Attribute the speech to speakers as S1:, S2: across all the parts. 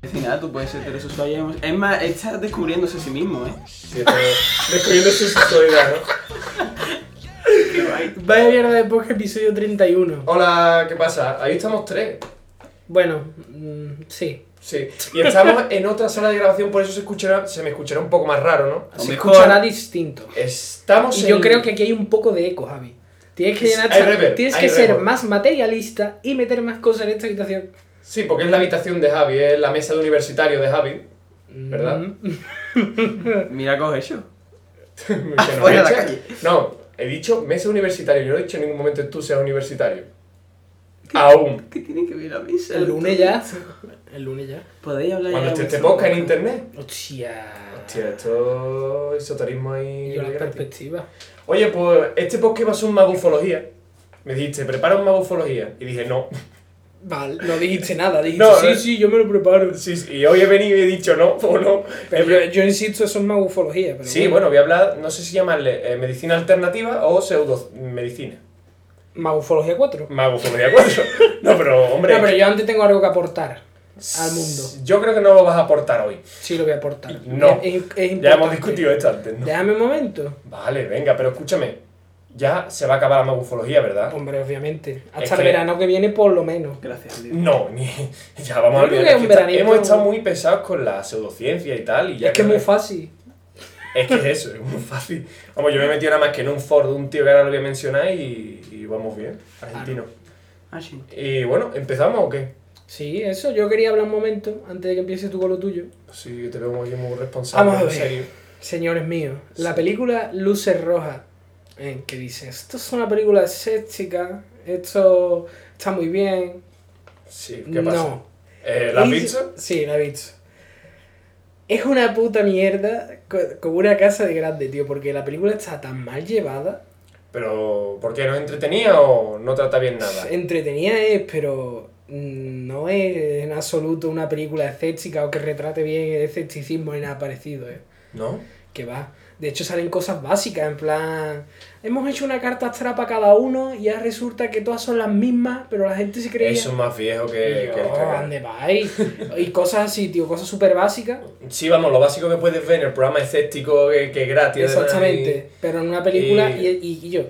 S1: oportunidad, tú puedes ser heterosexual. y- Es más, estás descubriéndose a sí mismo, ¿eh?
S2: Sí, está bien. Descubriendo su sexualidad, ¿no?
S3: Vaya mierda de podcast, episodio 31.
S2: Hola, ¿qué pasa? Ahí estamos tres.
S3: Bueno, mm, sí.
S2: Sí. Y estamos en otra sala de grabación, por eso se escuchará, se me escuchará un poco más raro, ¿no?
S1: O
S3: Se
S1: mejor-
S3: escuchará distinto.
S2: Estamos
S3: Y
S2: en-
S3: yo creo que aquí hay un poco de eco, Javi. Tienes que,
S2: Hay
S3: llenar esta-
S2: reverb,
S3: tienes
S2: hay
S3: que ser
S2: reverb.
S3: más materialista y meter más cosas en esta habitación.
S2: Sí, porque es la habitación de Javi, es la mesa de universitario de Javi. ¿Verdad?
S3: Mm.
S1: Mira, coge eso.
S2: Que nos
S1: Afuera de la
S2: echa.
S1: calle.
S2: No, he dicho mesa universitario, yo no he dicho en ningún momento que tú seas universitario. Aún.
S1: ¿Qué tiene que ver la misa?
S3: El lunes ya. El lunes ya.
S1: Podéis hablar
S2: Cuando
S1: ya.
S2: esté este
S1: vosotros?
S2: podcast en internet.
S3: Hostia.
S2: Hostia, esto es esoterismo ahí.
S3: Yo las
S2: gratis.
S3: perspectivas.
S2: Oye, pues este podcast va a ser un magufología. Me dijiste, prepara un magufología. Y dije, no.
S3: Vale, no dijiste nada. Dijiste,
S2: No,
S3: sí,
S2: no.
S3: sí, yo me lo preparo.
S2: Sí, sí, Y hoy he venido y he dicho no o no.
S3: Pero yo, yo insisto, eso es magufología. Pero
S2: Sí, bueno, voy a hablar, no sé si llamarle eh, medicina alternativa o pseudomedicina.
S3: Magufología 4.
S2: Magufología 4. No, pero hombre.
S3: No, pero yo antes tengo algo que aportar al mundo.
S2: Yo creo que no lo vas a aportar hoy.
S3: Sí, lo voy a aportar.
S2: No.
S3: Es, es
S2: Ya hemos
S3: importante.
S2: discutido esto antes, ¿no?
S3: Déjame un momento.
S2: Vale, venga, pero escúchame. Ya se va a acabar la magufología, ¿verdad?
S3: Hombre, obviamente. Hasta
S2: Es
S3: el
S2: que-
S3: verano que viene, por lo menos.
S1: Gracias, Dios.
S2: No, ni... ya vamos a
S3: Yo creo
S2: olvidar.
S3: que un
S2: Es que está-
S3: veranito-
S2: Hemos estado muy pesados con la pseudociencia y tal. Y ya
S3: es que es muy fácil.
S2: Es que es eso, es muy fácil. Vamos, yo me he metido nada más que en un Ford de un tío que ahora lo voy a mencionar y, y vamos bien, argentino.
S1: Ah, sí.
S2: Y bueno, ¿empezamos o qué?
S3: Sí, eso. Yo quería hablar un momento antes de que empieces tú con lo tuyo.
S2: Sí, yo te veo muy, muy responsable.
S3: Vamos a
S2: en
S3: ver.
S2: serio.
S3: Señores míos, la película Luces Rojas, en que dicen, esto es una película séptica, esto está muy bien.
S2: Sí, ¿qué pasa?
S3: No.
S2: Eh, ¿La
S3: Y-
S2: pizza?
S3: Sí, la he visto. Es una puta mierda co- como una casa de grande, tío, porque la película está tan mal llevada.
S2: ¿Pero por qué no entretenía o no trata bien nada?
S3: Entretenida es, pero mm, no es en absoluto una película escéptica o que retrate bien el escepticismo ni nada parecido, ¿eh?
S2: ¿No?
S3: Que va. De hecho, salen cosas básicas, en plan. Hemos hecho una carta astral para cada uno y ahora resulta que todas son las mismas, pero la gente se creía.
S2: Eso es más viejo que,
S3: Y yo,
S2: que el
S3: ¿dónde
S2: cagar.
S3: vais? Y cosas así, tío, cosas súper básicas.
S2: Sí, vamos, lo básico que puedes ver en el programa escéptico que, que es gratis. además,
S3: Exactamente. Pero en una película, y,
S2: y-
S3: y- y yo,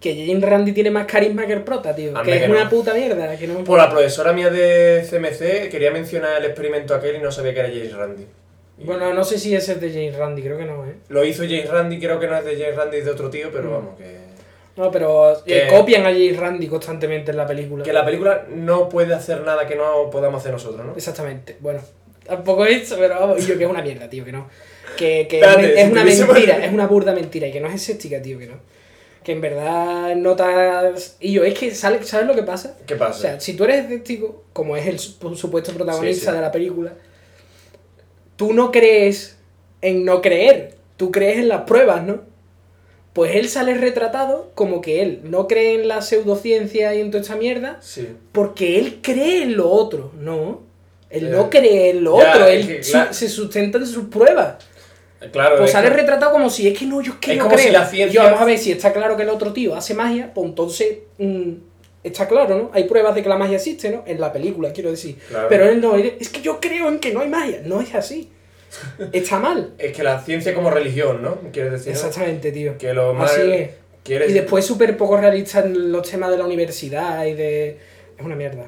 S3: que Jane Randy tiene más carisma que el prota, tío.
S2: Anda
S3: Que es
S2: que no.
S3: una puta mierda. Que no...
S2: y- Por la profesora mía de CMC quería mencionar el experimento aquel y no sabía que era James Randi.
S3: Bueno, no sé si ese es de Jane Randy, creo que no, ¿eh?
S2: Lo hizo James Randy, creo que no es de James Randy, es de otro tío,
S3: Mm.
S2: pero vamos, que...
S3: No, pero eh,
S2: Que-
S3: copian a Jane Randy constantemente en la película.
S2: Que la película no puede hacer nada que no podamos hacer nosotros, ¿no?
S3: Exactamente. Bueno, tampoco eso, pero vamos, yo que es una mierda, tío, que no. Que, que
S2: Espérate,
S3: es,
S2: si
S3: una
S2: tuviésemos-
S3: mentira, es una burda mentira y que no es escéptica, tío, que no. Que en verdad notas. Y yo, es que, sale, ¿sabes lo que pasa?
S2: ¿Qué
S3: O
S2: pasa?
S3: sea, si tú eres escéptico, como es el sup- supuesto protagonista
S2: Sí, sí.
S3: de la película, tú no crees en no creer, tú crees en las pruebas, ¿no? Pues él sale retratado como que él no cree en la pseudociencia y en toda esta mierda,
S2: sí.
S3: porque él cree en lo otro, ¿no. Él
S2: Eh,
S3: no cree en lo
S2: ya,
S3: otro,
S2: es
S3: él
S2: que,
S3: su-
S2: claro.
S3: se sustenta en sus pruebas.
S2: Claro,
S3: Pues
S2: es
S3: sale
S2: que-
S3: retratado como si es que no, yo es que
S2: Es
S3: no
S2: como
S3: creo.
S2: si la ciencia-
S3: Y yo, vamos a ver, si está claro que el otro tío hace magia, pues entonces mm, está claro, ¿no? Hay pruebas de que la magia existe, ¿no? En la película, quiero decir.
S2: Claro.
S3: Pero él no, él- es que yo creo en que no hay magia. No es así. Está mal.
S2: Es que la ciencia como religión, ¿no? Quieres decir, ¿no?
S3: Exactamente, tío.
S2: que lo más...
S3: Así es.
S2: Quieres...
S3: Y después súper poco realista en los temas de la universidad y de... Es una mierda.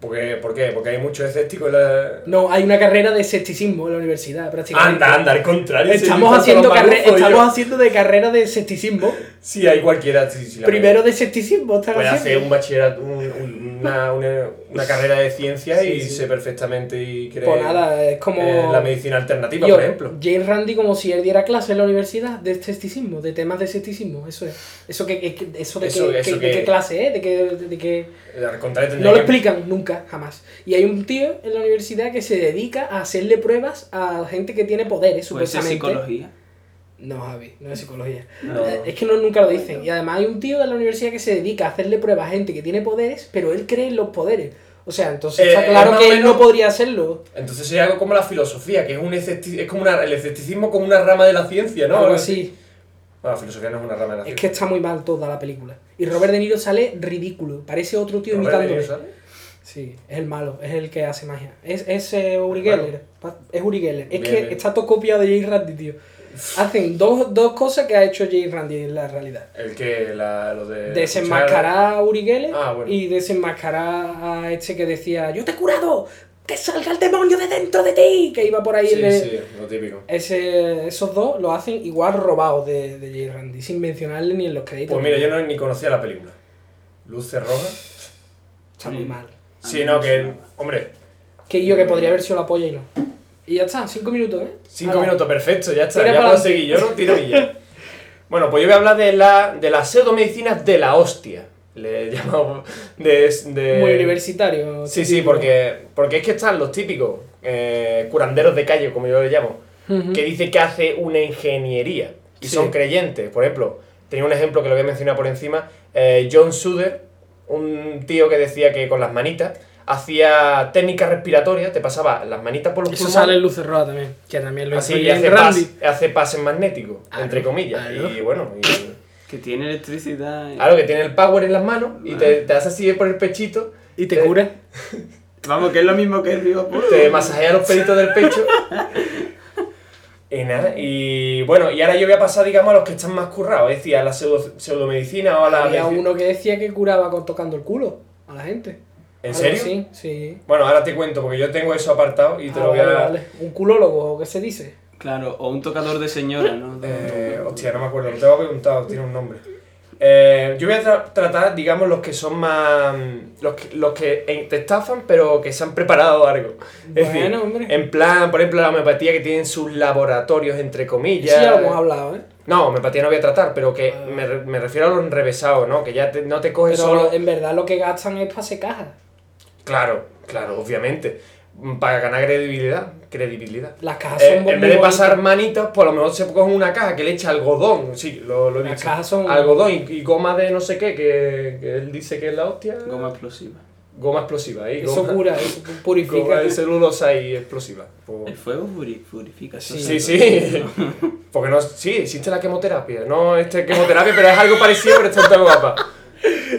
S2: Porque, ¿Por qué? Porque hay muchos escépticos en la...
S3: No, hay una carrera de escepticismo en la universidad, prácticamente.
S2: Anda, anda, al contrario. si
S3: Estamos,
S2: yo
S3: haciendo,
S2: contra los
S3: carre-
S2: magufos,
S3: estamos
S2: yo-
S3: haciendo de carrera de escepticismo.
S2: Sí, hay cualquiera. sí, sí, la
S3: Primero de escepticismo, están
S2: Puede hacer
S3: haciendo.
S2: un bachillerato, un- un- una, una, una carrera de ciencia
S3: Sí,
S2: y
S3: sí.
S2: sé perfectamente y cree
S3: Pues nada, es como.
S2: eh, la medicina alternativa,
S3: Yo,
S2: por ejemplo.
S3: Jane Randy, como si él diera clase en la universidad de escepticismo, de temas de escepticismo, eso es. Eso, que, que- eso, de,
S2: Eso-
S3: qué-
S2: eso
S3: qué- de
S2: que- Pues
S3: qué clase, ¿eh? De qué. de- de qué-
S2: Al contrario, tendría
S3: No lo
S2: que-
S3: explican nunca, jamás. Y hay un tío en la universidad que se dedica a hacerle pruebas a gente que tiene poderes,
S1: Puede ser
S3: supuestamente.
S1: Pues psicología.
S3: No, Javi, no es psicología.
S2: No.
S3: Eh, Es que no, nunca lo dicen. Y además hay un tío de la universidad que se dedica a hacerle pruebas a gente que tiene poderes, pero él cree en los poderes. O sea, entonces
S2: Eh,
S3: está
S2: es
S3: claro
S2: más
S3: que
S2: o
S3: él no
S2: menos-
S3: podría hacerlo.
S2: Entonces sería algo como la filosofía, que es un escepti- es como una, el escepticismo como una rama de la ciencia, ¿no?
S3: algo así.
S2: Bueno, la filosofía no es una rama de la
S3: Es
S2: ciencia.
S3: que está muy mal toda la película. Y Robert De Niro sale ridículo. Parece otro tío
S2: Robert De
S3: imitándolo.
S2: Niro, ¿sabes?
S3: Sí, es el malo, es el que hace magia. Es, es eh, Uri Geller. pa- Es Uri Geller. Es
S2: Bien,
S3: que
S2: bien.
S3: está todo copiado de J. Randy, tío. Hacen dos, dos cosas que ha hecho J. Randy en la realidad.
S2: El que, la, lo de.
S3: Desenmascarar a Uri Geller
S2: Eh, Ah, bueno.
S3: y desenmascarar a este que decía, yo te he curado, que salga el demonio de dentro de ti, que iba por ahí.
S2: Sí,
S3: de...
S2: sí, lo típico.
S3: Ese, esos dos lo hacen igual robados de, de J. Randy, sin mencionarle ni en los créditos.
S2: Pues mira, yo no ni conocía la película. Luces rojas.
S3: Está
S2: Mm.
S3: muy mal.
S2: Sí, no, que. Hombre,
S3: Que yo que podría haber sido la polla y no. Y ya está, cinco minutos, ¿eh?
S2: Cinco
S3: Ahora,
S2: minutos, perfecto, ya está,
S3: Tira
S2: ya
S3: pa'lante.
S2: conseguí, yo no tiro y ya. Bueno, pues yo voy a hablar de la de las pseudomedicinas de la hostia. Le he llamado de, de-
S3: Muy universitario.
S2: Sí, sí, porque, porque es que están los típicos eh, curanderos de calle, como yo le llamo,
S3: Ujú.
S2: que dice que hace una ingeniería y
S3: Sí.
S2: son creyentes. Por ejemplo, tenía un ejemplo que lo voy a mencionar por encima, eh, John Suder, un tío que decía que con las manitas hacía técnicas respiratorias, te pasaba las manitas por los
S3: Eso
S2: pulmones.
S3: sale en Luces Rojas también, que también lo
S2: Así
S3: hizo
S2: y
S3: Jane
S2: hace,
S3: Randy.
S2: pas- hace pases magnéticos,
S3: Claro,
S2: entre comillas.
S3: claro.
S2: Y bueno, y,
S1: Que tiene electricidad. y-
S2: claro que tiene el power en las manos y te, te hace así por el pechito,
S3: Y te cura.
S2: Eh,
S1: Vamos, que es lo mismo que el río puro.
S2: te masajea los pelitos del pecho. Y nada, y bueno, y ahora yo voy a pasar, digamos, a los que están más currados, es decir, a la pseudo- pseudomedicina o a la.
S3: Había
S2: medici-
S3: uno que decía que curaba con tocando el culo a la gente.
S2: ¿En
S3: Algo
S2: serio?
S3: así, sí.
S2: Bueno, ahora te cuento, porque yo tengo eso apartado y te
S3: Ah,
S2: lo voy a.
S3: vale, vale. Un culólogo, ¿o ¿qué se dice?
S1: Claro, o un tocador de señora, ¿no?
S2: Eh, hostia, no me acuerdo, lo tengo preguntado, tiene un nombre. Eh, yo voy a tra- tratar, digamos, los que son más. mm, los que, los que en- te estafan, pero que se han preparado algo. Es decir,
S3: Bueno, hombre.
S2: en plan, por ejemplo, la homeopatía que tienen sus laboratorios, entre comillas.
S3: Eso ya lo hemos hablado, ¿eh?
S2: No, homeopatía no voy a tratar, pero que me, re- me refiero a los enrevesados, ¿no? Que ya te- no te coges
S3: Ah. Pero
S2: Pues solo.
S3: en verdad lo que gastan es para hacer cajas.
S2: Claro, claro, obviamente. Mm, Para ganar credibilidad. credibilidad.
S3: Las cajas
S2: Eh,
S3: son muy
S2: en vez de
S3: bonitas.
S2: pasar manitas, pues a lo mejor se coge una caja que le echa algodón. Sí, lo, lo he
S3: Las
S2: dicho.
S3: cajas son-
S2: Algodón y, y goma de no sé qué, que, que él dice que es la hostia.
S1: Goma explosiva.
S2: Goma explosiva. Y
S3: Eso
S2: goma,
S3: cura, eso
S2: goma
S3: purifica.
S2: de celulosa y explosiva.
S1: El
S2: Pues-
S1: fuego puri- purifica. eso
S3: Sí,
S2: sí,
S1: es
S2: sí.
S1: algo-
S2: Porque no. Sí, existe la quimioterapia. No es este quimioterapia, pero es algo parecido, pero está un poco guapa.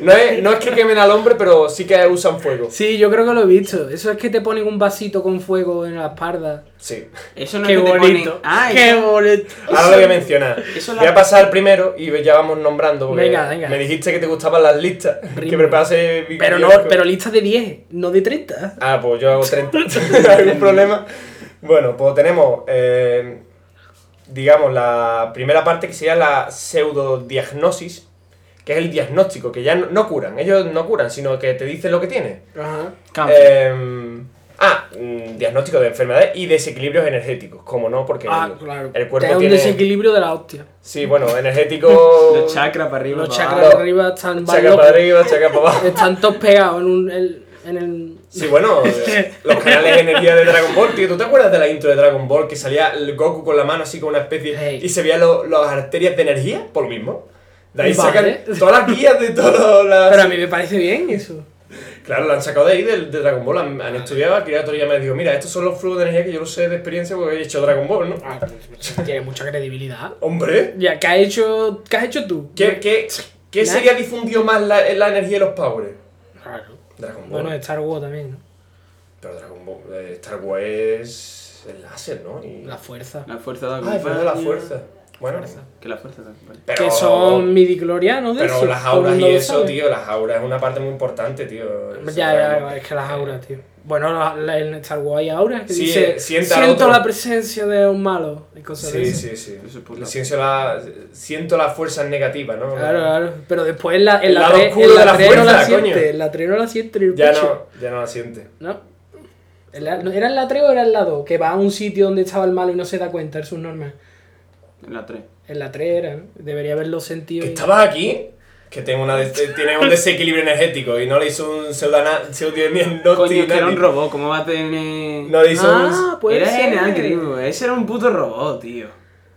S2: No es, no es que quemen al hombre, pero sí que usan fuego.
S3: Sí, yo creo que lo he visto. Eso es que te ponen un vasito con fuego en la espalda.
S2: Sí.
S1: Eso no es que te ponen- Ah,
S3: Qué
S1: eso-
S3: bonito.
S2: Ahora lo voy a mencionar.
S1: Eso la-
S2: Voy a pasar primero y ya vamos nombrando. porque
S3: Venga, venga.
S2: Me dijiste que te gustaban las listas. Que
S3: Ritmo.
S2: preparase
S3: Pero no, pero listas de 10, no de 30.
S2: Ah, pues yo hago 30. ¿Algún problema? Bueno, pues tenemos, eh, digamos, la primera parte que sería la pseudodiagnosis, que es el diagnóstico, que ya no, no curan. Ellos no curan, sino que te dicen lo que tienes.
S3: Ajá.
S1: Cáncer.
S2: Eh, ah, mm, diagnóstico de enfermedades y desequilibrios energéticos. Como no, porque
S3: Ah,
S2: el,
S3: claro.
S2: el
S3: Te da
S2: cuerpo
S3: un
S2: tiene.
S3: desequilibrio de la hostia.
S2: Sí, bueno, energético.
S1: Los chakras para arriba.
S3: Los
S1: para
S3: chakras
S1: abajo.
S3: de arriba están más
S2: Chaca para
S3: locos.
S2: arriba, chaca para abajo.
S3: Están todos pegados en, un, el- en el.
S2: Sí, bueno, eh, los canales de energía de Dragon Ball, tío. ¿Tú te acuerdas de la intro de Dragon Ball que salía el Goku con la mano así con una especie
S3: Hey.
S2: y se veían lo- las arterias de energía? Por lo mismo. De ahí
S3: Vale.
S2: sacan todas las guías de todas las.
S3: Pero a mí me parece bien eso.
S2: Claro, la han sacado de ahí, del de Dragon Ball. Han, han estudiado, han creado teoría. Me dijo, mira, estos son los flujos de energía que yo lo sé de experiencia porque he hecho Dragon Ball, ¿no?
S3: Tiene mucha credibilidad.
S2: Hombre,
S3: Ya, ¿qué has hecho, qué has hecho tú?
S2: ¿qué, qué, qué
S3: Nah.
S2: sería difundido más la, la energía de los powers?
S3: Claro.
S2: Dragon Ball.
S3: Bueno, eh. Star Wars también, ¿no?
S2: Pero Dragon Ball, eh, Star Wars es el láser, ¿no? Y...
S3: La fuerza.
S1: La fuerza de
S2: Ah, es verdad, la fuerza. Bueno,
S1: Que la fuerza de vale.
S2: pero,
S3: Que son midiclorianos de
S2: pero
S3: eso,
S2: las
S3: todo el
S2: auras y
S3: mundo lo
S2: eso,
S3: sabe.
S2: tío, las auras es una parte muy importante, tío.
S3: Ya,
S2: Eso
S3: ya,
S2: realmente.
S3: es que las auras, tío. Bueno, la, la- en Star Wars hay auras que
S2: Sí,
S3: dice,
S2: sienta al
S3: siento
S2: otro".
S3: la presencia de un malo y cosas de
S2: Sí,
S3: eso.
S2: sí, sí.
S1: Eso es por
S2: La
S1: la-
S2: ciencia la- siento las fuerzas negativas, ¿no?
S3: Claro, claro. Pero después en la, en
S2: El
S3: la,
S2: lado
S3: tre-
S2: oscuro
S3: en la
S2: de la
S3: tres no la
S2: fuerza, coño.
S3: siente, en la 3 no la siente en el
S2: Ya
S3: pecho.
S2: no, ya no la siente.
S3: No. En la- no, ¿Era en la 3 o era en la 2? Que va a un sitio donde estaba el malo y no se da cuenta, es un normal.
S1: En la 3.
S3: En la 3 era, ¿no? Debería haberlo sentido.
S2: Que
S3: y-
S2: estabas aquí, que tiene, una des- tiene un desequilibrio energético y no le hizo un pseudana- pseudodiagnóstico.
S1: Coño, que era un
S2: nadie.
S1: robot, ¿cómo va a tener...?
S2: No le hizo un...
S3: Ah, puede
S1: era
S3: ser.
S1: genial, querido. Ese era un puto robot, tío.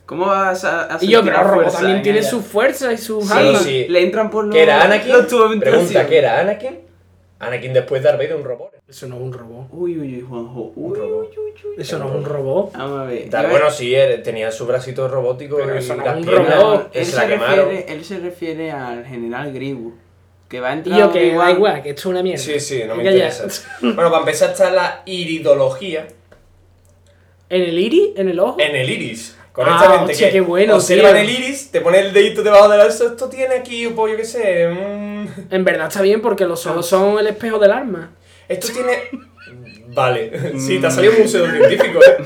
S1: ¿Cómo vas a, a
S3: Y yo,
S1: sentir
S3: pero el robot
S1: fuerza
S3: también
S1: en
S3: tiene
S1: ella?
S3: su fuerza y sus
S2: Sí,
S3: almas.
S2: sí.
S1: Le entran por los...
S2: ¿Qué era Anakin?
S1: Los tubos de
S2: Pregunta,
S1: ventilación.
S2: ¿qué era Anakin? Anakin después de Darth Vader, un robot.
S3: Eso no es un robot.
S1: Uy, uy, uy, Juanjo. Uy,
S2: robot.
S1: uy, uy, uy.
S3: Eso no es un robot.
S1: Vamos a ver.
S2: Dar-
S1: yo-
S2: bueno, sí, él tenía su bracito robótico
S3: Pero
S2: y
S3: eso no
S2: las
S3: es un
S2: piernas,
S3: robot,
S2: que
S1: él
S2: se
S1: se,
S2: la quemaron.
S1: refiere, él se refiere al general Grievous. Que va a
S3: Y
S1: entrar
S3: yo que da
S1: Obi-Wan.
S3: igual, que esto es una mierda.
S2: Sí, sí, no me
S3: Venga ya.
S2: interesa. Bueno, para empezar está la iridología
S3: ¿En el iris? ¿En el ojo?
S2: en el iris. Correctamente.
S3: Ah, hostia,
S2: que
S3: qué bueno,
S2: Observan
S3: tío.
S2: el iris, te pone el dedito debajo del brazo. Esto tiene aquí, pues yo qué sé. mm, un-
S3: En verdad está bien porque los ojos
S2: Ah.
S3: son el espejo del alma.
S2: Esto tiene. Vale, sí, te ha salido un museo científico, ¿eh?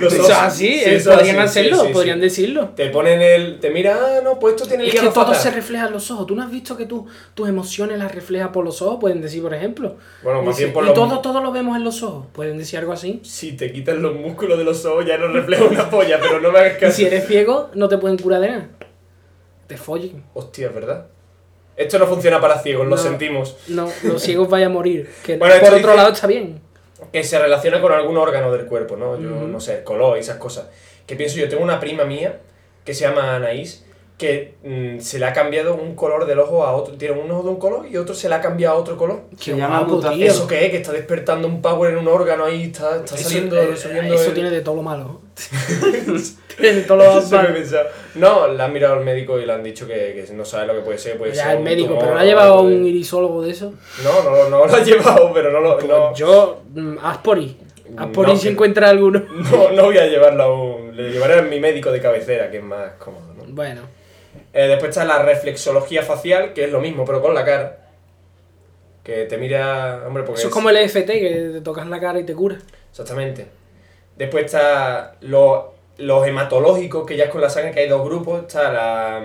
S2: Los
S3: Eso
S2: ojos-
S3: es así,
S2: sí,
S3: eh,
S2: eso es
S3: podrían
S2: así, sí,
S3: hacerlo,
S2: sí, sí.
S3: podrían decirlo.
S2: Te ponen el. Te mira, ah, no, pues esto tiene el
S3: Es que
S2: hígado
S3: todo
S2: fatal.
S3: se refleja en los ojos. ¿Tú no has visto que tú, tus emociones las reflejas por los ojos? Pueden decir, por ejemplo.
S2: Bueno, más
S3: Dice,
S2: bien por
S3: y
S2: los.
S3: todo, todo lo vemos en los ojos. Pueden decir algo así.
S2: Si te quitas los músculos de los ojos, ya no refleja una polla, pero no me hagas
S3: Y
S2: caso.
S3: si eres ciego, no te pueden curar de nada. Te follen.
S2: Hostia, es verdad. Esto no funciona para ciegos, lo
S3: No.
S2: sentimos.
S3: No, los ciegos vayan a morir. Que
S2: Bueno,
S3: por
S2: esto
S3: otro
S2: dice-
S3: lado está bien.
S2: Que se relaciona con algún órgano del cuerpo, ¿no? Yo
S3: Ujú.
S2: no sé, el color y esas cosas. Que pienso yo, tengo una prima mía que se llama Anaís, que mm, se le ha cambiado un color del ojo a otro. Tiene un ojo de un color y otro se le ha cambiado a otro color.
S1: Se
S3: Qué
S1: llama
S3: guapo,
S1: mutación.
S3: tío.
S2: ¿Eso qué es? Que está despertando un power en un órgano ahí, está, está saliendo.
S3: eh,
S2: saliendo
S3: eso
S2: el-
S3: tiene de todo lo malo. tiene de todo lo
S2: Eso lo he
S3: malo.
S2: pensado. No, la han mirado al médico y le han dicho que, que no sabe lo que puede ser. Puede
S3: Ya
S2: ser
S3: el
S2: un
S3: médico,
S2: tumor
S3: pero no ha
S2: o
S3: llevado
S2: algo de-
S3: un irisólogo de eso.
S2: No, no, no lo ha llevado, pero no lo. No,
S3: Yo, mm, Aspori. Aspori
S2: No,
S3: si
S2: que-
S3: encuentra alguno.
S2: no, no voy a llevarlo a un. Le llevaré a mi médico de cabecera, que es más cómodo, ¿no?
S3: Bueno,
S2: Eh, después está la reflexología facial, que es lo mismo, pero con la cara. Que te mira. Hombre, porque.
S3: eso es
S2: es-
S3: como el EFT, que te tocas la cara y te cura.
S2: Exactamente. Después está los, los hematológicos, que ya es con la sangre, que hay dos grupos. Está la.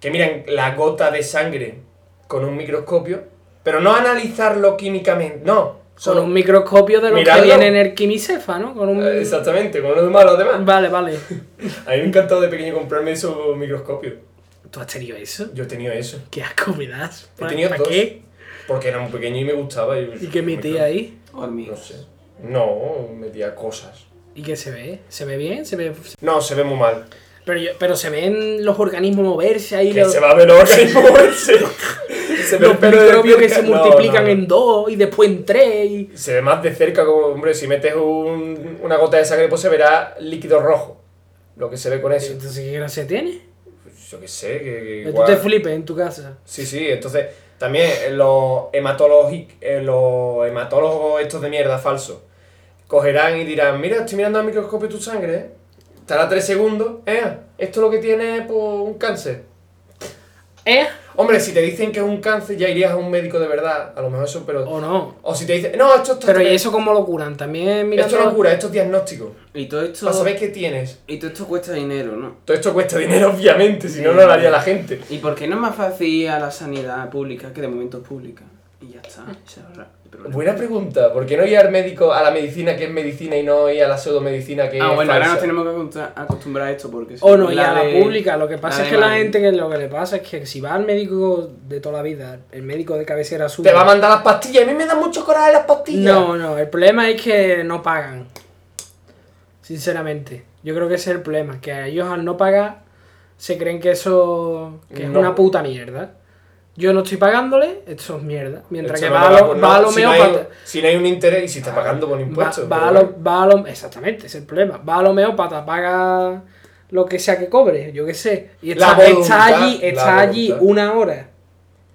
S2: que miran la gota de sangre con un microscopio, pero no analizarlo químicamente, no.
S3: Con
S2: Solo,
S3: un microscopio de los
S2: Mirarlo.
S3: que vienen en el quimicefa, ¿no? Con un...
S2: Eh, Exactamente, con los demás, los demás.
S3: Vale, vale.
S2: A mí me encantó de pequeño comprarme esos microscopios.
S3: ¿Tú has tenido eso?
S2: Yo he tenido eso.
S3: ¿Qué asco me das?
S2: He tenido
S3: ¿Para
S2: dos.
S3: qué?
S2: Porque era muy pequeño y me gustaba. Y,
S3: ¿Y qué metía ahí?
S1: Hormigas.
S2: No sé. No, metía cosas.
S3: ¿Y qué se ve? ¿Se ve bien? ¿Se ve...
S2: No, se ve muy mal.
S3: Pero, yo- pero se ven los organismos moverse ahí.
S2: Que
S3: Los...
S2: se va a ver los organismos. se, se ve
S3: los
S2: el pelo de
S3: microbios que
S2: cerca.
S3: se
S2: No, no,
S3: multiplican
S2: no.
S3: en dos y después en tres. y-
S2: Se ve más de cerca, como, hombre, si metes un- una gota de sangre, pues se verá líquido rojo. Lo que se ve con eso.
S3: Entonces, ¿qué gracia tiene?
S2: Yo qué sé, que, que
S3: Que tú
S2: igual-
S3: te flipes en tu casa.
S2: Sí, sí, entonces también eh, los, hematologi- eh, los hematólogos estos de mierda falsos cogerán y dirán, mira, estoy mirando al microscopio tu sangre, ¿eh? estará tres segundos, eh, esto lo que tiene es pues, un cáncer.
S3: ¿Eh?
S2: Hombre, si te dicen que es un cáncer, ya irías a un médico de verdad, a lo mejor eso, pero...
S3: ¿O no?
S2: O si te dicen, no, esto, esto,
S3: Pero ¿y eso cómo lo curan? También
S2: esto
S3: mirando...
S2: no cura, esto es diagnóstico.
S1: Y todo esto.
S2: Para saber qué tienes.
S1: Y todo esto cuesta dinero, ¿no?
S2: Todo esto cuesta dinero, obviamente, si no, no lo haría la gente.
S1: ¿Y por qué no es más fácil ir a la sanidad pública que de momento es pública? Y ya está, se ahorra el problema.
S2: Buena pregunta, ¿por qué no ir al médico, a la medicina que es medicina y no ir a la pseudomedicina que
S1: Ah,
S2: es
S1: bueno, ahora nos
S2: falsa?
S1: tenemos que acostum- acostumbrar a esto porque.
S3: O Oh, no, y a la
S1: de-
S3: pública. Lo que pasa
S1: la
S3: es
S1: de
S3: que la
S1: Madrid.
S3: gente que lo que le pasa es que si va al médico de toda la vida, el médico de cabecera suya.
S2: Te va a mandar las pastillas, a mí me da mucho coraje las pastillas.
S3: No, no, el problema es que no pagan. Sinceramente. Yo creo que ese es el problema. Que a ellos al no pagar se creen que eso que es
S2: No.
S3: una puta mierda. Yo no estoy pagándole, eso es mierda. Mientras
S2: Esto
S3: que
S2: no
S3: va, a
S2: me
S3: lo,
S2: por
S3: va
S2: nada.
S3: a lo
S2: si
S3: meo
S2: no, hay,
S3: pa-
S2: si no hay un interés y si está pagando con impuestos.
S3: Va, va
S2: pero
S3: a lo-
S2: bueno.
S3: va a lo- exactamente, ese es el problema. Va a lo meo pata, paga lo que sea que cobre, yo qué sé. Y
S2: La
S3: está, está
S2: voluntad,
S3: allí,
S2: la
S3: está allí
S2: voluntad.
S3: una hora.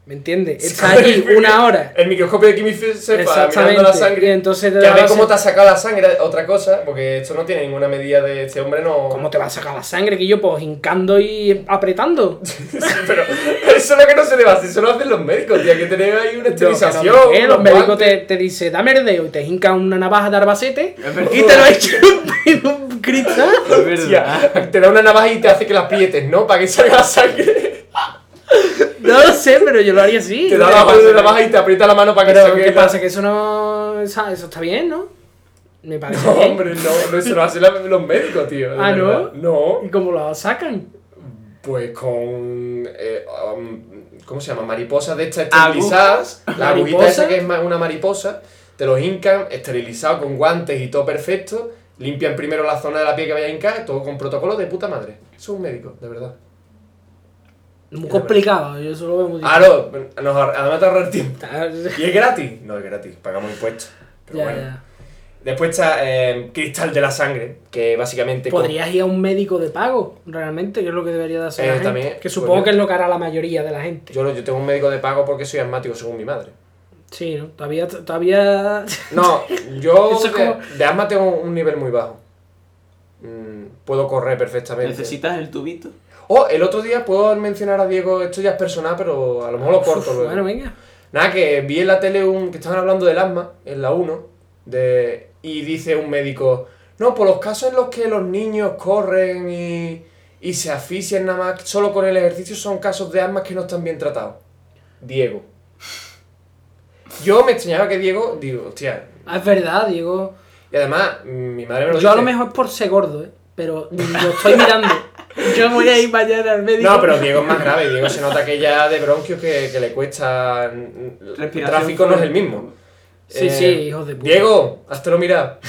S3: ¿Me entiendes? Está
S2: Sí,
S3: allí
S2: porque
S3: una hora.
S2: El microscopio de quimicefa mirando la
S3: Exactamente. Y
S2: sangre.
S3: entonces te
S2: Que a
S3: da
S2: ver
S3: la
S2: cómo
S3: sen-
S2: te ha sacado la sangre, otra cosa, porque esto no tiene ninguna medida de este hombre, no.
S3: ¿Cómo te va a sacar la sangre? Que yo, pues, hincando y apretando.
S2: Sí, pero eso es lo que no se debe hacer, eso lo hacen los médicos, tío, hay que tener ahí una esterilización.
S3: Pero, ¿qué? Los
S2: unos
S3: médicos
S2: guantes.
S3: te, te dice dame el dedo y te hinca una navaja de arbacete
S1: Es verdad.
S3: y te lo echan en un cristal.
S1: Es verdad.
S2: Hostia, te da una navaja y te hace que la aprietes, ¿no? Para que salga la sangre.
S3: No lo sé, pero yo lo haría así.
S2: Te da la una navaja y te aprieta la mano para que
S3: Pero,
S2: salga.
S3: ¿qué pasa? Que eso no... esa- Eso está bien, ¿no? Me parece
S2: No,
S3: bien.
S2: hombre, no, no, eso lo hacen la- los médicos, tío. de
S3: Ah, ¿no?
S2: verdad. No.
S3: ¿Y cómo lo sacan?
S2: Pues con. eh, um, ¿Cómo se llama? Mariposas de estas
S1: Agujas.
S2: esterilizadas. La agujita
S3: Mariposa.
S2: esa que es ma- una mariposa. Te los hincan, esterilizado con guantes y todo perfecto. Limpian primero la zona de la piel que vaya a hincar, todo con protocolo de puta madre. Eso es un médico, de verdad.
S3: Muy complicado, yo eso lo veo muy difícil.
S2: Claro, nos ahor- además te ahorrar tiempo.
S3: Está-
S2: ¿Y es gratis? No es gratis, pagamos impuestos. Pero
S3: Ya,
S2: bueno.
S3: ya.
S2: Después está eh, Cristal de la Sangre, que básicamente... con-
S3: Podrías ir a un médico de pago, realmente, que es lo que debería de hacer.
S2: Eh,
S3: la gente,
S2: también,
S3: que supongo
S2: pues,
S3: que es lo que hará la mayoría de la gente.
S2: Yo, no- yo tengo un médico de pago porque soy asmático, según mi madre.
S3: Sí, ¿no? Todavía. todavía...
S2: No, yo
S3: Eso
S2: de,
S3: es como-
S2: de asma tengo un nivel muy bajo. Mm, puedo correr perfectamente.
S1: ¿Necesitas el tubito?
S2: Oh, el otro día puedo mencionar a Diego, esto ya es personal, pero a lo mejor lo corto
S3: Uf,
S2: luego.
S3: bueno, venga.
S2: Nada, que vi en la tele un, que estaban hablando del asma, en la 1, de, y dice un médico, no, por los casos en los que los niños corren y, y se asfixian nada más solo con el ejercicio son casos de asma que no están bien tratados. Diego. Yo me extrañaba que Diego, digo, hostia.
S3: Ah, es verdad, Diego.
S2: Y además, mi madre me lo
S3: Yo a
S2: dice.
S3: lo mejor es por ser gordo, ¿eh? Pero lo estoy mirando. Yo voy a ir mañana al médico.
S2: No, pero Diego es más grave. Diego se nota que ya de bronquios que, que le cuesta. El
S1: Respiración
S2: tráfico no es
S1: fuerte.
S2: el mismo. Eh,
S3: Sí, sí, hijos de puta.
S2: Diego, lo mirar.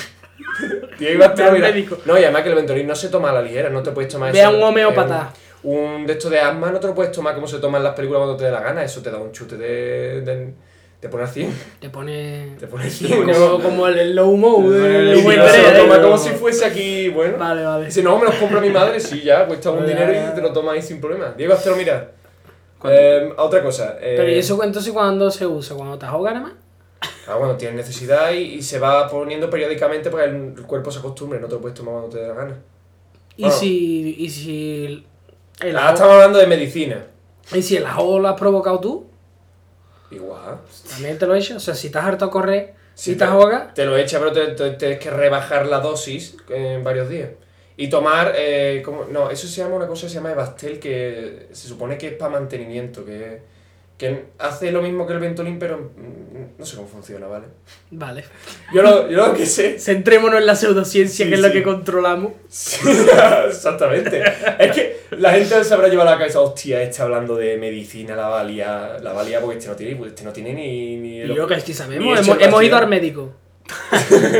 S2: Diego,
S3: Ve
S2: lo
S3: al
S2: mirar.
S3: médico.
S2: No, y además que el Ventolin no se toma a la ligera, no te puedes tomar
S3: Ve
S2: eso,
S3: a un homeópata.
S2: eh, un de estos de asma no te lo puedes tomar como se toman las películas cuando te dé la gana. Eso te da un chute de. de te pone al 100.
S3: Te pone.
S2: Te pone al
S3: Sí,
S2: 100.
S3: Como, como el slow mo
S1: Te pone
S3: de
S1: el
S2: Y
S3: de buen
S2: no se
S3: tren,
S2: lo
S3: ¿eh?
S2: toma como si fuese aquí, bueno.
S3: Vale, vale.
S2: Dice, no, me los compra mi madre, sí, ya, cuesta un
S3: Ya,
S2: dinero
S3: ya.
S2: y te lo toma ahí sin problema. Diego, hazlo mirar.
S1: ¿Cuánto?
S2: Eh, otra cosa. eh,
S3: Pero ¿y eso entonces cuando se usa? ¿Cuando te ahoga nada más?
S2: Ah, bueno, tienes necesidad y, y se va poniendo periódicamente para que el cuerpo se acostumbre, no te lo puedes tomar cuando te dé la gana.
S3: ¿Y
S2: Bueno.
S3: si. y si. el- el
S2: Ahora
S3: ahogo-
S2: estamos hablando de medicina.
S3: ¿Y si el ahogo lo has provocado tú?
S2: Igual.
S3: También te lo he hecho. O sea, si estás harto a correr,
S2: Sí,
S3: si te
S2: pero-
S3: ahogas,
S2: Te lo echa, pero te, te- tienes que rebajar la dosis en varios días. Y tomar, eh, como, no, eso se llama una cosa que se llama Evastel, que se supone que es para mantenimiento, que, que hace lo mismo que el Ventolin, pero mm, no sé cómo funciona, ¿vale?
S3: vale.
S2: Yo lo, yo lo que sé
S3: Centrémonos en la pseudociencia,
S2: Sí,
S3: que es lo
S2: sí.
S3: que controlamos.
S2: Sí, exactamente. Es que la gente se habrá llevado a la cabeza, hostia, este hablando de medicina, la valía, la valía porque este no tiene, pues este no tiene ni... ni
S3: Y
S2: lo-
S3: yo que sí sabemos,
S2: Ni
S3: hemos,
S2: hecho
S3: hemos ido
S2: evaluación.
S3: al médico.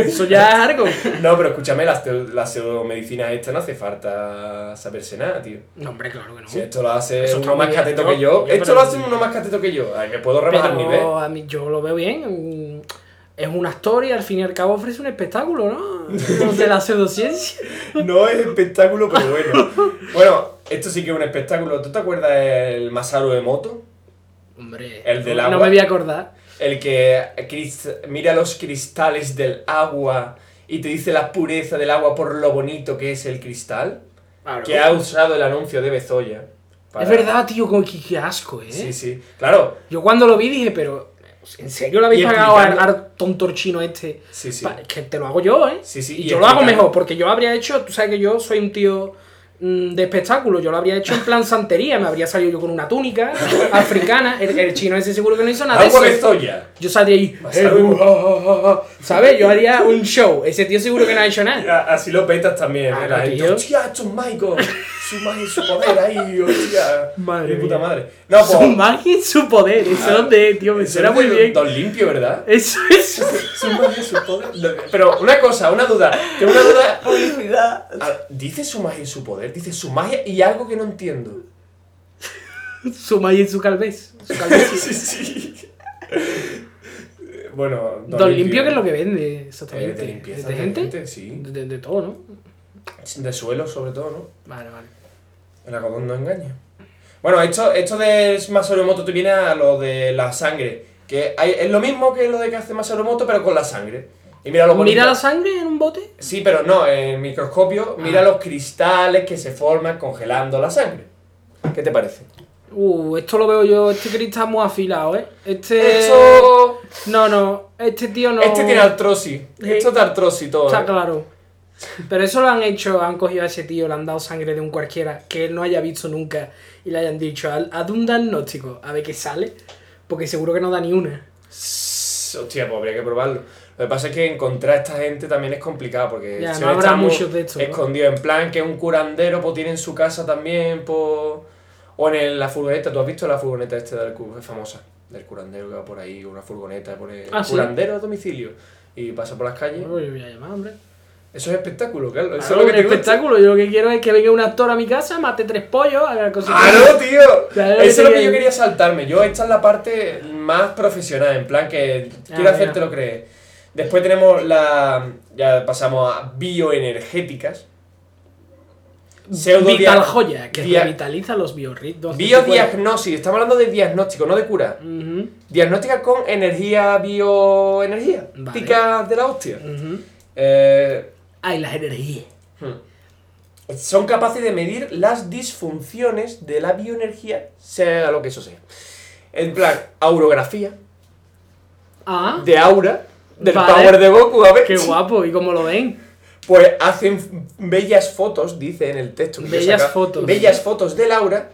S3: Eso ya es algo.
S2: No, pero escúchame, las, teo- las pseudomedicinas estas no hace falta saberse nada, tío.
S3: No, hombre, claro que no.
S2: Si esto lo hace
S3: Eso está
S2: uno
S3: muy
S2: más
S3: bien,
S2: cateto
S3: ¿no?
S2: que yo,
S3: Yo,
S2: esto
S3: pero-
S2: lo hace uno más cateto que yo. Ay, me puedo rebajar el nivel.
S3: Pero a mí, yo lo veo bien. un- Es una historia y al fin y al cabo ofrece un espectáculo, ¿no? De la pseudociencia.
S2: No es espectáculo, pero bueno. Bueno, esto sí que es un espectáculo. ¿Tú te acuerdas el Masaru Emoto?
S3: Hombre,
S2: El del
S3: no
S2: agua.
S3: me voy a acordar.
S2: El que crist- mira los cristales del agua y te dice la pureza del agua por lo bonito que es el cristal. Que ha usado el anuncio de Bezoya. para-
S3: Es verdad, tío, como que, qué asco, ¿eh?
S2: Sí, sí. Claro.
S3: Yo cuando lo vi dije, pero ¿en serio lo
S2: Y
S3: habéis pagado al,
S2: explicando-
S3: al tontorchino este?
S2: Sí, sí.
S3: Pa- que te lo hago yo, ¿eh?
S2: Sí, sí,
S3: Y,
S2: y
S3: yo lo hago
S2: explicando-
S3: mejor, porque yo habría hecho, tú sabes que yo soy un tío mm, de espectáculo, yo lo habría hecho en plan santería, me habría salido yo con una túnica africana, el, el chino ese seguro que no hizo nada de
S2: Agua
S3: eso.
S2: Bezoya.
S3: Yo saldría ahí,
S2: Vas a ver.
S3: "Eh, uh, ah, ah, ah", ¿sabes? Yo haría un show, ese tío seguro que no ha hecho nada.
S2: A- Así lo petas también.
S3: Claro,
S2: ¿eh? La gente,
S3: Ah, tío.
S2: hostia, esto es mágico. Su magia y su poder ahí, hostia.
S3: Madre
S2: Mi puta
S3: mía.
S2: madre. No, pues.
S3: Su magia y su poder, eso
S2: Ah,
S3: donde es, tío, me
S2: eso
S3: suena
S2: es
S3: muy
S2: de
S3: bien.
S2: Don Limpio, ¿verdad?
S3: Eso es.
S2: Su magia y su poder. No, Pero una cosa, una duda. Tengo una duda
S1: Publicidad.
S2: Ah, Dice su magia y su poder, dice su magia y algo que no entiendo.
S3: Su magia y su calvez. Su calvez.
S2: sí, sí. Eh, bueno,
S3: Don, limpio, que es lo que vende,
S2: Eh,
S3: exactamente.
S2: de limpieza.
S3: de gente,
S2: Sí.
S3: De, de- de todo, ¿no?
S2: De suelo, sobre todo, ¿no?
S3: Vale, vale.
S2: El algodón no engaña. Bueno, esto, esto de Masaru Emoto te viene a lo de la sangre. Que hay- es lo mismo que lo de que hace Masaru Emoto, pero con la sangre. Y mira lo bonito.
S3: Mira la sangre en un bote.
S2: Sí, pero no, en microscopio, mira
S3: Ah.
S2: los cristales que se forman congelando la sangre. ¿Qué te parece?
S3: Uh, esto lo veo yo, este cristal muy afilado, ¿eh? Este...
S2: Esto-
S3: No, no, este tío no...
S2: Este tiene artrosis. Esto es de artrosis todo.
S3: Está
S2: ¿eh?
S3: claro. Pero eso lo han hecho, han cogido a ese tío, le han dado sangre de un cualquiera que él no haya visto nunca y le hayan dicho, haz haz un diagnóstico, a ver qué sale, porque seguro que no da ni una.
S2: Sss, Hostia, pues habría que probarlo. Lo que pasa es que encontrar a esta gente también es complicado porque
S3: Ya,
S2: siempre
S3: no habrá
S2: está muy
S3: muchos de estos, ¿no?
S2: escondido. En plan que un curandero pues tiene en su casa también pues, o en el- la furgoneta. ¿Tú has visto la furgoneta este del cu- famosa? Del curandero que va por ahí, una furgoneta, pone
S3: Ah, sí.
S2: curandero a domicilio y pasa por las calles.
S3: Bueno, yo voy a llamar, hombre.
S2: Eso es espectáculo, claro. Eso
S3: Claro,
S2: es lo
S3: un
S2: que te gusta.
S3: espectáculo. Yo lo que quiero es que venga un actor a mi casa, mate tres pollos, haga cositas.
S2: ¡Claro, tío!
S3: Claro que
S2: Eso es lo que
S3: sí.
S2: yo quería saltarme. Yo, esta es la parte más profesional, en plan que
S3: Ah,
S2: quiero
S3: venga.
S2: hacértelo creer. Después tenemos la. Ya pasamos a bioenergéticas. Pseudodiag-
S3: Vital joya, que
S2: dia-
S3: revitaliza los biorritmos. de tu cuerpo.
S2: Biodiagnosis, estamos hablando de diagnóstico, no de cura.
S3: Ujú,
S2: Diagnóstica con energía, bioenergía.
S3: Vale.
S2: Tica de la hostia.
S3: ujú.
S2: Eh,
S3: Ay, las energías.
S2: hmm. Son capaces de medir las disfunciones de la bioenergía, sea lo que eso sea. En plan, aurografía,
S3: Ah,
S2: de aura, del
S3: Vale.
S2: power de Goku, a ver.
S3: Ah, qué guapo, ¿y cómo lo ven?
S2: Pues hacen bellas fotos, dice en el texto. que yo he
S3: Bellas
S2: sacado,
S3: fotos.
S2: Bellas fotos de Laura.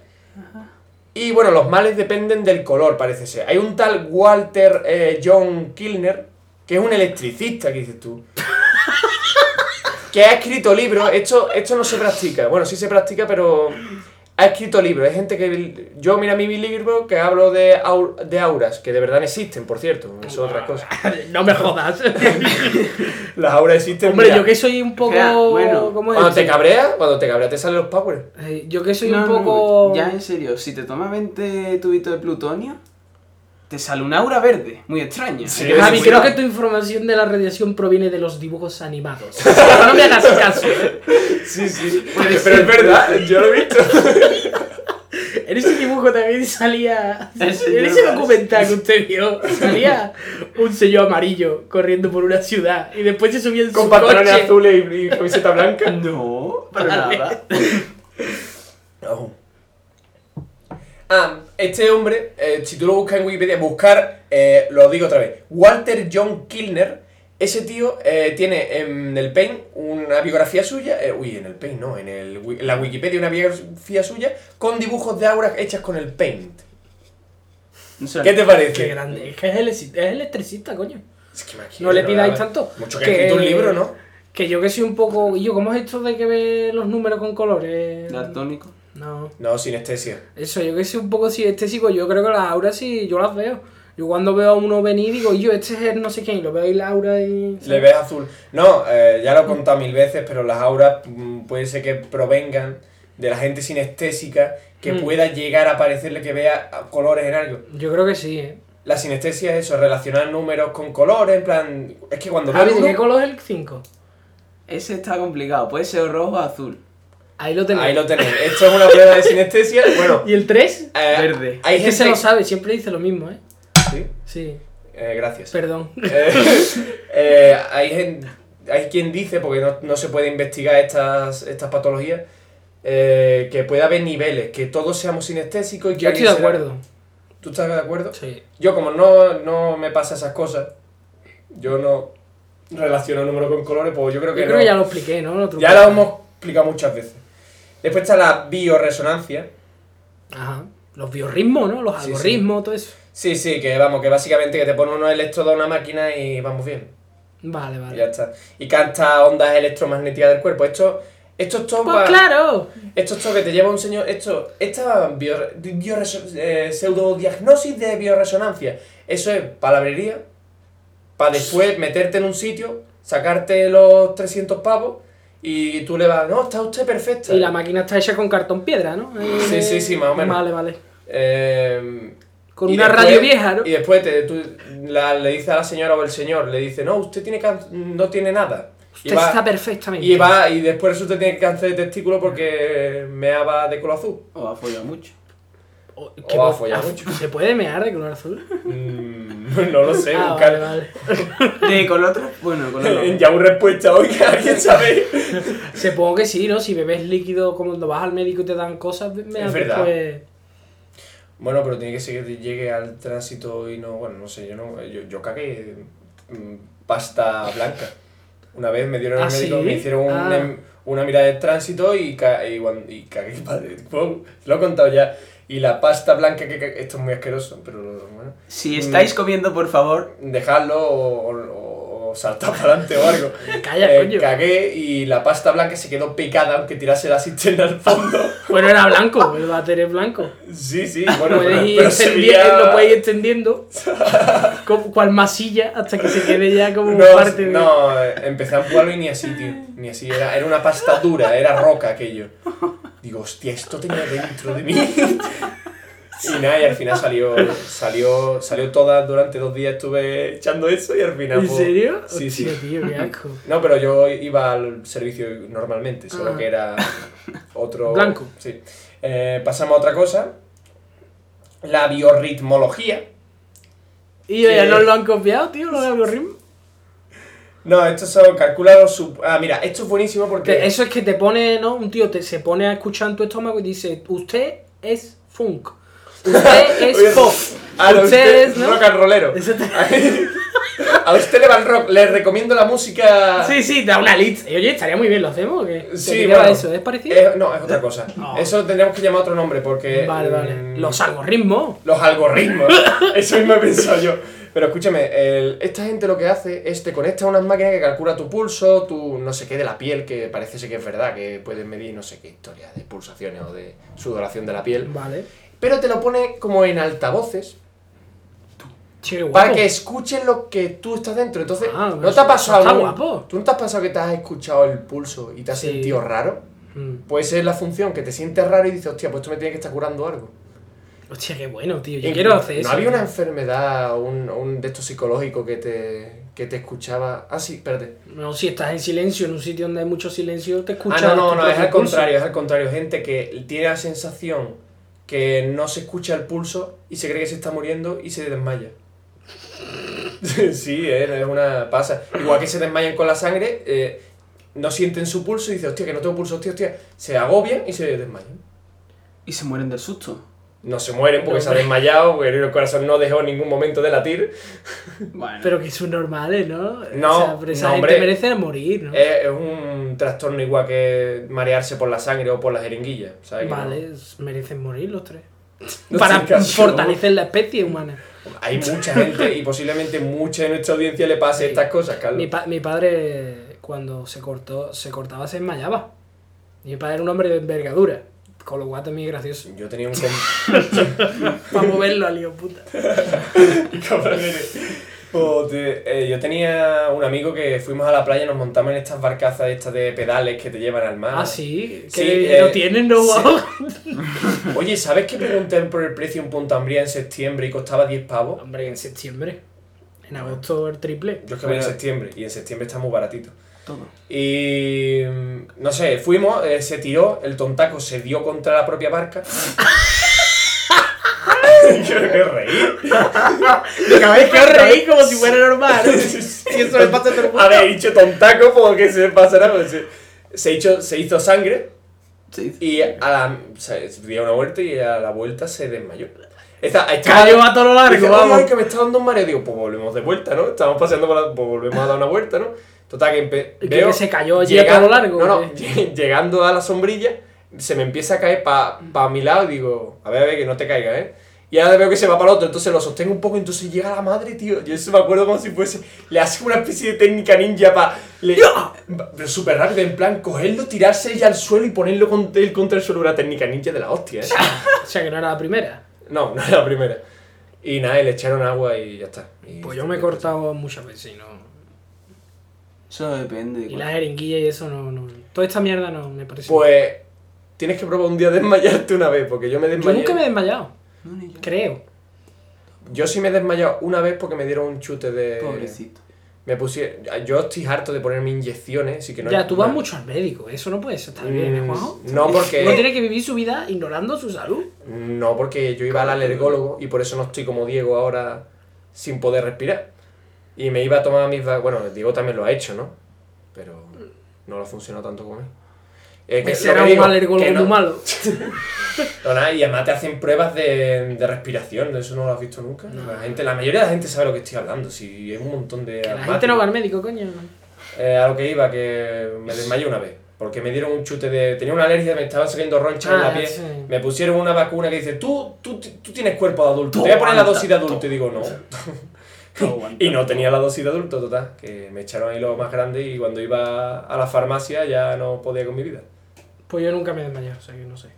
S2: Y bueno, los males dependen del color, parece ser. Hay un tal Walter eh, John Kilner, que es un electricista, que dices tú. que ha escrito libros. Esto, esto no se practica. Bueno, sí se practica, pero ha escrito libros. Hay gente que. Yo, mira mi libro que hablo de, au- de auras, que de verdad existen, por cierto. Eso es otra cosa.
S3: No me jodas.
S2: Las auras existen.
S3: Hombre,
S2: mira.
S3: yo que soy un poco.
S1: Espera, bueno,
S3: ¿cómo es
S2: Cuando
S3: esto?
S2: te cabreas, cuando te cabreas te salen los powers.
S3: Eh, Yo que soy
S1: No,
S3: un
S1: no,
S3: poco.
S1: ya en serio, si te tomas 20 tubitos de plutonio, te sale un aura verde, muy extraña.
S2: Sí,
S1: Hay que
S3: Javi,
S1: tener
S3: creo
S1: cuidado.
S3: que tu información de la radiación proviene de los dibujos animados. Pero no me hagas caso. ¿eh?
S2: Sí, sí. Pero es verdad, yo lo he visto.
S3: En ese dibujo también salía.
S1: El señor
S3: en ese
S1: Burns.
S3: documental que usted vio, salía un sello amarillo corriendo por una ciudad y después se subía en su
S2: Con pantalones
S3: coche.
S2: azules y, y camiseta blanca.
S1: No, para
S3: Vale.
S1: nada.
S2: Ah, este hombre, eh, si tú lo buscas en Wikipedia, buscar, eh, lo digo otra vez, Walter John Kilner, ese tío eh, tiene en el Paint una biografía suya, eh, uy, en el Paint no, en, el, wi- en la Wikipedia una biografía suya con dibujos de auras hechas con el Paint.
S1: No sé.
S2: ¿Qué te parece?
S3: Qué grande. Es que es, ele- es electricista, coño.
S2: Es que
S3: No le pidáis
S2: ¿verdad?
S3: tanto.
S2: Mucho que, ha escrito un libro, ¿no?
S3: Que yo que soy un poco. ¿Y yo cómo es esto de que ve los números con colores?
S1: Daltónico.
S3: No.
S2: No, sinestesia.
S3: Eso, yo que soy un poco sinestésico, yo creo que las auras sí, yo las veo. Yo cuando veo a uno venir digo, yo, este es el no sé quién, y lo veo ahí la aura y...
S2: Le ves azul. No, eh, ya lo he contado mil veces, pero las auras mm, puede ser que provengan de la gente sinestésica que
S3: Mm.
S2: pueda llegar a parecerle que vea a- colores en algo.
S3: Yo creo que sí, ¿eh?
S2: La sinestesia es eso, relacionar números con colores, en plan... Es que cuando veo
S3: Javi, ¿de Ah, qué
S2: uno,
S3: color es el 5?
S1: Ese está complicado, puede ser o rojo o azul.
S3: Ahí lo tengo.
S2: Ahí lo tenéis. Esto es una prueba de sinestesia. Bueno,
S3: ¿Y el 3?
S2: eh,
S1: Verde.
S2: Hay
S3: es que
S2: gente...
S3: se lo sabe, siempre dice lo mismo, ¿eh?
S2: Sí,
S3: Sí,
S2: eh, gracias.
S3: perdón.
S2: Eh, eh, hay, gen- hay quien dice, porque no, no se puede investigar estas, estas patologías, eh, que puede haber niveles, que todos seamos sinestésicos y que
S3: Yo estoy
S2: alguien
S3: de
S2: sea-
S3: acuerdo.
S2: ¿Tú estás de acuerdo?
S3: Sí.
S2: Yo como no, no me pasa esas cosas, yo no relaciono el número con colores, pues yo creo
S3: Yo
S2: que
S3: creo
S2: no.
S3: que ya lo expliqué, ¿no? En otro
S2: Ya lo
S3: podcast.
S2: hemos explicado muchas veces. Después está la bioresonancia.
S3: Ajá. Los biorritmos, ¿no? Los
S2: Sí, sí.
S3: algoritmos, todo eso.
S2: Sí, sí, que vamos, que básicamente que te pone unos electrodos a una máquina y vamos bien.
S3: Vale,
S2: Y
S3: vale.
S2: ya está. Y canta ondas electromagnéticas del cuerpo. Esto, esto es todo
S3: Pues
S2: pa-
S3: claro.
S2: Esto es todo que te lleva un señor. Esto, esta bio- bioreso- eh, pseudodiagnosis de bioresonancia. Eso es palabrería. Para después meterte en un sitio, sacarte los 300 pavos y tú le vas. No, está usted perfecta.
S3: Y la máquina está hecha con cartón piedra, ¿no?
S2: Sí, sí, sí, más o menos.
S3: Vale, vale.
S2: Eh,
S3: Con
S2: y
S3: una
S2: después-
S3: radio vieja, ¿no?
S2: Y después te- tú la- le dice a la señora o el señor, le dice, no, usted tiene can- no tiene nada. Y
S3: Usted
S2: va-
S3: está perfectamente.
S2: y va, y después resulta que tiene cáncer de testículo porque meaba de color azul.
S1: O ha follado mucho.
S3: O-
S2: O
S3: que
S2: ha
S3: po-
S2: follado
S3: ah,
S2: mucho.
S3: ¿Se puede mear de color azul?
S2: Mm, no lo sé,
S3: Ah,
S2: buscar-
S3: vale, vale.
S1: De color otro, bueno, color rojo.
S2: ya un respuesta hoy que alguien sabe.
S3: Supongo que sí, ¿no? Si bebes líquido como cuando vas al médico y te dan pues, cosas, meas
S2: Es verdad.
S3: después.
S2: Bueno, pero tiene que ser que llegue al tránsito y no. Bueno, no sé, yo no. Yo, yo cagué mm, pasta blanca. Una vez me dieron
S3: ¿Ah,
S2: al médico,
S3: sí?
S2: me hicieron un-
S3: Ah.
S2: em- una mirada de tránsito y, ca- y, guan- y cagué. padre, wow, lo he contado ya. Y la pasta blanca que. que- esto es muy asqueroso, pero bueno.
S1: Si estáis comiendo, por favor,
S2: Dejarlo o, o- o saltar para adelante o algo.
S3: Calla,
S2: Eh,
S3: coño.
S2: cagué y la pasta blanca se quedó picada aunque tirase la cisterna al fondo.
S3: Bueno, era blanco, el váter es blanco.
S2: Sí, sí, bueno, pero,
S3: Puedes ir
S2: pero se
S3: extendiendo,
S2: veía-
S3: lo puedes ir extendiendo. como, cual masilla hasta que se quede ya como
S2: No,
S3: parte de.
S2: no, eh, empecé a jugarlo y ni así, tío. Ni así, era, era una pasta dura, era roca aquello. Digo, hostia, esto tenía dentro de mí. Y máquina y al final salió, salió, salió toda, durante dos días estuve echando eso y al final...
S3: ¿En
S2: pues,
S3: serio?
S2: Sí,
S3: Hostia,
S2: sí.
S3: tío, qué asco.
S2: No, pero yo iba al servicio normalmente, solo
S3: Ah.
S2: que era otro...
S3: Blanco.
S2: Sí. Eh, pasamos a otra cosa. La biorritmología.
S3: Y ya
S2: Sí.
S3: no lo han copiado, tío, los algoritmos.
S2: No, estos son calculados... sub- Ah, mira, esto es buenísimo porque...
S3: Te- Eso es que te pone, ¿no? Un tío te, se pone a escuchar en tu estómago y dice, usted es funk. Usted
S2: Oye,
S3: es pop.
S2: A lo usted
S3: usted es, ¿no?
S2: rock and rollero. A usted le va el rock. Le recomiendo la música.
S3: Sí, sí, da una lista. Oye, estaría muy bien, ¿lo hacemos? o qué?
S2: Sí,
S3: ¿Qué lleva
S2: bueno.
S3: eso? ¿Es parecido?
S2: Eh, no, es otra cosa.
S3: No.
S2: Eso tendríamos que llamar otro nombre porque.
S3: vale, vale.
S2: mm,
S3: Los algoritmos.
S2: los algoritmos. Eso mismo he pensado yo. Pero escúchame, el- esta gente lo que hace es te conecta a unas máquinas que calcula tu pulso, tu no sé qué de la piel, que parece ser que es verdad, que pueden medir no sé qué historia de pulsaciones o de sudoración de la piel.
S3: Vale.
S2: Pero te lo pone como en altavoces
S3: Che, qué
S2: Para
S3: guapo.
S2: que escuchen lo que tú estás dentro. Entonces,
S3: Ah,
S2: ¿no
S3: pero
S2: te ha
S3: eso
S2: pasado
S3: está
S2: algún-
S3: guapo.
S2: ¿Tú no te has pasado que te has escuchado el pulso y te has
S3: Sí.
S2: sentido raro?
S3: Mm.
S2: Pues esa es la función, que te sientes raro y dices, hostia, pues esto me tiene que estar curando algo.
S3: Hostia, qué bueno, tío. Yo
S2: Y
S3: quiero hacer
S2: Eh, ¿No
S3: eso.
S2: había una enfermedad o un, o un de estos psicológicos que te, que te escuchaba? Ah, sí, espérate.
S3: No, si estás en silencio, en un sitio donde hay mucho silencio, te escuchas.
S2: ah, no, no,
S3: tu
S2: no, es
S3: propio
S2: al
S3: pulso.
S2: contrario, es al contrario. Gente que tiene la sensación que no se escucha el pulso y se cree que se está muriendo y se desmaya. sí, eh, es una pasa. Igual que se desmayan con la sangre, eh, no sienten su pulso y dicen, hostia, que no tengo pulso, hostia, hostia. Se agobian y se desmayan.
S1: Y se mueren del susto.
S2: No se mueren porque
S3: No,
S2: se ha
S3: hombre.
S2: desmayado, porque el corazón no dejó ningún momento de latir.
S1: Bueno.
S3: Pero que son normales, ¿no?
S2: No,
S3: O sea, pero esa
S2: no,
S3: gente
S2: hombre. Eh,
S3: merece morir, ¿no?
S2: Es, es un trastorno igual que marearse por la sangre o por la jeringuilla. ¿sabes? Que no-
S3: vale, merecen morir los tres.
S2: No
S3: Para
S2: sé, claro,
S3: fortalecer la especie humana.
S2: Hay mucha gente y posiblemente mucha de nuestra audiencia le pase
S3: Sí.
S2: estas cosas, Carlos.
S3: Mi, pa- mi padre, cuando se cortó, se cortaba, se enmayaba. Y Mi padre era un hombre de envergadura. Con lo cual también es gracioso.
S2: Yo tenía un com-
S3: Para moverlo al lío, puta.
S2: cabrón, eres. O te- eh, yo tenía un amigo que fuimos a la playa y nos montamos en estas barcazas estas de pedales que te llevan al mar.
S3: Ah, sí. Que
S2: Sí,
S3: lo
S2: eh,
S3: tienen, ¿no?
S2: sí.
S3: Guau.
S2: Oye, ¿sabes que pregunté por el precio en Punta Umbría en septiembre y costaba 10 pavos?
S3: Hombre, en septiembre. En agosto el triple.
S2: Yo es que voy en
S1: Bueno.
S2: septiembre y en septiembre está muy baratito.
S1: Todo.
S2: Y mm, no sé, fuimos, eh, se tiró, el tontaco se dio contra la propia barca. Yo me reí.
S3: Acabé que reí como si fuera normal.
S2: Si eso le pasa a todo Haber dicho tontaco porque se pasará. pues, se, se hizo, se hizo sangre
S1: Sí.
S2: y a la, se se dio una vuelta y a la vuelta se desmayó. Esta, esta-
S3: Cayó a todo lo largo,
S2: Dice, "Ay,
S3: vamos.
S2: ay, que me está dando un mareo. Digo, pues volvemos de vuelta, ¿no? Estamos paseando por la... Pues volvemos a dar una vuelta, ¿no? Total, que empe-
S3: ¿Y qué, que se cayó allí a
S2: llega-
S3: todo largo,
S2: No,
S3: o
S2: no. Llegando a la sombrilla, se me empieza a caer para pa mi lado y digo, a ver, a ver, que no te caiga, ¿eh? Y ahora veo que se va para el otro, entonces lo sostengo un poco, entonces llega la madre, tío. Yo eso me acuerdo como si fuese. Le hace una especie de técnica ninja para. Pero súper rápido, en plan, cogerlo, tirarse ella al suelo y ponerlo con, él contra el suelo. Una técnica ninja de la hostia, ¿eh?
S3: O sea, que no era la primera.
S2: No, no era la primera. Y nada, y le echaron agua y ya está. Y-
S3: Pues yo me he cortado muchas veces y no.
S1: Eso depende. de
S3: Y
S1: cuál-
S3: la jeringuilla y eso no, no. Toda esta mierda no me parece.
S2: Pues tienes que probar un día desmayarte una vez, porque yo me
S3: yo
S2: desmayé.
S3: nunca me he desmayado,
S1: No, ni yo.
S3: creo.
S2: Yo sí me he desmayado una vez porque me dieron un chute de.
S1: Pobrecito.
S2: Me pusieron. Yo estoy harto de ponerme inyecciones, así que no.
S3: ya, tú vas
S2: no-
S3: mucho al médico, eso no puede ser tan
S2: Mm,
S3: bien, ¿eh, Juanjo?
S2: no, porque-
S3: Uno tiene que vivir su vida ignorando su salud.
S2: No, porque yo iba al alergólogo y por eso no estoy como Diego ahora sin poder respirar. Y me iba a tomar mis. va- Bueno, Diego también lo ha hecho, ¿no? Pero no lo ha funcionado tanto como él. Eh, que-
S3: Ese
S2: lo
S3: era
S2: que
S3: un
S2: digo,
S3: alergólogo
S2: que
S3: muy
S2: no-
S3: malo.
S2: No, nada, y además te hacen pruebas de, de respiración, de eso no lo has visto nunca. La, gente, la mayoría de la gente sabe lo que estoy hablando, si es un montón de...
S3: Que la
S2: asmáticos.
S3: gente no va al médico, coño.
S2: Eh, a lo que iba, que me desmayé una vez, porque me dieron un chute de... Tenía una alergia, me estaba saliendo ronchas en
S3: Ah,
S2: la piel,
S3: sí.
S2: me pusieron una vacuna que dice, tú, tú, tú tienes cuerpo de adulto, te voy a poner la
S1: aguanta,
S2: dosis de adulto,
S1: tú.
S2: y digo, no.
S1: No aguanta.
S2: Y no tenía la dosis de adulto, total, que me echaron ahí lo más grande y cuando iba a la farmacia ya no podía con mi vida.
S3: Pues yo nunca me he desmayado, o sea que no sé.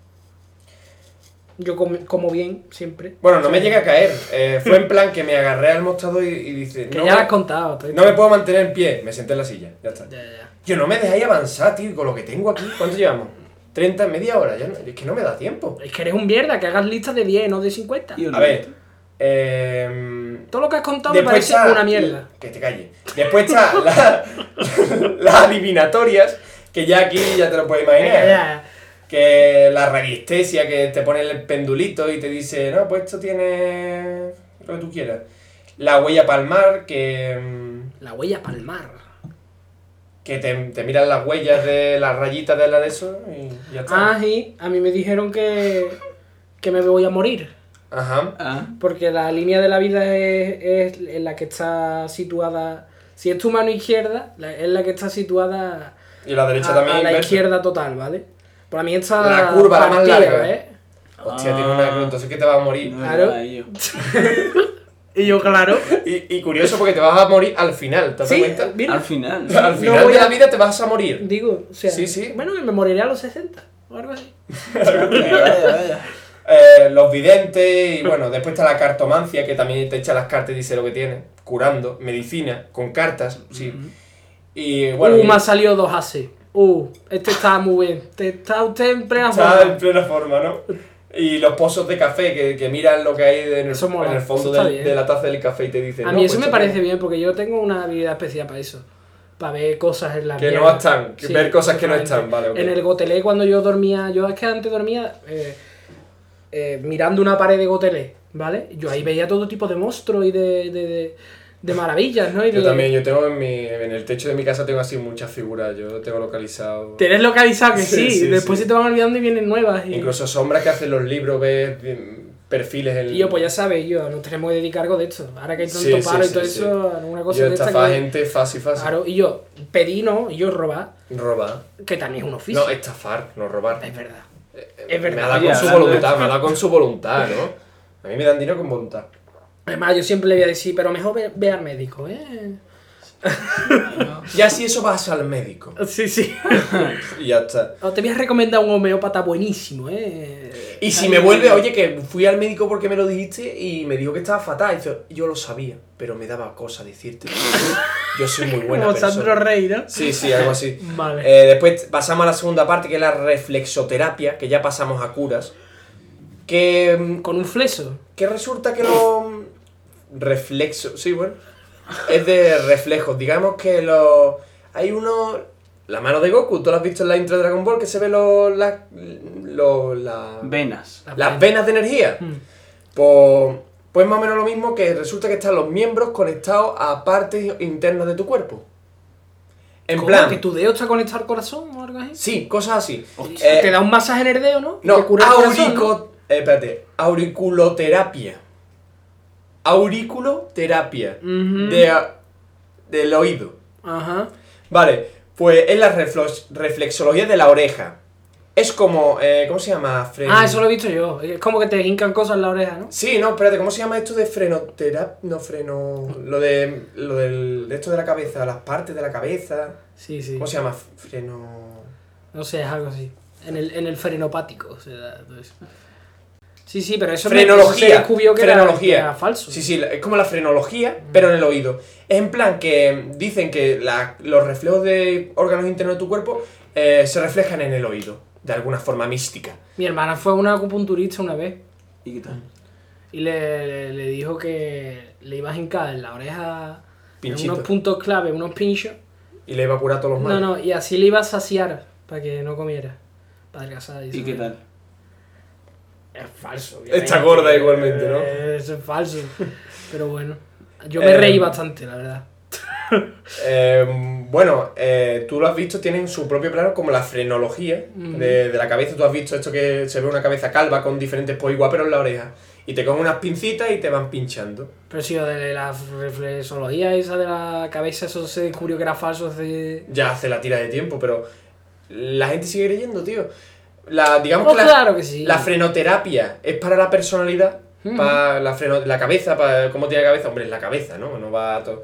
S3: Yo com- como bien, siempre.
S2: Bueno, no me llega a caer. Eh, fue en plan que me agarré al mostrador y, y dice.
S3: Que
S2: no
S3: ya
S2: me-
S3: lo has contado. todo
S2: No me
S3: esto.
S2: puedo mantener en pie. Me senté en la silla. Ya está.
S3: Ya, ya, ya.
S2: Yo no me dejáis avanzar, tío, con lo que tengo aquí. ¿Cuánto llevamos? 30, media hora, ya no- es que no me da tiempo.
S3: Es que eres un mierda, que hagas listas de 10, no de 50.
S1: Y-
S2: A ver, eh,
S3: Todo lo que has contado me
S2: Después
S3: parece
S2: está-
S3: una mierda.
S2: Que te calle. Después está la- las adivinatorias, que ya aquí ya te lo puedes
S3: Ya,
S2: imaginar.
S3: ya.
S2: Que la radiestesia, que te pone el pendulito y te dice, no, pues esto tiene lo que tú quieras. La huella palmar, que, mm,
S3: La huella palmar.
S2: que te, te miran las huellas de las rayitas de la de eso y ya está.
S3: Ah, sí, a mí me dijeron que, que me voy a morir.
S2: Ajá.
S1: Ah,
S3: Porque la línea de la vida es, es en la que está situada. Si es tu mano izquierda, la- es la que está situada
S2: Y la derecha
S3: a,
S2: también.
S3: a la
S2: inversa.
S3: izquierda total, ¿vale? Para mí está.
S2: La curva, la más larga.
S3: ¿eh?
S2: Hostia, tiene
S3: Ah.
S2: una cruz, entonces que te vas a morir.
S1: no
S3: Claro.
S1: era ello.
S3: Y yo, claro.
S2: Y, y curioso porque te vas a morir al final, ¿te das
S3: sí,
S2: cuenta?
S3: mira,
S1: Al final.
S2: Al
S3: no
S2: final
S3: voy
S2: de la
S3: a- Mm.
S2: vida te vas a morir.
S3: digo, o sea,
S2: Sí, sí.
S3: bueno, que me moriré a los 60 o algo así.
S1: Vaya, vaya.
S2: Eh, los
S3: Mm.
S2: videntes y bueno, después está la cartomancia que también te echa las cartas y dice lo que tiene, curando, medicina, con cartas, sí. Y bueno,
S3: Mm. uh,
S2: y
S3: me ha salido dos así. Uh, este está muy bien. Te- está usted en plena
S2: está en
S3: forma.
S2: plena forma, ¿no? Y los pozos de café que, que miran lo que hay en el,
S3: Eso mola,
S2: en el
S3: eso
S2: fondo
S3: está
S2: del-
S3: bien.
S2: de la taza del café y te dicen...
S3: A
S2: "No,
S3: mí eso
S2: pues
S3: me
S2: esto
S3: parece
S2: no".
S3: bien porque yo tengo una habilidad especial para eso. Para ver cosas en la
S2: Que no
S3: mierda.
S2: están, que ver cosas que no están, vale,
S3: exactamente.
S2: ok.
S3: En el gotelé cuando yo dormía, yo es que antes dormía eh, eh, mirando una pared de gotelé, ¿vale? Yo ahí veía todo tipo de monstruos y de, de, de- de maravillas, ¿no? Y
S2: Yo
S3: de-
S2: también, yo tengo en, mi, en el techo de mi casa tengo así muchas figuras, yo lo tengo localizado.
S3: Tenés localizado que sí,
S2: Sí, sí,
S3: después
S2: sí.
S3: se te van olvidando y vienen nuevas. Y,
S2: Incluso sombras que hacen los libros, ves mm, perfiles en...
S3: y yo, pues ya sabes, yo, nos tenemos que dedicar algo de esto. Ahora que hay tanto
S2: Sí, sí,
S3: paro y
S2: sí,
S3: todo
S2: sí.
S3: eso, una cosa
S2: Yo
S3: de esta
S2: estafaba
S3: que-
S2: gente fácil, fácil.
S3: Claro, y yo, pedí no, y yo robar,
S2: Robar.
S3: que también es un oficio.
S2: No, estafar, no robar. Eh,
S3: Es verdad. Es
S2: Me ha
S3: verdad.
S2: dado
S1: Oye,
S2: con su
S1: hablando de
S2: voluntad, me ha dado con su voluntad, ¿no? A mí me dan dinero con voluntad.
S3: Además, yo siempre le voy a decir, pero mejor ve, ve al médico, ¿eh?
S2: Ya si eso vas al médico.
S3: Sí, sí.
S2: Y ya está.
S3: O te voy a recomendar un homeópata buenísimo, ¿eh?
S2: Y si me vuelve, oye, que fui al médico porque me lo dijiste y me dijo que estaba fatal. Y yo, yo lo sabía, pero me daba cosa decirte. Yo soy muy buena
S3: Como Sandro
S2: persona.
S3: Rey, ¿no?
S2: Sí, sí, algo así.
S3: Vale.
S2: Eh, después pasamos a la segunda parte, que es la reflexoterapia, que ya pasamos a curas. Que mm,
S3: Con un fleso.
S2: Que resulta que los reflexos. Sí, bueno. Es de reflejos. Digamos que los. Hay uno. La mano de Goku, tú lo has visto en la intro de Dragon Ball, que se ve los. Las, lo- la-
S1: Venas.
S2: las venas de energía.
S3: Mm.
S2: Pues, pues más o menos lo mismo que resulta que están los miembros conectados a partes internas de tu cuerpo. En
S3: ¿Cómo?
S2: plan.
S3: ¿Que tu dedo está conectado al corazón o algo así?
S2: Sí, cosas así. Eh,
S3: te da un masaje en el dedo, ¿no?
S2: no,
S3: Te cura el corazón, ¿no?
S2: aurico- eh, espérate, auriculoterapia. Auriculoterapia.
S3: Ujú.
S2: de a- del oído.
S3: Ajá.
S2: Vale, pues es la reflex- reflexología de la oreja. Es como, eh, ¿cómo se llama? Fren-
S3: Ah, eso lo he visto yo. Es como que te hincan cosas en la oreja, ¿no?
S2: Sí, no, espérate, ¿cómo se llama esto de frenoterapia? No, freno... Lo de... Lo del, de esto de la cabeza, las partes de la cabeza...
S3: Sí, sí.
S2: ¿Cómo se llama? Freno...
S3: No sé, es algo así. En el, en el frenopático se da todo eso. Sí, sí, pero eso me- eso se
S2: frenología.
S3: descubrió que, era-
S2: frenología.
S3: que Era, falso.
S2: Sí, sí, la- es como la frenología, pero en el oído. Es en plan que mm, dicen que la- los reflejos de órganos internos de tu cuerpo eh, se reflejan en el oído, de alguna forma mística.
S3: Mi hermana fue a una acupunturista una vez
S1: ¿Y qué tal?
S3: y le, le- le dijo que le iba a hincar en la oreja en
S2: Pinchito.
S3: unos puntos clave, unos pinchos.
S2: Y le va a curar todos los
S3: No,
S2: males.
S3: no, y así le iba a saciar para que no comiera. Para adelgazar.
S1: ¿Y
S3: eso.
S1: qué tal?
S3: Es falso. obviamente.
S2: Está gorda igualmente, ¿no?
S3: Eh, Eso es falso. Pero bueno. Yo me
S2: Eh,
S3: reí bastante, la verdad.
S2: Eh, bueno, eh, tú lo has visto, tienen su propio plano como la frenología
S3: Mm.
S2: de, de la cabeza. Tú has visto esto que se ve una cabeza calva con diferentes poiguaperos en la oreja. Y te cogen unas pincitas y te van pinchando.
S3: Pero sí, lo de la reflexología esa de la cabeza, eso se descubrió que era falso hace...
S2: Ya hace la tira de tiempo, pero la gente sigue creyendo, tío. La, digamos
S3: Pues
S2: que la,
S3: claro que sí.
S2: la frenoterapia es para la personalidad,
S3: Ujú.
S2: para la, freno- la cabeza, para cómo tiene la cabeza. Hombre, es la cabeza, ¿no? No va a todo.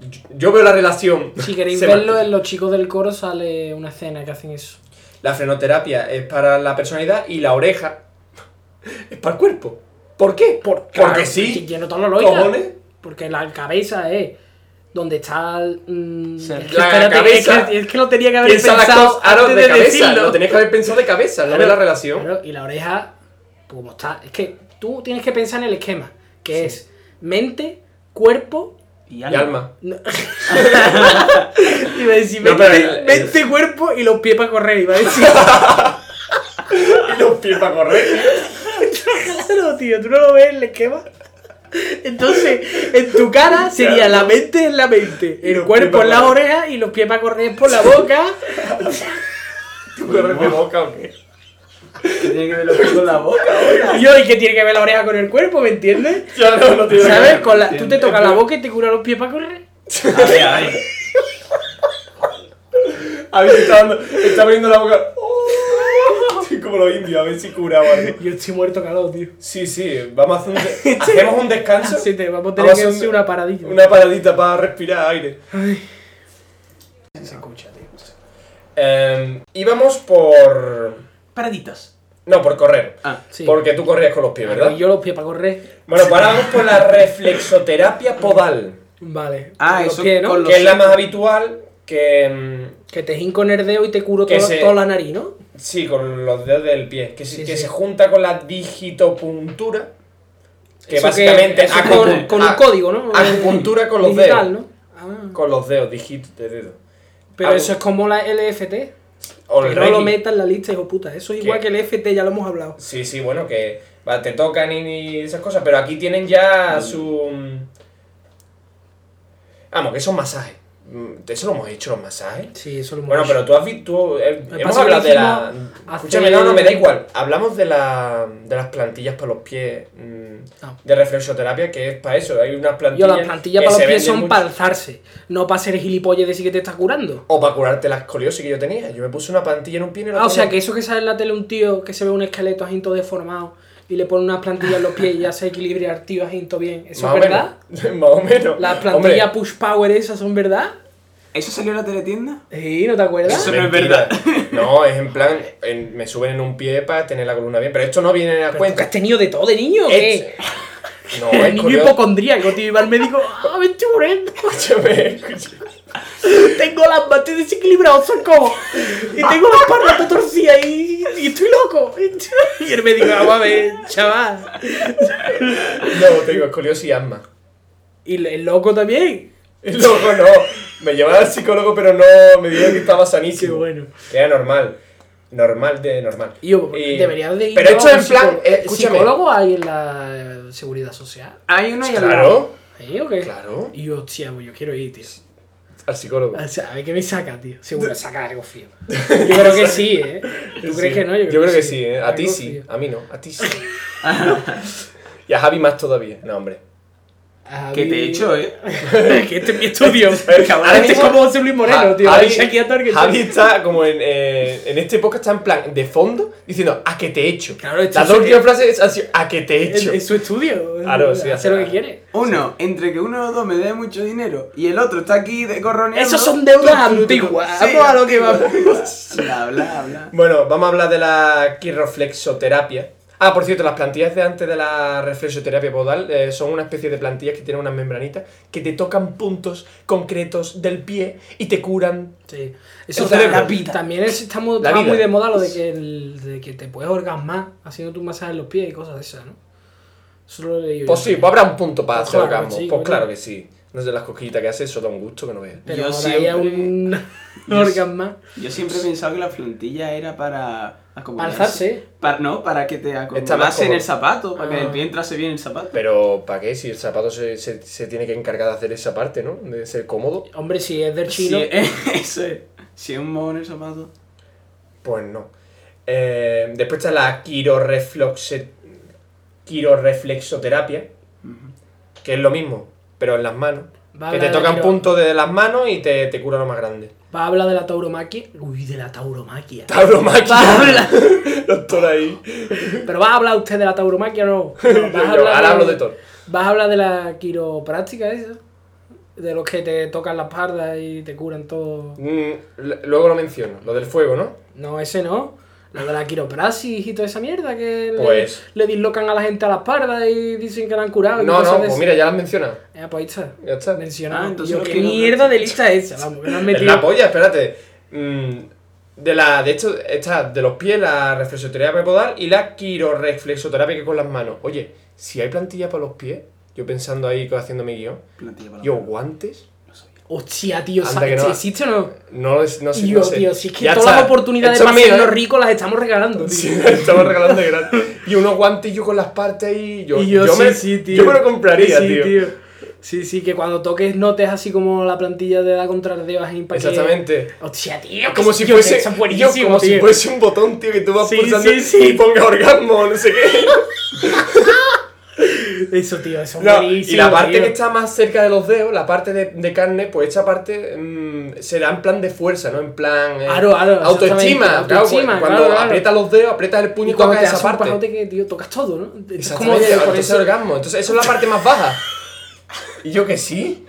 S2: Yo, yo veo la relación.
S3: si queréis
S2: Se
S3: verlo,
S2: mantiene.
S3: en Los Chicos del Coro sale una escena que hacen eso.
S2: La frenoterapia es para la personalidad y la oreja es para el cuerpo. ¿Por qué?
S3: Por-
S2: Porque
S3: claro,
S2: sí.
S3: que yo no todo lo oiga.
S2: cojones.
S3: Porque la cabeza es donde está. mm,
S1: Sí.
S3: es que
S1: La
S3: espérate, es
S4: cabeza.
S3: que- es que lo tenía que haber
S4: Piensa las
S3: pensado
S4: cosas ahora
S3: antes
S4: de,
S3: de
S4: cabeza.
S3: decirlo.
S4: Lo tenías que haber pensado de cabeza, no
S3: Claro,
S4: de la relación.
S3: claro, y la oreja, pues, como está. Es que tú tienes que pensar en el esquema, que es mente, cuerpo.
S1: Y
S4: Y alma.
S3: No. iba a decir
S4: No,
S3: mente,
S4: pero el- el-
S3: mente, cuerpo y los pies para correr. Iba a decir,
S4: Y los pies para correr.
S3: claro, tío, tú no lo ves el esquema. Entonces, en tu cara sería la mente en la mente,
S4: Y
S3: el
S4: los
S3: cuerpo
S4: pies
S3: en
S4: pa'
S3: la
S4: correr.
S3: oreja y los pies para correr por la boca.
S4: ¿Tú corres de boca o qué?
S1: Que tiene que ver los pies con la boca ahora.
S3: Y yo, ¿y qué tiene que ver la oreja con el cuerpo? ¿Me entiendes?
S4: Ya no, no tiene nada que
S3: ¿Sabes?
S4: ver.
S3: Con la, tú te tocas la boca y te curas los pies para correr.
S1: A ver, a ver.
S4: A ver, está, dando- está abriendo la boca. Oh, sí, como los indios, a ver si cura o algo.
S3: Yo estoy muerto calor, tío.
S4: Sí, sí, vamos a hacer un, de- hacemos un descanso.
S3: Así Ah, te vamos a tener
S4: Vamos a hacer
S3: que
S4: un-
S3: hacer una paradilla.
S4: Una paradita para respirar aire.
S3: Se escucha, tío.
S4: Em,
S2: Eh, íbamos por.
S1: Paraditas.
S2: No, por correr.
S1: Ah.
S3: Sí. Ah,
S2: Porque tú corrías con los pies, ¿verdad?
S3: Yo los pies para correr.
S2: Bueno, pues ahora vamos por la reflexoterapia podal,
S3: Vale.
S1: Ah,
S3: Con los
S1: eso
S3: pies, ¿no?
S1: con los-
S2: que es la más habitual que.
S4: em,
S2: mm,
S3: Que te hinco en el dedo y te curo
S2: Que
S3: toda,
S2: se-
S3: toda la nariz, ¿no?
S2: Sí, con los dedos del pie. Que, se-
S3: Sí,
S2: que
S3: sí.
S2: se junta con la digitopuntura. Que
S3: Eso
S2: básicamente
S3: eso
S2: acu-
S3: con, con un
S2: a-
S3: código, ¿no?
S2: acupuntura con los
S3: Digital,
S2: dedos.
S3: ¿no? Ah,
S2: Con los dedos, dígitos de dedo.
S3: pero
S2: acu-
S3: eso es como la LFT.
S2: O
S3: Que
S2: el
S3: no lo
S2: Reiki.
S3: metas en la lista, hijo puta. Eso es
S2: ¿Qué?
S3: igual que el FT, ya lo hemos hablado.
S2: Sí, sí, bueno, que va, te tocan y, y esas cosas, pero aquí tienen
S3: Mm.
S2: ya su... mm, Vamos, que son masajes. Mm, Eso lo hemos hecho, los masajes.
S3: Sí, eso lo hemos
S2: Bueno,
S3: hecho.
S2: pero tú has visto... tú, eh,
S3: Me
S2: hemos
S3: pasa que
S2: hablado de la...
S3: hicimos hace-
S2: Escúchame, no, no, me da igual. Hablamos de, la, de las plantillas para los pies, mm,
S3: Ah.
S2: de reflexoterapia, que es para eso. Hay unas
S3: Yo,
S2: plantillas...
S3: las plantillas
S2: que
S3: para
S2: se
S3: los pies
S2: venden
S3: son
S2: mucho.
S3: para alzarse, no para ser gilipollas y decir que te estás curando.
S2: O para curarte la escoliosis que yo tenía. Yo me puse una plantilla en un pie y en el
S3: Ah, o
S2: otro
S3: sea,
S2: no.
S3: que eso que sale en la tele un tío que se ve un esqueleto así todo deformado y le pone unas plantillas en los pies y ya se equilibra el tío así todo bien. ¿Eso
S2: Más o
S3: es verdad?
S2: menos. Más o menos.
S3: ¿Las
S2: Hombre,
S3: plantillas push power esas son verdad?
S1: ¿Eso salió en la teletienda?
S3: Sí, ¿no te acuerdas?
S1: Eso no es
S2: Mentira.
S1: verdad.
S2: No, es en plan, en- me suben en un pie para tener la columna bien, pero esto no viene a
S3: ¿Pero tú que
S2: cuenta.
S3: has tenido de todo de niño o
S2: Es-
S3: qué?
S2: No,
S3: El
S2: es
S3: niño
S2: coleo-
S3: hipocondríaco, tío, iba al médico, ¡ah, me estoy muriendo!
S2: Escúchame, escúchame.
S3: Tengo las mates desequilibradas, soco. Y tengo las palmas todas torcidas y, y estoy loco. Y el médico, vamos a ver, chaval.
S2: No, tengo escoliosis y asma.
S3: Y el- el loco también.
S2: Loco, no. Me llevaba al psicólogo, pero no, me dijeron que estaba
S3: Qué
S2: sanísimo.
S3: bueno.
S2: Que era normal. Normal de normal.
S3: Y Yo,
S2: Y-
S3: deberías de ir
S2: Eh, Pero
S3: yo
S2: esto
S3: a un
S2: en plan,
S3: psicó-
S2: eh, escúchame.
S3: ¿Psicólogo hay en la eh, seguridad social?
S1: Hay uno y al lado.
S2: Claro,
S3: ¿Sí o qué?
S2: claro.
S3: Y yo, hostia, pues yo quiero ir, tío.
S2: Al psicólogo.
S3: O sea, a ver qué me saca, tío. Seguro saca algo frío. Yo creo que sí, ¿eh? ¿Tú
S2: Sí.
S3: crees que no? Yo creo,
S2: que, sí, ¿eh? A ti
S3: Algo
S2: sí,
S3: frío.
S2: a mí no, a ti sí. y a Javi más todavía. No, hombre.
S3: A
S1: Que te
S3: mí-
S1: he hecho, eh.
S3: que este es mi estudio.
S2: Ahora
S3: este es
S2: mismo-
S3: como José Luis Moreno,
S2: Ja-
S3: tío.
S2: Javi,
S3: Shakira Torque, tío.
S2: Javi está como en, eh, en este podcast, está en plan de fondo, diciendo, ¿a qué te he hecho?
S3: Claro, esto
S2: Las
S3: es-
S2: dos últimas frases han sido, ¿a qué te he
S3: Es,
S2: hecho?
S3: es su estudio.
S2: Claro, sí,
S3: Hace
S2: hace-
S3: lo que quiere.
S1: Uno, entre que uno o dos me dé mucho dinero y el otro está aquí de corroneando.
S3: Esos son deudas antiguas. Vamos a lo que
S1: vamos. Bla, bla, bla.
S2: Bueno, vamos a hablar de la quiroflexoterapia. Ah, por cierto, las plantillas de antes de la reflexoterapia podal eh, son una especie de plantillas que tienen unas membranitas que te tocan puntos concretos del pie y te curan.
S3: Sí. Eso
S2: El
S3: ta-
S2: cerebro.
S3: la vida. También es- está, muy,
S2: La
S3: está
S2: vida.
S3: muy de moda lo de que, el- de que te puedes orgasmar haciendo tu masaje en los pies y cosas de esas, ¿no? Eso lo he leído yo.
S2: Pues sí, pues habrá un punto para
S3: Pues
S2: hacer
S3: claro que
S2: orgasmo.
S3: sí,
S2: Pues
S3: coño.
S2: claro que sí. No sé, las cosquillitas que hace, eso da un gusto que no veas.
S3: Pero
S1: Yo
S3: ahora
S1: siempre-
S3: hay un orgasma.
S1: Yo siempre he pensado que la plantilla era para ah, acomodarse.
S3: Alzarse.
S1: Para, no, para que te
S2: más
S1: acomodas
S2: cómodo.
S1: en el zapato, para que
S3: Ah.
S1: el pie entrase bien en el zapato.
S2: Pero, ¿para qué? Si el zapato se, se, se tiene que encargar de hacer esa parte, ¿no? De ser cómodo.
S3: Hombre, si es del
S1: Si
S3: chino.
S1: es, eso es. Si es un mono en el zapato.
S2: Pues no. Eh, después está la quirorefloxe- quiroreflexoterapia, que es lo mismo, pero en las manos.
S3: Va a
S2: que
S3: hablar
S2: te
S3: de
S2: tocan
S3: quiro-
S2: puntos de las manos y te, te cura lo más grande.
S3: Va a hablar de la tauromaquia. Uy, de la tauromaquia. Va a
S2: Tauromaquia.
S3: hablar-
S2: Doctor ahí.
S3: Pero va a hablar usted de la tauromaquia o no. no vas a
S2: Yo-
S3: hablar
S2: ahora hablo de todo.
S3: Vas a hablar de la quiropráctica esa. De los que te tocan las pardas y te curan todo.
S2: Mm, l- luego lo menciono, lo del fuego, ¿no?
S3: No, ese no. La de la quiropraxis y toda esa mierda que le-
S2: Pues-
S3: le, dislocan a la gente a la espalda y dicen que la han curado. y
S2: No,
S3: cosas
S2: no,
S3: Ah, de
S2: pues
S3: esas.
S2: mira, ya la has mencionado.
S3: Eh, pues ahí está.
S2: Ya está.
S3: Mencionado.
S1: Ah, entonces
S3: Yo,
S1: no
S3: ¿Qué
S1: quiero-
S3: mierda de lista es esa? Vamos, que la han
S2: Es
S3: metido.
S2: la polla, espérate. Mm, de la, de hecho, está de los pies la reflexoterapia podal y la quiroreflexoterapia que es con las manos. Oye, si hay plantilla para los pies, yo pensando ahí, haciendo mi guión,
S1: Plantilla para
S2: yo guantes,
S3: Hostia, tío,
S2: Anda
S3: ¿sabes
S2: que no.
S3: si existe o no?
S2: no, es- no sé.
S3: Yo,
S2: no sé.
S3: tío, si es que
S2: Ya
S3: todas
S2: está.
S3: las oportunidades
S2: Esto
S3: para
S2: es mío,
S3: hacernos
S2: ¿eh?
S3: ricos las estamos regalando, tío.
S2: Sí, estamos regalando de gratis. Y unos guantillos con las partes ahí. Yo,
S3: Y yo, sí,
S2: me,
S3: sí, tío.
S2: yo me lo compraría,
S3: Sí,
S2: tío.
S3: Sí, sí, que cuando toques notes así como la plantilla de la contra de Bajín para
S2: Exactamente.
S3: Que... Hostia, tío, que
S2: Como
S3: sí,
S2: si
S3: tío, que
S2: fuese,
S3: eso es
S2: yo,
S3: buenísimo,
S2: como si
S3: tío.
S2: fuese un botón, tío, que tú vas
S3: Sí,
S2: pulsando
S3: sí, sí.
S2: y ponga orgasmo, no sé qué.
S3: Eso, tío, eso es
S2: No,
S3: buenísimo.
S2: y la parte
S3: tío.
S2: que está más cerca de los dedos, la parte de, de carne, pues esta parte mm, será en plan de fuerza, ¿no? En plan. eh,
S3: Claro, claro, exactamente,
S2: autoestima. claro, pues,
S3: autoestima,
S2: cuando
S3: claro, claro.
S2: aprietas los dedos, aprietas el puño
S3: Y
S2: y
S3: cuando te
S2: tocas
S3: hace
S2: esa
S3: un
S2: parte.
S3: pajote que, tío, tocas todo, ¿no? Es como
S2: Exactamente,
S3: de-
S2: con
S3: por
S2: ese
S3: eso-
S2: orgasmo. Entonces, eso es la parte más baja. Y yo que sí.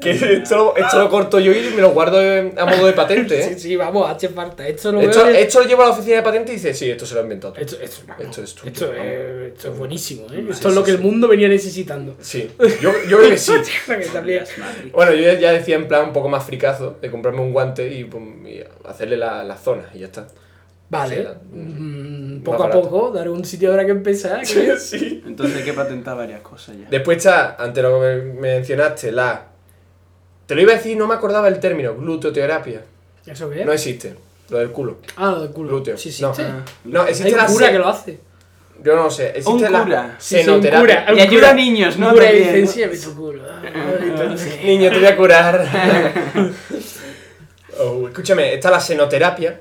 S2: Que esto, lo- esto lo corto yo y me lo guardo en- a modo de patente,
S3: Sí,
S2: ¿eh?
S3: sí, vamos, hace falta. Esto lo
S2: Esto,
S3: veo de-
S2: esto lo llevo a la oficina de patente y dice, sí, esto se lo he inventado. tú".
S3: Esto, esto, vamos,
S2: Esto es tuyo,
S3: esto
S2: vamos.
S3: es- esto es buenísimo, ¿eh?
S1: Sí,
S3: Esto es lo
S2: sí,
S3: que el
S2: sí.
S3: mundo venía necesitando.
S2: Sí, yo, yo creo que sí.
S3: Que también-
S2: Bueno, yo ya decía en plan un poco más fricazo de comprarme un guante y, pum, y hacerle la, la zona y ya está.
S3: Vale,
S2: Sí, era,
S3: mm,
S2: más
S3: poco a
S2: barato.
S3: poco, dar un sitio habrá que empezar. creo.
S2: sí.
S1: Entonces hay que patentar varias cosas ya.
S2: Después está, ante lo que me- mencionaste, la... Te lo iba a decir, no me acordaba el término, gluteoterapia.
S3: ¿Eso qué es?
S2: No existe, lo del culo.
S3: Ah, lo del culo.
S2: Glúteo.
S3: Sí, sí.
S2: No.
S3: sí.
S1: Ah.
S2: No,
S3: Hay
S2: existe
S3: un
S2: la...
S3: cura
S2: se-
S3: que lo hace.
S2: Yo no sé, existe
S1: Un
S2: la
S1: cura.
S3: Sí, sí, un
S2: cenoterapia.
S3: cura.
S1: Y ayuda a niños, ¿no?
S3: Un cura
S1: También,
S3: dice,
S1: ¿no?
S3: "Enséñame tu culo". Ah, entonces-
S2: Niño, te voy a curar. Oh, escúchame, está la senoterapia,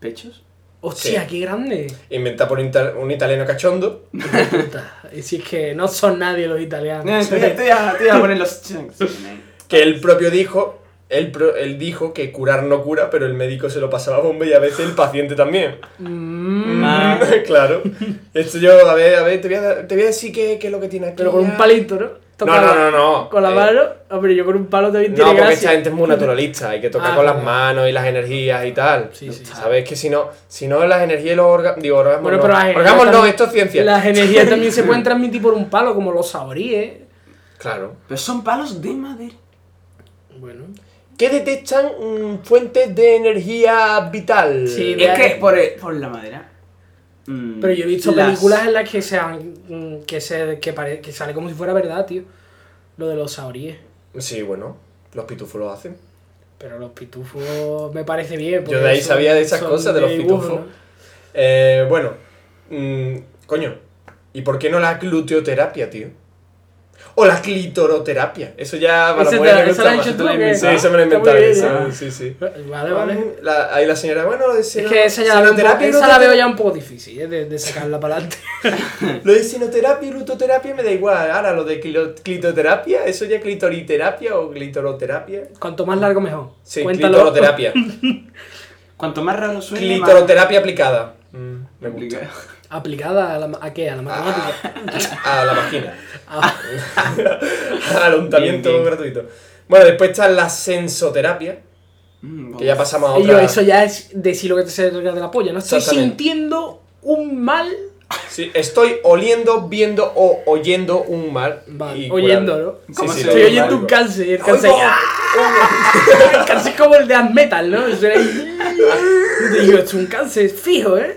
S1: ¿Pechos?
S3: Hostia,
S2: Sí.
S3: qué grande.
S2: inventada por un ita- un italiano cachondo.
S3: Puta. Y si es que no son nadie los
S2: Eh.
S3: italianos.
S1: Estoy estoy a estoy a poner los...
S2: Que él propio dijo, él, pro- él dijo que curar no cura, pero el médico se lo pasaba bomba y a veces el paciente también.
S3: Mm,
S1: Ah.
S2: claro. Esto yo, a ver, a ver, te voy a, dar- te voy a decir qué, qué es lo que tiene aquí.
S3: Pero con
S2: ya.
S3: un palito, ¿no?
S2: No,
S3: Toca
S2: no, no, no.
S3: Con la
S2: Eh,
S3: mano. Hombre, yo con un palo también
S2: No,
S3: tiene
S2: porque
S3: gracia.
S2: esta gente es muy naturalista, hay que tocar
S3: Ah,
S2: con las
S3: vale.
S2: manos y las energías y tal.
S3: Sí, sí.
S2: Sabes que si no, si no las energías y los orgasmos. Digo, orgasmos.
S3: Bueno,
S2: no.
S3: pero las energías
S2: Orgasmos no,
S3: también-
S2: esto es ciencia.
S3: Las energías también se pueden transmitir por un palo, como ¿eh? los saboríes.
S2: Claro.
S1: Pero son palos de madera.
S3: Bueno.
S2: ¿Qué detectan mm, fuentes de energía vital?
S3: Sí,
S1: Es que por, el- por la madera. mm,
S3: Pero yo he visto
S1: las-
S3: películas en las que se han- mm, que se que, pare- que sale como si fuera verdad, tío. Lo de los saboríes.
S2: Sí, bueno, los pitufos lo hacen.
S3: Pero los pitufos me parece bien.
S2: Yo de
S3: porque
S2: ahí
S3: son-
S2: sabía de esas
S3: son
S2: cosas, de los
S3: dibujos,
S2: pitufos.
S3: ¿no?
S2: Eh, bueno, mm, coño, ¿y por qué no la gluteoterapia, tío? O la clitoroterapia. Eso ya para
S3: Esa
S2: mujeres
S3: te-
S2: le
S3: esa
S2: gusta
S3: la has
S2: más.
S3: hecho tú,
S1: te la
S3: ¿o qué?
S1: inventas.
S2: Sí, eso me lo
S3: Está muy
S2: inventaron.
S3: bien, ¿eh?
S2: sí, Sí,
S3: ¿no?
S2: sí. Mm,
S3: Vale, vale.
S2: La- ahí la señora, bueno, lo de
S3: Es
S2: seno-
S3: que esa ya la veo, un poco-
S2: senoterapia y
S3: esa la veo
S2: glutotera-
S3: ya un poco difícil eh, de, de sacarla para adelante.
S2: Lo de sinoterapia y glutoterapia me da igual. Ahora, lo de clilo- clitoterapia, eso ya clitoriterapia o clitoroterapia.
S3: Cuanto más largo mejor.
S2: Sí,
S3: Cuéntalo.
S2: clitoroterapia.
S1: Cuanto más raro suena,
S2: clitoroterapia aplicada. Mm, me
S1: más...
S2: gusta.
S1: complicado.
S3: Aplicada a, la ma- ¿a qué? A la matemática.
S2: A la vagina.
S3: Ah.
S2: Al untamiento
S1: Bien, bien.
S2: gratuito. Bueno, después está la sensoterapia,
S1: Mm,
S2: que ya pasamos a
S3: Y
S2: otra.
S3: eh, yo, eso ya es decir lo que te se de la polla. No estoy
S2: Exactamente.
S3: sintiendo un mal.
S2: Sí, estoy oliendo, viendo o oyendo un mal.
S3: Vale,
S2: y
S3: oyendo,
S2: curarlo. Sí,
S3: ¿no?
S1: ¿Cómo
S2: sí,
S1: se
S2: lo
S3: Estoy
S1: oye
S2: oigo.
S3: oyendo un cáncer. El
S2: Oigo,
S3: cáncer, el cáncer como el de As Metal, ¿no? Eso era- Y digo, es un cáncer fijo, ¿eh?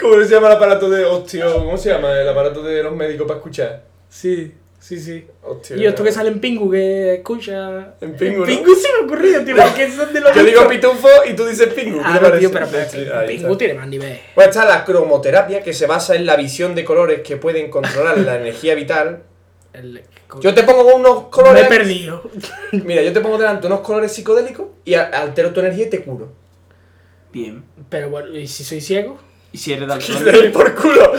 S2: ¿Cómo se llama el aparato de hostio? ¿Cómo se llama el aparato de los médicos para escuchar?
S3: Sí, sí, sí.
S2: Hostio,
S3: Y esto
S2: no.
S3: que sale en Pingu, que escucha.
S2: En Pingu, ¿no?
S3: Pingu se me ha ocurrido, tío, porque son de los.
S2: Yo digo pitufo y tú dices pingu. ¿qué te
S3: Ah, no,
S2: parece?
S3: tío, pero, pero
S2: Sí, ahí está.
S3: Pingu tiene más nivel.
S2: Pues está la cromoterapia, que se basa en la visión de colores que pueden controlar la energía vital.
S3: El-
S2: Yo te pongo unos
S3: Me he
S2: colores.
S3: perdido.
S2: Mira, yo te pongo delante unos colores psicodélicos y a- altero tu energía y te curo.
S1: Bien.
S3: Pero bueno, ¿y si soy ciego?
S1: Y si eres
S2: Y te
S1: daltónico...
S2: doy por culo.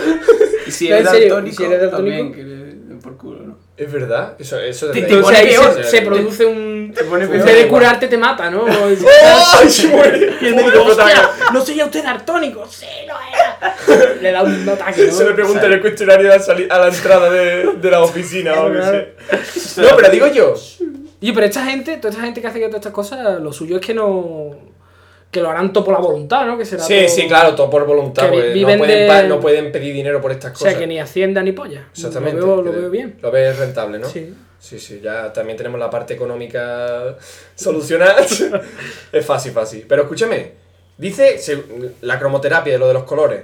S1: y si
S3: No, en
S1: eres
S3: serio,
S1: daltónico...
S3: ¿y si eres daltónico?
S1: También, que le- por culo, ¿no?
S2: Es verdad, eso, eso
S1: Te-
S2: es
S1: te
S2: verdad.
S1: pone
S3: sea, ahí
S1: peor.
S3: se, se produce un.
S1: Te pone
S2: En
S3: En
S1: peor.
S3: vez de
S2: igual.
S3: curarte, te mata, ¿no?
S2: ¡Ay, se muere!
S3: Y el médico, "Hostia, ¿no sería usted daltónico? Sí, no era. Le da un ataque, ¿no?
S2: Se le pregunta en el cuestionario a, sali- a la entrada de, de la oficina o lo que sea.
S1: Eso
S2: No,
S1: era-
S2: pero digo yo.
S3: Oye, pero esta gente, toda esta gente que hace que todas estas cosas, lo suyo es que no. que lo harán todo por la voluntad, ¿no? Que será
S2: Sí,
S3: todo-
S2: sí, claro, todo por voluntad.
S3: que vi-
S2: pues,
S3: viven
S2: no, pueden
S3: de-
S2: pa- no pueden pedir dinero por estas
S3: O sea,
S2: cosas.
S3: que ni Hacienda ni polla.
S2: Exactamente.
S3: Lo veo, lo
S2: que
S3: veo bien.
S2: Lo ves rentable, ¿no?
S3: Sí.
S2: Sí, sí, ya también tenemos la parte económica solucionada. es fácil, fácil. Pero escúchame, dice seg- la cromoterapia de lo de los colores.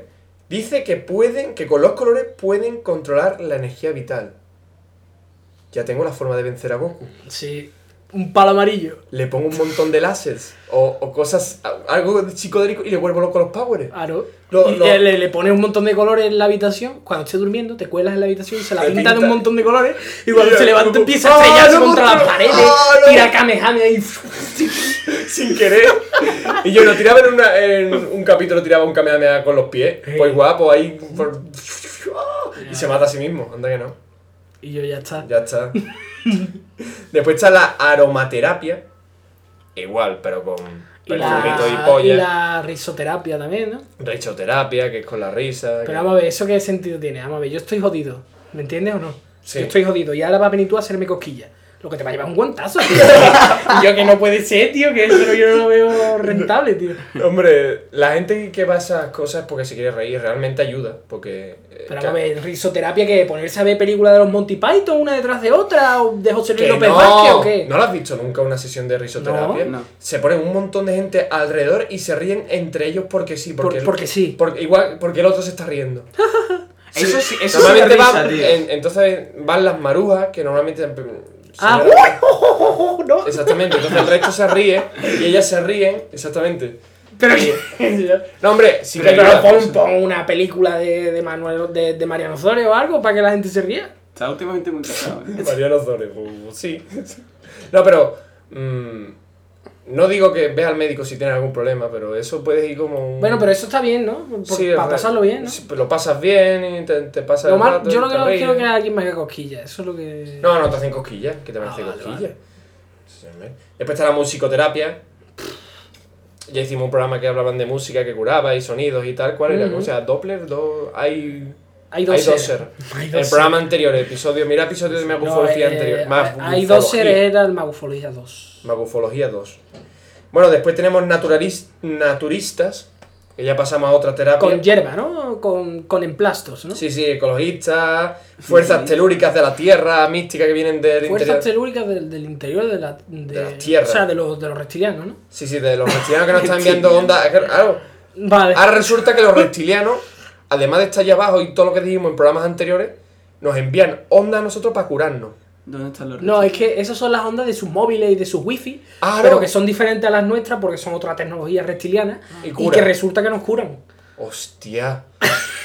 S2: Dice que pueden, que con los colores pueden controlar la energía vital. Ya tengo la forma de vencer a Goku.
S3: Sí. Un palo amarillo.
S2: Le pongo un montón de láseres o, o cosas, algo psicodélico y le vuelvo loco a los powers.
S3: Claro.
S2: Lo-
S3: Y
S2: lo-
S3: eh, Le, le pones un montón de colores en la habitación. Cuando esté durmiendo, te cuelas en la habitación, se la
S2: Te
S3: pinta, de
S2: pinta.
S3: un montón de colores. Y cuando
S2: Y
S3: se
S2: el-
S3: levanta, empieza a
S2: ¡Ah,
S3: estrellarse
S2: no,
S3: contra
S2: no,
S3: las
S2: no!
S3: paredes.
S2: ¡Ah, no!
S3: Tira Kamehameha y.
S2: sin querer. Y yo lo tiraba en, una- en un capítulo, tiraba un kamehameha con los pies. Pues guapo, ahí. por- Y se mata a sí mismo, anda que no.
S3: Y yo ya está.
S2: Ya está. Después está la aromaterapia. Igual, pero con
S3: Y
S2: perfumito y
S3: la,
S2: polla.
S3: y la risoterapia también, ¿no?
S2: Richoterapia, que es con la risa. que-
S3: Pero vamos a ver, ¿eso qué sentido tiene? Vamos a ver, yo estoy jodido. ¿Me entiendes o no?
S2: Sí.
S3: Yo estoy jodido. Y ahora va a venir tú a hacerme cosquillas. Lo que te va a llevar un guantazo, tío. y yo que no puede ser, tío, que eso yo no lo veo rentable, tío.
S2: Hombre, la gente que va a esas cosas es porque se quiere reír, realmente ayuda. Porque. eh,
S3: Pero
S2: que-
S3: vamos a ver, risoterapia que ponerse a ver películas de los Monty Python una detrás de otra, o de José
S2: Que
S3: Luis López Vázquez
S2: no,
S3: o qué.
S2: ¿No lo has visto nunca una sesión de risoterapia?
S1: No, no.
S2: Se ponen un montón de gente alrededor y se ríen entre ellos porque sí.
S3: Por-
S2: Porque,
S3: porque sí.
S2: porque- igual, porque el otro se está riendo.
S1: Eso sí, eso sí da
S2: Normalmente
S1: risa,
S2: van,
S1: tío.
S2: en- entonces van las marujas, que normalmente...
S3: Ah,
S2: son-
S3: uy,
S2: oh,
S3: no.
S2: Exactamente, entonces el resto se ríe y ellas se ríen, exactamente.
S3: Pero,
S2: No, hombre, sí que
S3: pero
S2: ayuda.
S3: pon, pon una película de, de Manuel de, de Mariano Osorio o algo para que la gente se ría.
S1: Está últimamente muy casado. ¿eh?
S2: Mariano Zores, pues, sí. No, pero... mm, no digo que ve al médico si tienes algún problema, pero eso puede ir como... un-
S3: Bueno, pero eso está bien, ¿no? Por-
S2: Sí, es
S3: para
S2: verdad.
S3: pasarlo bien, ¿no?
S2: Sí, pero lo pasas bien y te, te pasas
S3: Lo
S2: el
S3: malo-
S2: rato y
S3: yo lo que
S2: te
S3: no
S2: ríes.
S3: quiero que alguien me haga cosquillas, eso es lo que...
S2: No, no te hacen cosquillas, que te van a
S3: Ah,
S2: hacer
S3: vale,
S2: cosquillas. Sí, hombre. Después está la musicoterapia. Ya hicimos un programa que hablaban de música que curaba y sonidos y tal. ¿Cuál era?
S3: Ujú.
S2: O sea, Doppler, do... hay...
S3: Mm. Hay dos seres.
S2: ser.
S3: Hay dos
S2: El
S3: seres.
S2: programa anterior, episodio... Mira episodio de
S3: No,
S2: magufología
S3: eh,
S2: anterior.
S3: hay-
S2: Magufología.
S3: Hay dos seres, era el Magufología 2.
S2: Magufología 2. Bueno, después tenemos naturalis- naturistas, que ya pasamos a otra terapia.
S3: Con hierba, ¿no? Con, con emplastos, ¿no?
S2: Sí, sí, ecologistas, fuerzas telúricas de la tierra, místicas que vienen del
S3: Fuerzas
S2: interior.
S3: telúricas del, del interior de la... De,
S2: las tierras.
S3: O sea, de los, de los reptilianos, ¿no?
S2: Sí, sí, de los reptilianos que nos están enviando ondas. Claro,
S3: Vale.
S2: ahora resulta que los reptilianos, además de estar allá abajo y todo lo que dijimos en programas anteriores, nos envían ondas a nosotros para curarnos.
S1: ¿Dónde están los
S3: no, es que esas son las ondas de sus móviles y de sus wifi,
S2: Ah,
S3: pero
S2: no.
S3: que son diferentes a las nuestras porque son otra tecnología reptiliana
S2: Y
S3: y,
S2: cura.
S3: que resulta que nos curan.
S2: Hostia.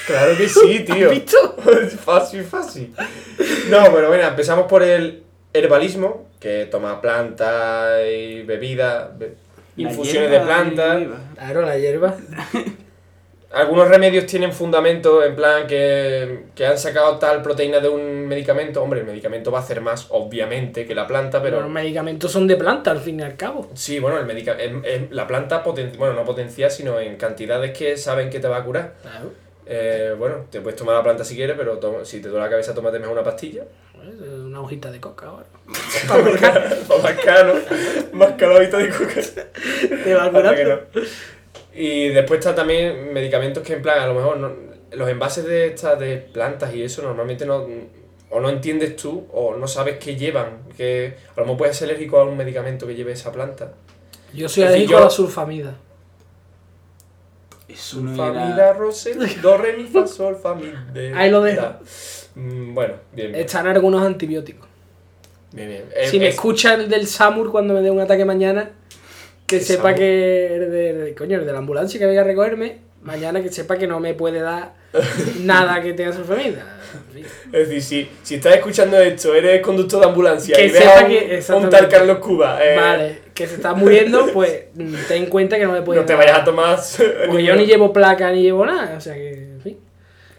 S2: Claro que sí, tío.
S3: ¿Has visto?
S2: fácil, fácil. No, pero bueno, empezamos por el herbalismo, que toma plantas y bebidas, be-
S1: La
S2: infusiones de
S1: hierba eh,
S2: plantas.
S1: viva.
S3: Claro, la hierba.
S2: Ah, Algunos remedios tienen fundamento, en plan que, que han sacado tal proteína de un medicamento. Hombre, el medicamento va a hacer más, obviamente, que la planta,
S3: Pero
S2: pero...
S3: los medicamentos son de planta, al fin y al cabo.
S2: Sí, bueno, el medica- em- em- la planta, poten- bueno, no potencia, sino en cantidades que saben que te va a curar.
S3: Claro.
S2: Eh, bueno, te puedes tomar la planta si quieres, pero to- si te duele la cabeza, tómate mejor una pastilla.
S3: Pues, Una hojita de coca ahora.
S2: o más caro, más caro ahorita de coca.
S3: Te va
S2: Anda que
S3: curando.
S2: no. Y después está también medicamentos que en plan, a lo mejor no- los envases de estas de plantas y eso normalmente no o no entiendes tú o no sabes qué llevan, que a lo mejor puedes ser alérgico a un medicamento que lleve esa planta.
S3: Yo soy
S2: Es decir,
S3: alérgico
S2: yo-
S3: a la sulfamida.
S1: Eso no
S2: Famida
S1: era.
S2: Rosel, do re mi fa sol fa mi de.
S3: Ahí lo dejo.
S2: da. Mm, Bueno, bien. bien,
S3: Están algunos antibióticos.
S2: bien, bien. Eh,
S3: si me
S2: es-
S3: escucha el del Samur cuando me dé un ataque mañana, que
S2: ¿Qué
S3: sepa
S2: Samur?
S3: que el de, el de- coño, el de la ambulancia que venga a recogerme, mañana que sepa que no me puede dar nada que tenga sulfamida. En fin.
S2: Es decir, si, si estás escuchando esto, eres conductor de ambulancia
S3: Que
S2: y ves
S3: sepa
S2: a un,
S3: que-
S2: a un
S3: exactamente.
S2: tal Carlos Cuba, eh,
S3: Vale, que se está muriendo, pues mm, ten en cuenta que no me puede
S2: no te
S3: dar
S2: vayas a
S3: nada.
S2: tomar.
S3: Porque yo ni llevo placa ni llevo nada, o sea que, en fin.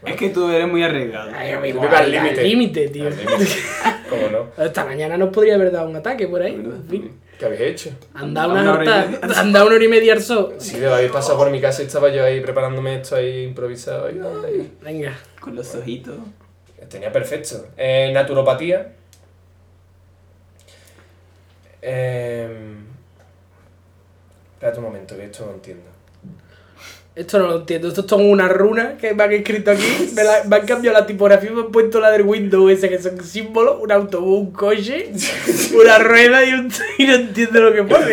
S1: Es que tú eres muy arriesgado.
S3: Ay,
S2: Tú
S3: amigo,
S2: vives al
S3: al
S2: límite.
S3: límite, tío.
S2: Al límite. ¿Cómo no?
S3: Esta mañana nos podría haber dado un ataque por ahí.
S1: ¿Verdad?
S3: En fin.
S2: ¿Qué habéis hecho?
S3: Han dado
S1: Una
S3: una,
S1: hora y
S3: horta-
S1: media.
S3: han dado una hora y media al sol.
S2: Sí, lo habéis pasado por mi casa y estaba yo ahí preparándome esto ahí improvisado. y- ay.
S3: Venga.
S1: Con los ojitos.
S2: tenía perfecto. Eh, naturopatía. Eh, Em, Espérate un momento, que esto no entiendo.
S3: Esto no lo entiendo. Esto es todo una runa que me han escrito aquí. Me, la- me han cambiado la tipografía, me han puesto la del Windows ese, que son símbolos, un autobús, un coche, una rueda y, un- y no entiendo lo que pone,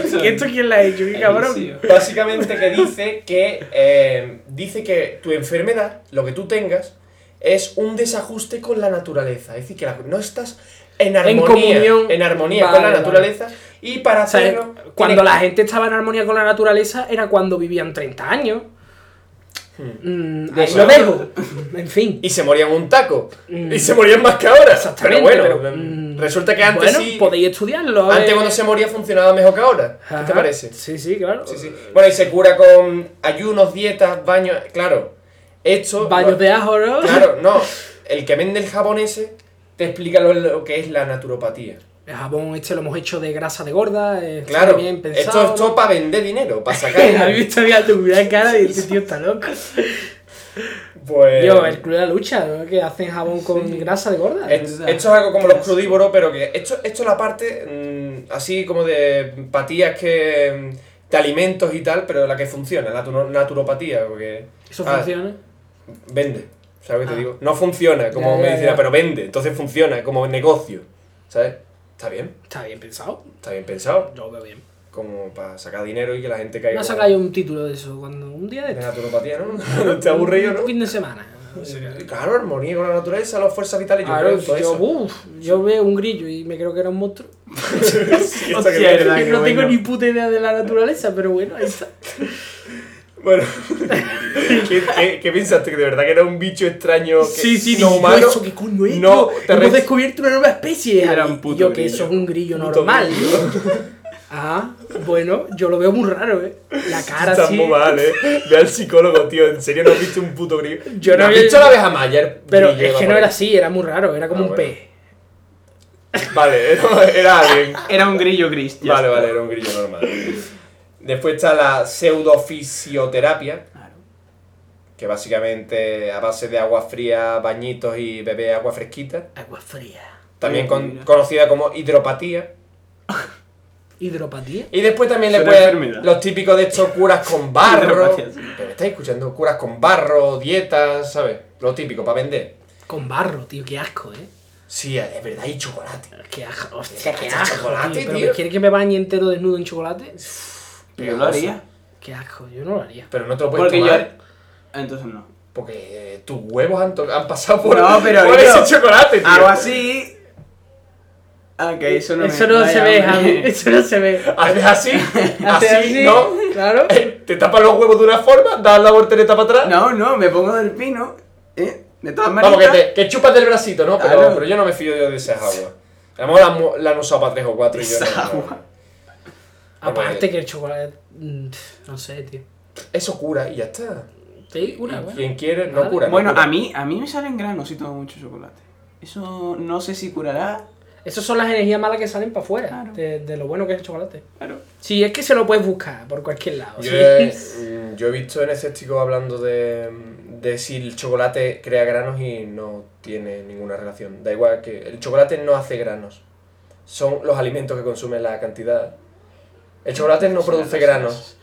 S3: tío. ¿Y esto quién la ha hecho? ¿Qué cabrón?
S2: Básicamente que dice que eh, dice que tu enfermedad, lo que tú tengas, es un desajuste con la naturaleza. Es decir, que la- no estás en armonía, en,
S3: comunión.
S2: armonía
S3: Vale,
S2: con la
S3: vale.
S2: naturaleza. Y para
S3: O sea,
S2: hacerlo,
S3: cuando
S2: tienes-
S3: la gente estaba en armonía con la naturaleza era cuando vivían 30 años.
S2: Hmm.
S3: Mm, ahí
S2: eso.
S3: lo dejo. En fin.
S2: y se morían un taco
S3: Mm.
S2: y se morían más que ahora. Pero
S3: Exactamente,
S2: bueno,
S3: pero, mm,
S2: resulta que antes
S3: bueno,
S2: sí-
S3: podéis estudiarlo.
S2: antes
S3: eh.
S2: cuando se moría funcionaba mejor que ahora. ¿Qué te
S3: Ajá.
S2: parece?
S3: Sí, sí, claro.
S2: Sí, sí. Bueno, y se cura con ayunos, dietas, baños. Claro, esto.
S3: Baños de ajo, ¿no?
S2: Claro, no. El que vende el jabón ese te explica lo, lo que es la naturopatía.
S3: El jabón este lo hemos hecho de grasa de gorda. eh, está
S2: Claro,
S3: bien
S2: esto
S3: pensado.
S2: es todo para vender dinero, para
S3: A mí me
S2: sacar.
S3: está mirando con una cara y este tío está loco.
S2: pues.
S3: Yo, el club de la lucha, ¿no? Que hacen jabón con grasa de gorda.
S2: es- Esto, es algo como los crudívoros, pero que. Esto, esto es la parte mm, así como de patías que. mm, de alimentos y tal, pero la que funciona, la natu- naturopatía, porque.
S3: Eso
S2: ah,
S3: funciona.
S2: Vende. ¿Sabes qué
S3: Ah.
S2: te digo? No funciona como
S3: Ya, ya,
S2: medicina,
S3: ya.
S2: pero vende. Entonces funciona como negocio. ¿Sabes? Está bien,
S3: Está bien pensado.
S2: está bien pensado.
S3: Yo lo veo bien.
S2: Como para sacar dinero y que la gente caiga.
S3: No ha sacado yo un título de eso cuando un día de
S2: De
S3: esto.
S2: naturopatía, ¿no? Eh, Te aburre yo,
S3: Un
S2: ¿no?
S3: fin de semana.
S2: Claro, armonía con la naturaleza, las fuerzas vitales, yo creo
S3: Claro,
S2: en todo
S3: yo,
S2: eso.
S3: uf, yo veo un grillo y me creo que era un monstruo.
S2: Sí, esto que-
S1: Hostia, es verdad
S3: Que
S1: que
S3: no tengo
S1: bueno.
S3: ni puta idea de la naturaleza, pero bueno, ahí está.
S2: Bueno, ¿Qué, qué, qué pensaste? ¿Que de verdad que era un bicho extraño que
S3: Sí, sí,
S2: no
S3: digo,
S2: humano?
S3: Eh, ¿eso qué coño es?
S2: No,
S3: tío?
S2: te
S3: Hemos
S2: re-
S3: descubierto una nueva especie.
S1: Era
S3: Javi.
S1: un puto
S3: Y yo que
S1: grillo.
S3: eso es un grillo
S2: Puto
S3: normal.
S2: grillo.
S3: Ah, bueno, yo lo veo muy raro, ¿eh? La cara
S2: Estás
S3: así.
S2: muy mal, ¿eh? Ve al psicólogo, tío. En serio, no has visto un puto grillo.
S3: Yo no
S2: has
S3: había-
S2: visto la abeja Mayer.
S3: Pero
S2: Grillo,
S3: es
S2: va
S3: que
S2: por
S3: no
S2: ahí.
S3: era así, era muy raro, era como
S2: Ah,
S3: un
S2: bueno.
S3: pez.
S2: Vale, era, era alguien.
S1: Era un grillo gris. ya
S2: Vale,
S1: está.
S2: vale, era un grillo normal. Después está la pseudofisioterapia,
S1: Claro.
S2: que básicamente a base de agua fría, bañitos y beber agua fresquita.
S3: Agua fría.
S2: También
S1: Ay,
S2: con-
S1: mira.
S2: conocida como hidropatía.
S3: Hidropatía.
S2: Y después también le
S1: Suena
S2: pueden
S1: enfermedad.
S2: los típicos de estos curas con barro.
S1: Hidropatía, sí.
S2: Pero me estáis escuchando, curas con barro, dietas, ¿sabes? Lo típico, para vender.
S3: Con barro, tío, qué asco, ¿eh?
S2: Sí, es verdad, y chocolate.
S3: Qué asco, hostia, qué
S2: Hasta
S3: asco.
S2: chocolate,
S3: tío. ¿Pero
S2: tío.
S3: me quiere que me bañe entero desnudo en chocolate?
S1: Yo lo haría.
S3: Qué asco, yo no lo haría.
S2: Pero no te lo puedes
S1: Porque yo.
S2: tomar.
S1: Entonces no.
S2: Porque eh, tus huevos han, to- han pasado por,
S1: No, pero
S2: por
S1: yo-
S2: ese chocolate, tío.
S1: Hago así. Ah, que eso no
S3: Eso
S1: me-
S3: no
S1: vaya,
S3: se ve,
S1: hombre.
S3: Javi, eso no se ve.
S2: Haces así, así,
S3: Hace así,
S2: ¿Ah, ¿no?
S3: Claro.
S2: Eh, Te tapas los huevos de una forma, das la voltereta para atrás.
S1: No, no, me pongo del pino. ¿eh? De todas maneras.
S2: Vamos, que, te, que chupas del bracito, ¿no? Pero,
S1: Ah, no.
S2: pero yo no me fío yo de esas aguas. A lo mejor la, mo- la han usado para tres o cuatro y yo no-
S1: Esa
S2: no.
S1: agua.
S3: Aparte que el chocolate. mm, pf, No sé, tío.
S2: Eso cura y ya está.
S3: Sí, una,
S2: Y
S3: Ah, bueno.
S2: Quien quiere, no
S3: Vale.
S2: cura. no
S1: Bueno,
S2: cura.
S1: a mí, a mí me salen granos si tomo mucho chocolate. Eso no sé si curará.
S3: Esas son las energías malas que salen para afuera,
S1: Claro.
S3: de, de lo bueno que es el chocolate.
S1: Claro.
S3: Sí, es que se lo puedes buscar por cualquier lado.
S2: Yo
S3: sí.
S2: he, mm, yo he visto en escéptico hablando de, de si el chocolate crea granos y no tiene ninguna relación. Da igual que el chocolate no hace granos. Son los alimentos que consumen la cantidad. El chocolate no produce granos.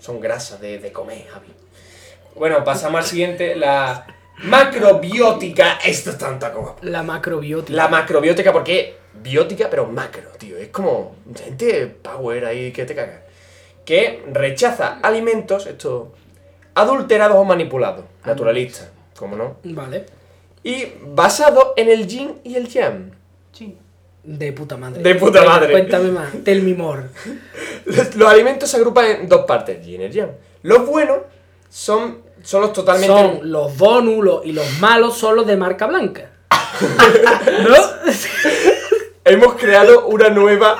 S2: Son grasas de, de comer, Javi. Bueno, pasamos al siguiente, la macrobiótica. Esto es tanta como...
S3: La macrobiótica.
S2: La macrobiótica, porque biótica, pero macro, tío. Es como gente power ahí que te caga. Que rechaza alimentos, esto, adulterados o manipulados. Naturalista, como no.
S3: Vale.
S2: Y basado en el yin y el yang.
S1: Sí.
S3: De puta madre.
S2: De puta
S3: Cuéntame-
S2: madre.
S3: Cuéntame más. Tell me more.
S2: Los, los alimentos se agrupan en dos partes, el yin y el yang. Los buenos son, son los totalmente...
S3: Son los donuts los- y los malos son los de marca blanca. ¿No?
S2: Hemos creado una nueva...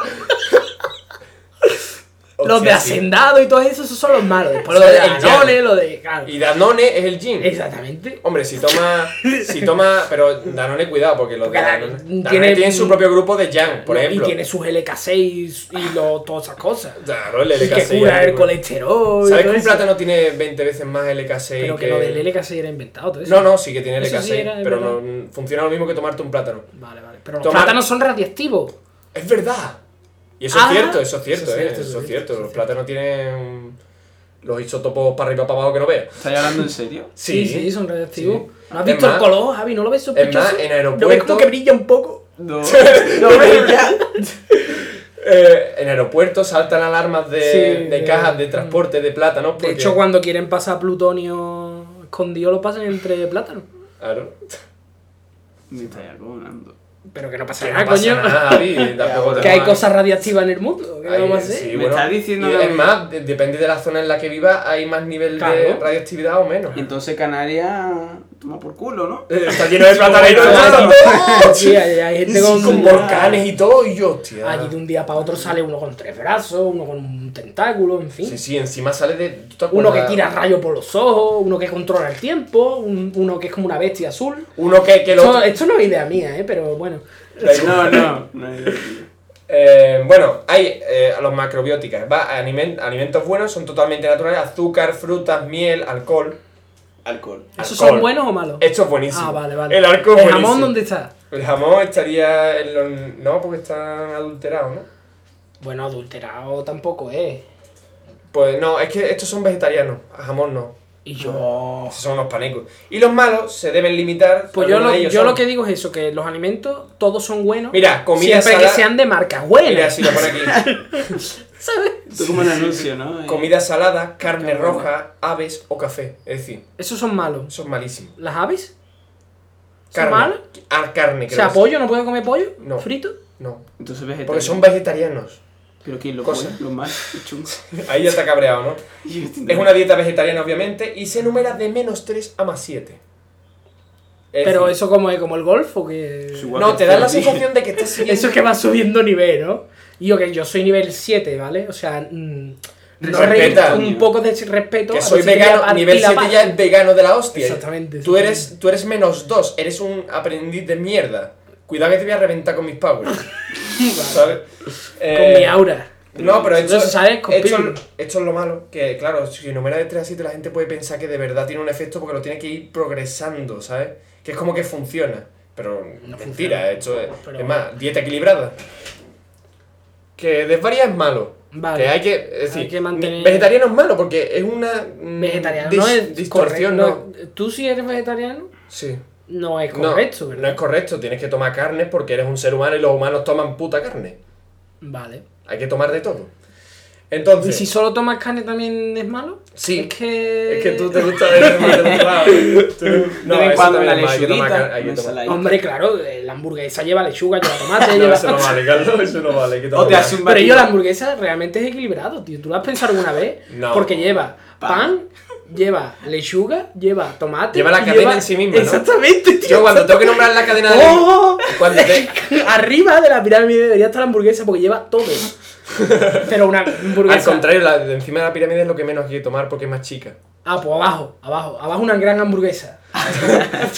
S3: los de
S2: Hostia, sí.
S3: hacendado y todo eso, esos son los malos. Después los
S2: Son
S3: de
S2: el
S3: Danone,
S2: yang.
S3: los de. claro.
S2: Y Danone es el yin.
S3: Exactamente.
S2: Hombre, si toma. Si toma. Pero Danone, cuidado, porque los de
S3: Porque
S2: Danone.
S3: Danone
S2: Danone
S3: tiene-
S2: tiene, su propio grupo de Yang, por
S3: No,
S2: ejemplo.
S3: Y tiene sus LK6 y lo- todas esas cosas.
S2: Claro, el
S3: Y
S2: LK6.
S3: que cura
S2: ya
S3: el
S2: te cura.
S3: colesterol. y
S2: ¿Sabes que
S3: todo
S2: un
S3: eso?
S2: plátano tiene 20 veces más LK6
S3: Pero que,
S2: que.
S3: lo del LK6 era inventado, todo eso.
S2: No, no, sí que tiene
S3: Eso
S2: LK6.
S3: sí era, es
S2: pero
S3: verdad.
S2: no, funciona lo mismo que tomarte un plátano.
S3: Vale, vale. Pero los
S2: Tomar-
S3: plátanos son radiactivos.
S2: Es verdad. Y eso es
S3: Ah,
S2: cierto, eso es cierto,
S3: eso es
S2: eh,
S3: cierto,
S2: eso es
S3: cierto,
S2: cierto.
S3: eso
S2: Los
S3: es
S2: plátanos tienen los isótopos para arriba para abajo que no veas.
S1: ¿Estáis hablando en serio?
S3: Sí, sí, son radioactivos. ¿No has
S2: Es
S3: visto
S2: más-
S3: el color, Javi? ¿No lo ves
S2: Es
S3: sospechoso?
S2: más, en
S3: ¿No ves como
S2: aeropuertos.
S3: que brilla un poco?
S1: No, no, pero ya.
S2: eh, en aeropuertos saltan alarmas de,
S3: Sí,
S2: de
S3: de- mm.
S2: cajas de transporte de plátanos.
S3: De
S2: Porque,
S3: hecho, cuando quieren pasar plutonio escondido, lo pasan entre plátanos.
S2: Claro.
S1: Me estáis acojonando.
S3: Pero que no pasa
S2: Que
S3: nada,
S2: no pasa
S3: Ah, coño.
S2: nada, David, tampoco te
S3: Que hay
S2: vas-
S3: cosas radiactivas en el mundo. ¿Qué
S2: Ahí,
S3: vamos a
S2: sí,
S3: hacer?
S1: Me
S2: bueno,
S1: estás diciendo
S2: y
S1: que-
S2: es más, de- depende de la zona en la que vivas, hay más nivel de
S3: Claro.
S2: radioactividad o menos.
S1: Entonces Canarias toma por culo, ¿no?
S2: Eh, Está lleno de plataneros,
S3: Como
S2: claro.
S3: Sí, hay, hay gente
S2: Sí,
S3: con,
S2: con volcanes y todo, y yo, hostia.
S3: Allí de un día para otro sale uno con tres brazos, uno con un tentáculo, en fin.
S2: Sí, sí, encima sale de. ¿tú te
S3: Uno que
S2: acuerdas?
S3: tira rayos por los ojos, uno que controla el tiempo, un- uno que es como una bestia azul.
S2: Uno que, que lo.
S3: Esto, esto no es idea mía, ¿eh? pero bueno.
S1: No, no, no hay
S2: Eh, bueno, hay eh, los macrobióticas. Va, alimen- alimentos buenos son totalmente naturales: azúcar, frutas, miel, alcohol.
S1: alcohol.
S3: ¿Esos
S2: Alcohol.
S3: son buenos o malos?
S2: Esto es buenísimo.
S3: Ah, vale, vale.
S2: El alcohol es
S3: ¿El jamón
S2: buenísimo.
S3: dónde está?
S2: El jamón estaría en los... No, porque están adulterados, ¿no?
S3: Bueno, adulterado tampoco es.
S2: Pues no, es que estos son vegetarianos, a jamón no.
S3: Y yo.
S2: Esos son unos panecos. Y los malos se deben limitar.
S3: Pues yo,
S2: algunos
S3: lo,
S2: de ellos
S3: yo
S2: son-
S3: lo que digo es eso, que los alimentos todos son buenos.
S2: Mira, comida
S3: siempre
S2: salada-
S3: que sean de marcas buenas.
S2: Mira, si lo pone aquí.
S3: ¿Sabes?
S1: Esto es como un anuncio, ¿no? Eh,
S2: Comida salada, carne
S1: Qué bueno.
S2: roja, aves o café. Es decir,
S3: Esos son malos.
S2: eso es malísimo.
S3: ¿Las aves? ¿Son
S2: Carne.
S3: malas?
S2: Ah, carne,
S3: O
S2: creo.
S3: sea,
S2: que
S3: pollo, ¿no puedo comer pollo?
S2: No.
S3: ¿Frito?
S2: es. No.
S1: Entonces vegetariano.
S2: Porque son vegetarianos.
S1: Pero ¿quién lo
S2: Cosa.
S1: come? Los más chungos.
S2: Ahí ya está cabreado, ¿no? Es una dieta vegetariana, obviamente, y se numera de menos 3 a más 7. Es
S3: Pero
S2: decir,
S3: eso como es como el golf o que...
S1: Su-
S2: No, te da la sensación de que estás siguiendo.
S3: Eso es que va subiendo nivel, ¿no? Y yo que yo soy nivel 7, ¿vale? O sea, mm, no
S2: Respeta.
S3: re- un poco de respeto.
S2: Que
S3: a
S2: soy
S3: ver si te voy a
S2: vegano,
S3: partir
S2: nivel
S3: la
S2: 7 ya
S3: madre.
S2: es vegano de la hostia.
S3: Exactamente,
S2: Tú
S3: exactamente.
S2: eres, tú eres menos 2, eres un aprendiz de mierda. Cuidado que te voy a reventar con mis powers. ¿Sabes?
S3: Con
S2: Eh,
S3: mi aura.
S2: No, pero esto,
S3: Eso sabes, con
S2: esto,
S3: Pitbull.
S2: esto es lo malo. Que claro, si numera de 3 a 7, la gente puede pensar que de verdad tiene un efecto porque lo tiene que ir progresando, ¿sabes? Que es como que funciona. Pero mentira, esto es.
S3: Pero-
S2: Es más, dieta equilibrada. Que desvaría es malo.
S3: Vale.
S2: Que hay que. Es decir,
S3: Hay que mantener-
S2: vegetariano es malo porque es una. mm,
S3: Vegetariano
S2: dis-
S3: no es
S2: Distorsión,
S3: correcto.
S2: no.
S3: Tú si eres vegetariano,
S2: Sí.
S3: no es
S2: No,
S3: correcto,
S2: No
S3: ¿verdad?
S2: es correcto, tienes que tomar carne porque eres un ser humano y los humanos toman puta carne.
S3: Vale.
S2: Hay que tomar de todo. Entonces.
S3: ¿Y si solo tomas carne también es malo?
S2: Sí.
S3: Es que...
S2: Es que tú te gusta ver más de claro.
S1: De vez en cuando una
S2: hay que tomar
S1: lechuguita,
S2: car- hay que
S1: una
S2: tomar-
S1: ensaladita.
S3: Hombre, claro, eh, la hamburguesa lleva lechuga, lleva tomate,
S2: No,
S3: lleva...
S2: eso no vale, Carlos, eso no vale. hay que
S1: O te
S2: tomar-
S1: hace un
S3: Pero yo
S1: batido.
S3: la hamburguesa realmente es equilibrado, tío. ¿Tú lo has pensado alguna vez?
S2: No.
S3: Porque lleva pan,
S1: Pan.
S3: lleva lechuga, lleva tomate.
S2: Lleva la
S3: y
S2: cadena en sí misma, ¿no?
S3: Exactamente, tío.
S2: Yo cuando tengo que nombrar la cadena de.
S3: ¡Oh!
S2: Cuando te-
S3: Arriba de la pirámide debería estar la hamburguesa porque lleva todo. Pero una hamburguesa.
S2: Al contrario, la de encima de la pirámide es lo que menos hay que tomar porque es más chica.
S3: Ah, pues abajo, abajo. Abajo una gran hamburguesa.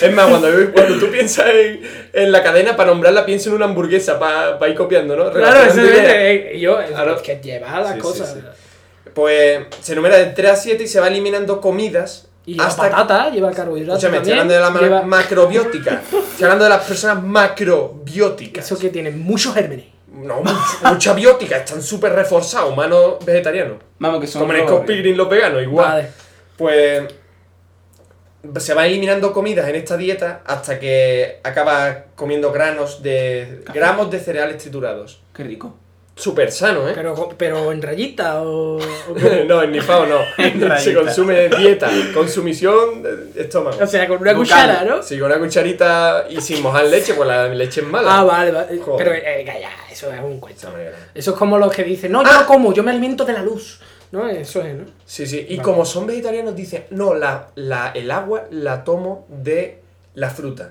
S2: Es más, cuando, cuando tú piensas en, en la cadena, para nombrarla, pienso en una hamburguesa para ir copiando, ¿no?
S3: Claro, eso
S2: Relacionando ideas.
S3: es. Yo, es
S2: Claro.
S3: que lleva las
S2: Sí, sí,
S3: cosas.
S2: sí. Pues se numera de 3 a 7 y se va eliminando comidas.
S3: Y la
S2: hasta
S3: patata, lleva carbohidratos.
S2: Escúchame, estoy
S3: también,
S2: hablando de la ma-
S3: lleva-
S2: macrobiótica. Estoy hablando de las personas macrobióticas.
S3: Eso que tiene muchos gérmenes.
S2: No, mucho- mucha biótica, están súper reforzados, humanos vegetarianos.
S1: Vamos, que son.
S2: Como en el
S1: globales.
S2: Scott Pilgrim los veganos, igual.
S3: Vale.
S2: Pues se van eliminando comidas en esta dieta hasta que acaba comiendo granos de gramos de cereales triturados.
S1: Qué rico.
S2: Súper sano, ¿eh?
S3: Pero, pero en rayita o. o-
S2: no, en nifao no.
S1: En
S2: se
S1: rayita.
S2: consume dieta, consumición, eh, estómago.
S3: O sea, con una
S1: Bocado.
S3: cuchara, ¿no?
S2: Si con una cucharita y sin mojar leche, pues la leche es mala.
S3: Ah, vale, vale.
S2: Joder.
S3: Pero, eh, calla, eso es un cuento.
S2: Esta manera.
S3: Eso es como los que dicen, no, yo
S2: Ah.
S3: no como, yo me alimento de la luz. No, eso es, ¿no?
S2: Sí, sí. Y
S3: Vale.
S2: como son vegetarianos, dicen, no, la, la, el agua la tomo de la fruta.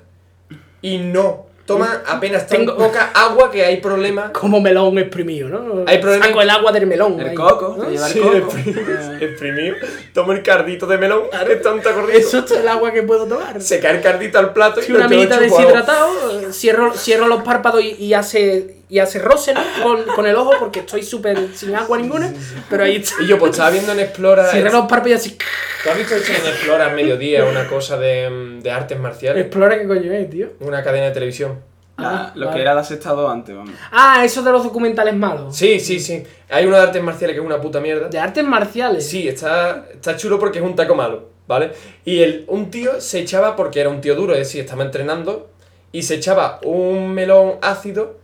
S2: Y no, toma apenas tan
S3: Tengo-
S2: poca agua que hay problema.
S3: Como melón exprimido, ¿no?
S2: Hay problema-
S3: Saco el agua del melón.
S1: El
S3: ahí,
S1: coco,
S3: ¿no?
S1: te lleva el
S2: Sí,
S1: coco.
S2: exprim-
S1: Eh,
S2: exprimido. Toma el cardito de melón, que tanta corriente.
S3: Eso es todo el agua que puedo tomar.
S2: Se cae el cardito al plato y
S3: Si una
S2: lo tengo
S3: amiguita
S2: chupado.
S3: deshidratado, eh, cierro, cierro los párpados y, y hace y hace roce ¿no? con, con el ojo porque estoy súper sin agua ninguna. Pero ahí está.
S2: Y yo, pues estaba viendo en Explora.
S3: Cierro los párpados y así.
S2: ¿Tú has visto esto en Explora al mediodía? Una cosa de, mm, de artes marciales.
S3: Explora qué coño es, tío.
S2: Una cadena de televisión.
S1: La-
S3: Ah,
S1: lo
S3: vale.
S1: que era la sexta dos antes, vamos.
S3: Ah, eso de los documentales malos.
S2: Sí, sí, sí. Hay uno de artes marciales que es una puta mierda.
S3: De artes marciales.
S2: Sí, está, está chulo porque es un taco malo, ¿vale? Y el, un tío se echaba, porque era un tío duro, es decir, estaba entrenando, y se echaba un melón ácido,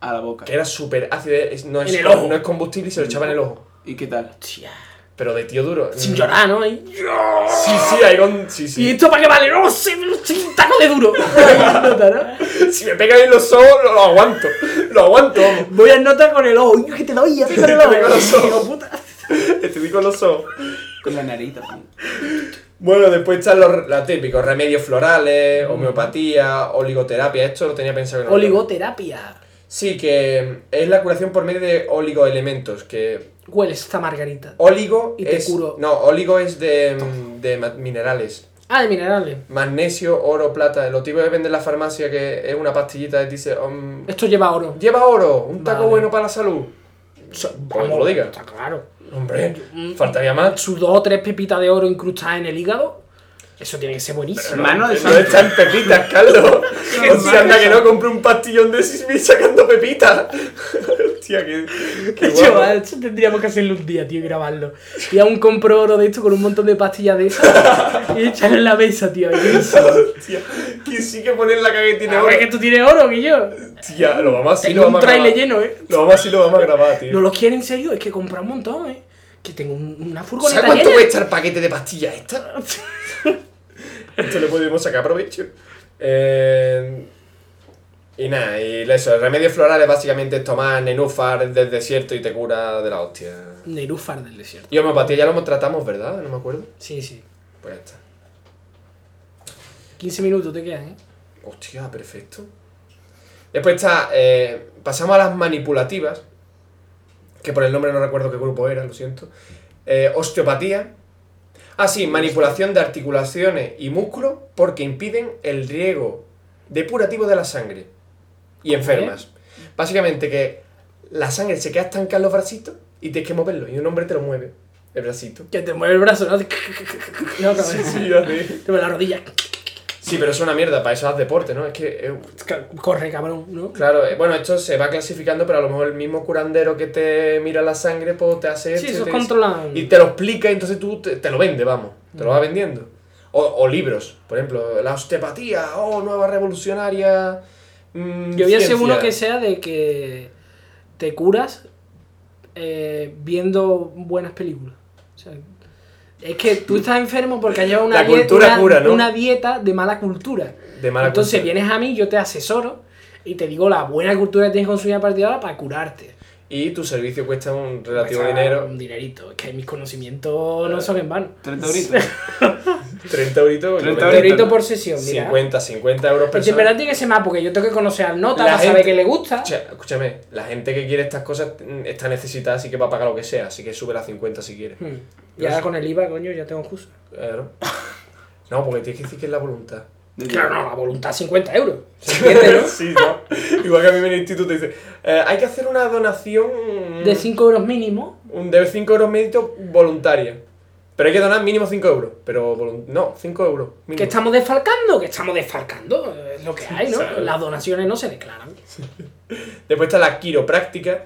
S1: A la boca.
S2: que era súper ácido, es- no, es,
S3: En el ojo.
S2: no es combustible, y se lo echaba en el ojo.
S1: ¿Y qué tal?
S3: Hostia.
S2: Pero de tío duro.
S3: Sin
S2: Mm.
S3: llorar, ¿no? Ahí.
S2: Sí, sí, hay un... Sí,
S3: ¿Y
S2: sí.
S3: esto para qué vale? ¡oh, No sé, un taco de duro. Notará.
S2: Si me pegan en los ojos, lo, lo aguanto. Lo aguanto, vamos.
S3: Voy a anotar con el ojo. Uy, que te doy, ya te doy con el
S2: Con los
S3: ojo.
S2: ojos.
S3: Hijo puta.
S2: Te digo los ojos.
S1: Con la nariz también.
S2: Bueno, después están los, los típicos remedios florales, homeopatía, oligoterapia. Esto lo tenía pensado que no.
S3: Oligoterapia.
S2: Sí, que es la curación por medio de oligoelementos, que
S3: Hueles esta margarita.
S2: oligo
S3: Y te
S2: es
S3: curo.
S2: no, oligo es de, mm, de ma- minerales.
S3: Ah, de minerales.
S2: Magnesio, oro, plata, lo tipo que vende en la farmacia que es una pastillita que dice mm,
S3: Esto lleva oro.
S2: lleva oro, un taco
S3: Vale.
S2: bueno para la salud. Como tú lo digas.
S3: Está claro.
S2: Hombre,
S3: Mm.
S2: faltaría más.
S3: Sus dos o tres pepitas de oro incrustadas en el hígado. Eso tiene que ser buenísimo.
S1: Hermano de
S2: No
S1: santo.
S2: está en pepitas, Carlos. o sea, anda que no compré un pastillón de sismi sacando pepitas. Hostia, qué, qué guapo.
S3: Chaval, esto tendríamos que hacerlo un día, tío, y grabarlo. Y aún compro oro de esto con un montón de pastillas de esas y echarlo en la mesa, tío.
S2: Hostia, que sí que poner la caga que tiene
S3: A
S2: oro.
S3: ver Ah, pues que tú tienes oro, que yo.
S2: Hostia, lo vamos así,
S3: Tengo
S2: lo
S3: un
S2: vamos a
S3: trailer
S2: grabar.
S3: lleno, eh.
S2: Lo vamos así, lo vamos a grabar, tío.
S3: ¿No los quiere en serio? Es que compra un montón, eh. Que tengo un- una
S2: ¿Sabes
S3: furgoneta
S2: cuánto
S3: llena.
S2: cuesta el paquete de pastillas esta? Esto le podemos sacar provecho. Eh, y nada, y eso, el remedio floral es básicamente tomar nenúfar del desierto y te cura de la hostia.
S3: Nerúfar del desierto.
S2: Y homeopatía ya lo tratamos, ¿verdad? No me acuerdo.
S3: Sí, sí.
S2: Pues ya está.
S3: 15 minutos te quedan, eh.
S2: Hostia, perfecto. Después está. eh, pasamos a las manipulativas. Que por el nombre no recuerdo qué grupo era, lo siento. Eh, osteopatía. Ah, sí, manipulación de articulaciones y músculo porque impiden el riego depurativo de la sangre. Y enfermas. Básicamente que la sangre se queda estancada en los bracitos y tienes que moverlo. Y un hombre te lo mueve. El bracito.
S3: Que te mueve el brazo, ¿no? No, cabrón. Te mueve la rodilla.
S2: Sí, pero es una mierda. Para eso haz deporte, ¿no? Es que es
S3: Corre, cabrón, ¿no?
S2: Claro, eh, bueno, esto se va clasificando, pero a lo mejor el mismo curandero que te mira la sangre, pues te hace esto
S3: Sí,
S2: y
S3: eso
S2: te
S3: es
S2: dice-
S3: controlado.
S2: Y te lo explica y entonces tú te, te lo vende, vamos. Te
S3: Mm.
S2: lo va vendiendo. O, o libros, por ejemplo, la osteopatía, oh, nueva revolucionaria. mm,
S3: Yo voy a hacer
S2: ciencia.
S3: uno que sea de que te curas eh, viendo buenas películas. O sea, es que tú estás enfermo porque has llevado una,
S2: La cultura
S3: una-
S2: cura, ¿no?
S3: una dieta de mala cultura.
S2: De mala
S3: Entonces
S2: cultura.
S3: vienes a mí, yo te asesoro y te digo la buena cultura que tienes que consumir a partir de ahora para curarte.
S2: Y tu servicio cuesta un relativo
S3: Cuesta
S2: dinero,
S3: Un dinerito. Es que mis conocimientos no son en vano.
S1: 30 euritos.
S2: 30
S1: 30
S2: euritos, 90,
S1: Ahorita
S3: Dinerito
S1: no.
S3: por sesión, mira.
S2: 50, 50 euros
S3: Este,
S2: persona.
S3: pero tiene que ser más porque yo tengo que conocer al nota
S2: La
S3: para saber
S2: gente-
S3: que le gusta.
S2: Escucha- escúchame, la gente que quiere estas cosas mm, está necesitada, así que va a pagar lo que sea, así que sube a 50 si quiere.
S3: Hmm. Y ahora con el IVA, coño, ya tengo justo.
S2: Claro. No, porque tienes que decir que es la voluntad.
S3: Claro, no, la voluntad 50 euros.
S2: sí, no. Igual que a mí en el instituto dice, eh, hay que hacer una donación
S3: De 5 euros mínimo.
S2: un- de 5 euros mérito voluntaria. Pero hay que donar mínimo 5 euros. Pero volun- no, 5 euros. mínimo.
S3: Que estamos desfalcando, que estamos desfalcando. Es lo que hay, ¿no?
S2: Claro.
S3: Las donaciones no se declaran.
S2: Después está la quiropráctica.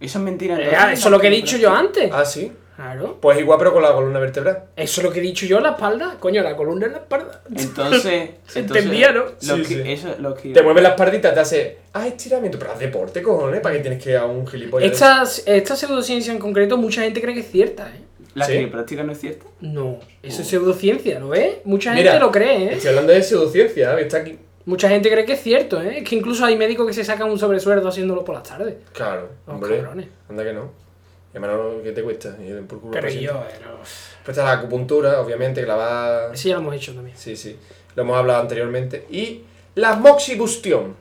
S1: Eso es mentira.
S3: Eh,
S1: entonces.
S3: eso es lo que he dicho yo antes.
S2: Ah, sí.
S3: Claro.
S2: Pues igual, pero con la columna vertebral.
S3: Eso es lo que he dicho yo, la espalda. Coño, la columna en la espalda.
S1: Entonces.
S3: Se
S1: entonces,
S3: entendía, ¿no?
S1: los
S2: Sí,
S1: que-
S2: sí.
S1: Eso, los que-
S2: Te mueve la espaldita, te hace. Ah, estiramiento. Pero haz deporte, cojones. ¿Para qué tienes que ir a un gilipollas?
S3: Esta, esta pseudociencia en concreto, mucha gente cree que es cierta, ¿eh?
S1: La
S2: Sí.
S1: quiropráctica no es cierta.
S3: No, eso es pseudociencia, ¿lo ves? Mucha
S2: Mira,
S3: gente lo cree, ¿eh?
S2: Estoy hablando de pseudociencia, que está aquí.
S3: Mucha gente cree que es cierto, ¿eh? Es que incluso hay médicos que se sacan un sobresueldo haciéndolo por las tardes.
S2: Claro,
S3: Los
S2: hombre.
S3: cabrones.
S2: Anda que no. Y hermano, ¿qué te cuesta? Y den por culo
S3: Pero
S2: al paciente.
S3: yo, eh, no.
S2: Pues está la acupuntura, obviamente, que la va.
S3: Eso ya lo hemos hecho también.
S2: Sí, sí. Lo hemos hablado anteriormente. Y la moxibustión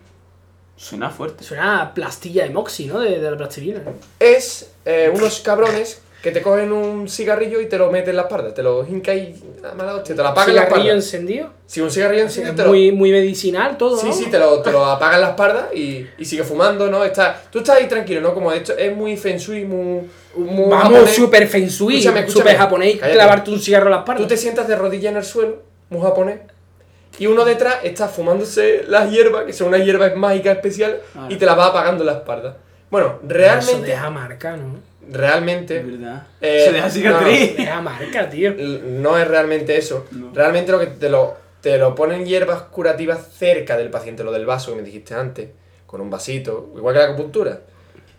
S1: Suena fuerte.
S3: Suena a plastilla de moxi, ¿no? De, de la plastilina.
S2: es eh, unos cabrones que te cogen un cigarrillo y te lo meten en la espalda. Te lo hinca y a mala hostia, te lo apagan en la
S3: Cigarrillo
S2: espalda.
S3: encendido.
S2: Si un cigarrillo enciende, te lo.
S3: Muy, muy medicinal todo,
S2: Sí,
S3: ¿no?
S2: sí, te lo, te lo apagan en la espalda y, y sigue fumando, ¿no? Está, tú estás ahí tranquilo, ¿no? Como esto es muy fensui, muy. muy
S3: Vamos,
S2: japonés.
S3: super feng shui,
S2: Escúchame, escúchame.
S3: super japonés,
S2: Cállate.
S3: clavarte un cigarro en la espalda.
S2: Tú te sientas de rodillas en el suelo, muy japonés, Y uno detrás está fumándose las hierbas, que son unas hierbas mágicas especial,
S1: Ah.
S2: y te las va apagando en la espalda. Bueno,
S3: Eso
S2: realmente,
S3: deja marca, ¿no?
S1: Es
S2: realmente
S1: verdad.
S2: Eh,
S1: Se deja cicatriz.
S3: Deja marca, tío.
S2: l- no es realmente eso.
S1: No.
S2: Realmente lo que te lo, te lo ponen hierbas curativas cerca del paciente, lo del vaso que me dijiste antes, con un vasito, igual que la acupuntura.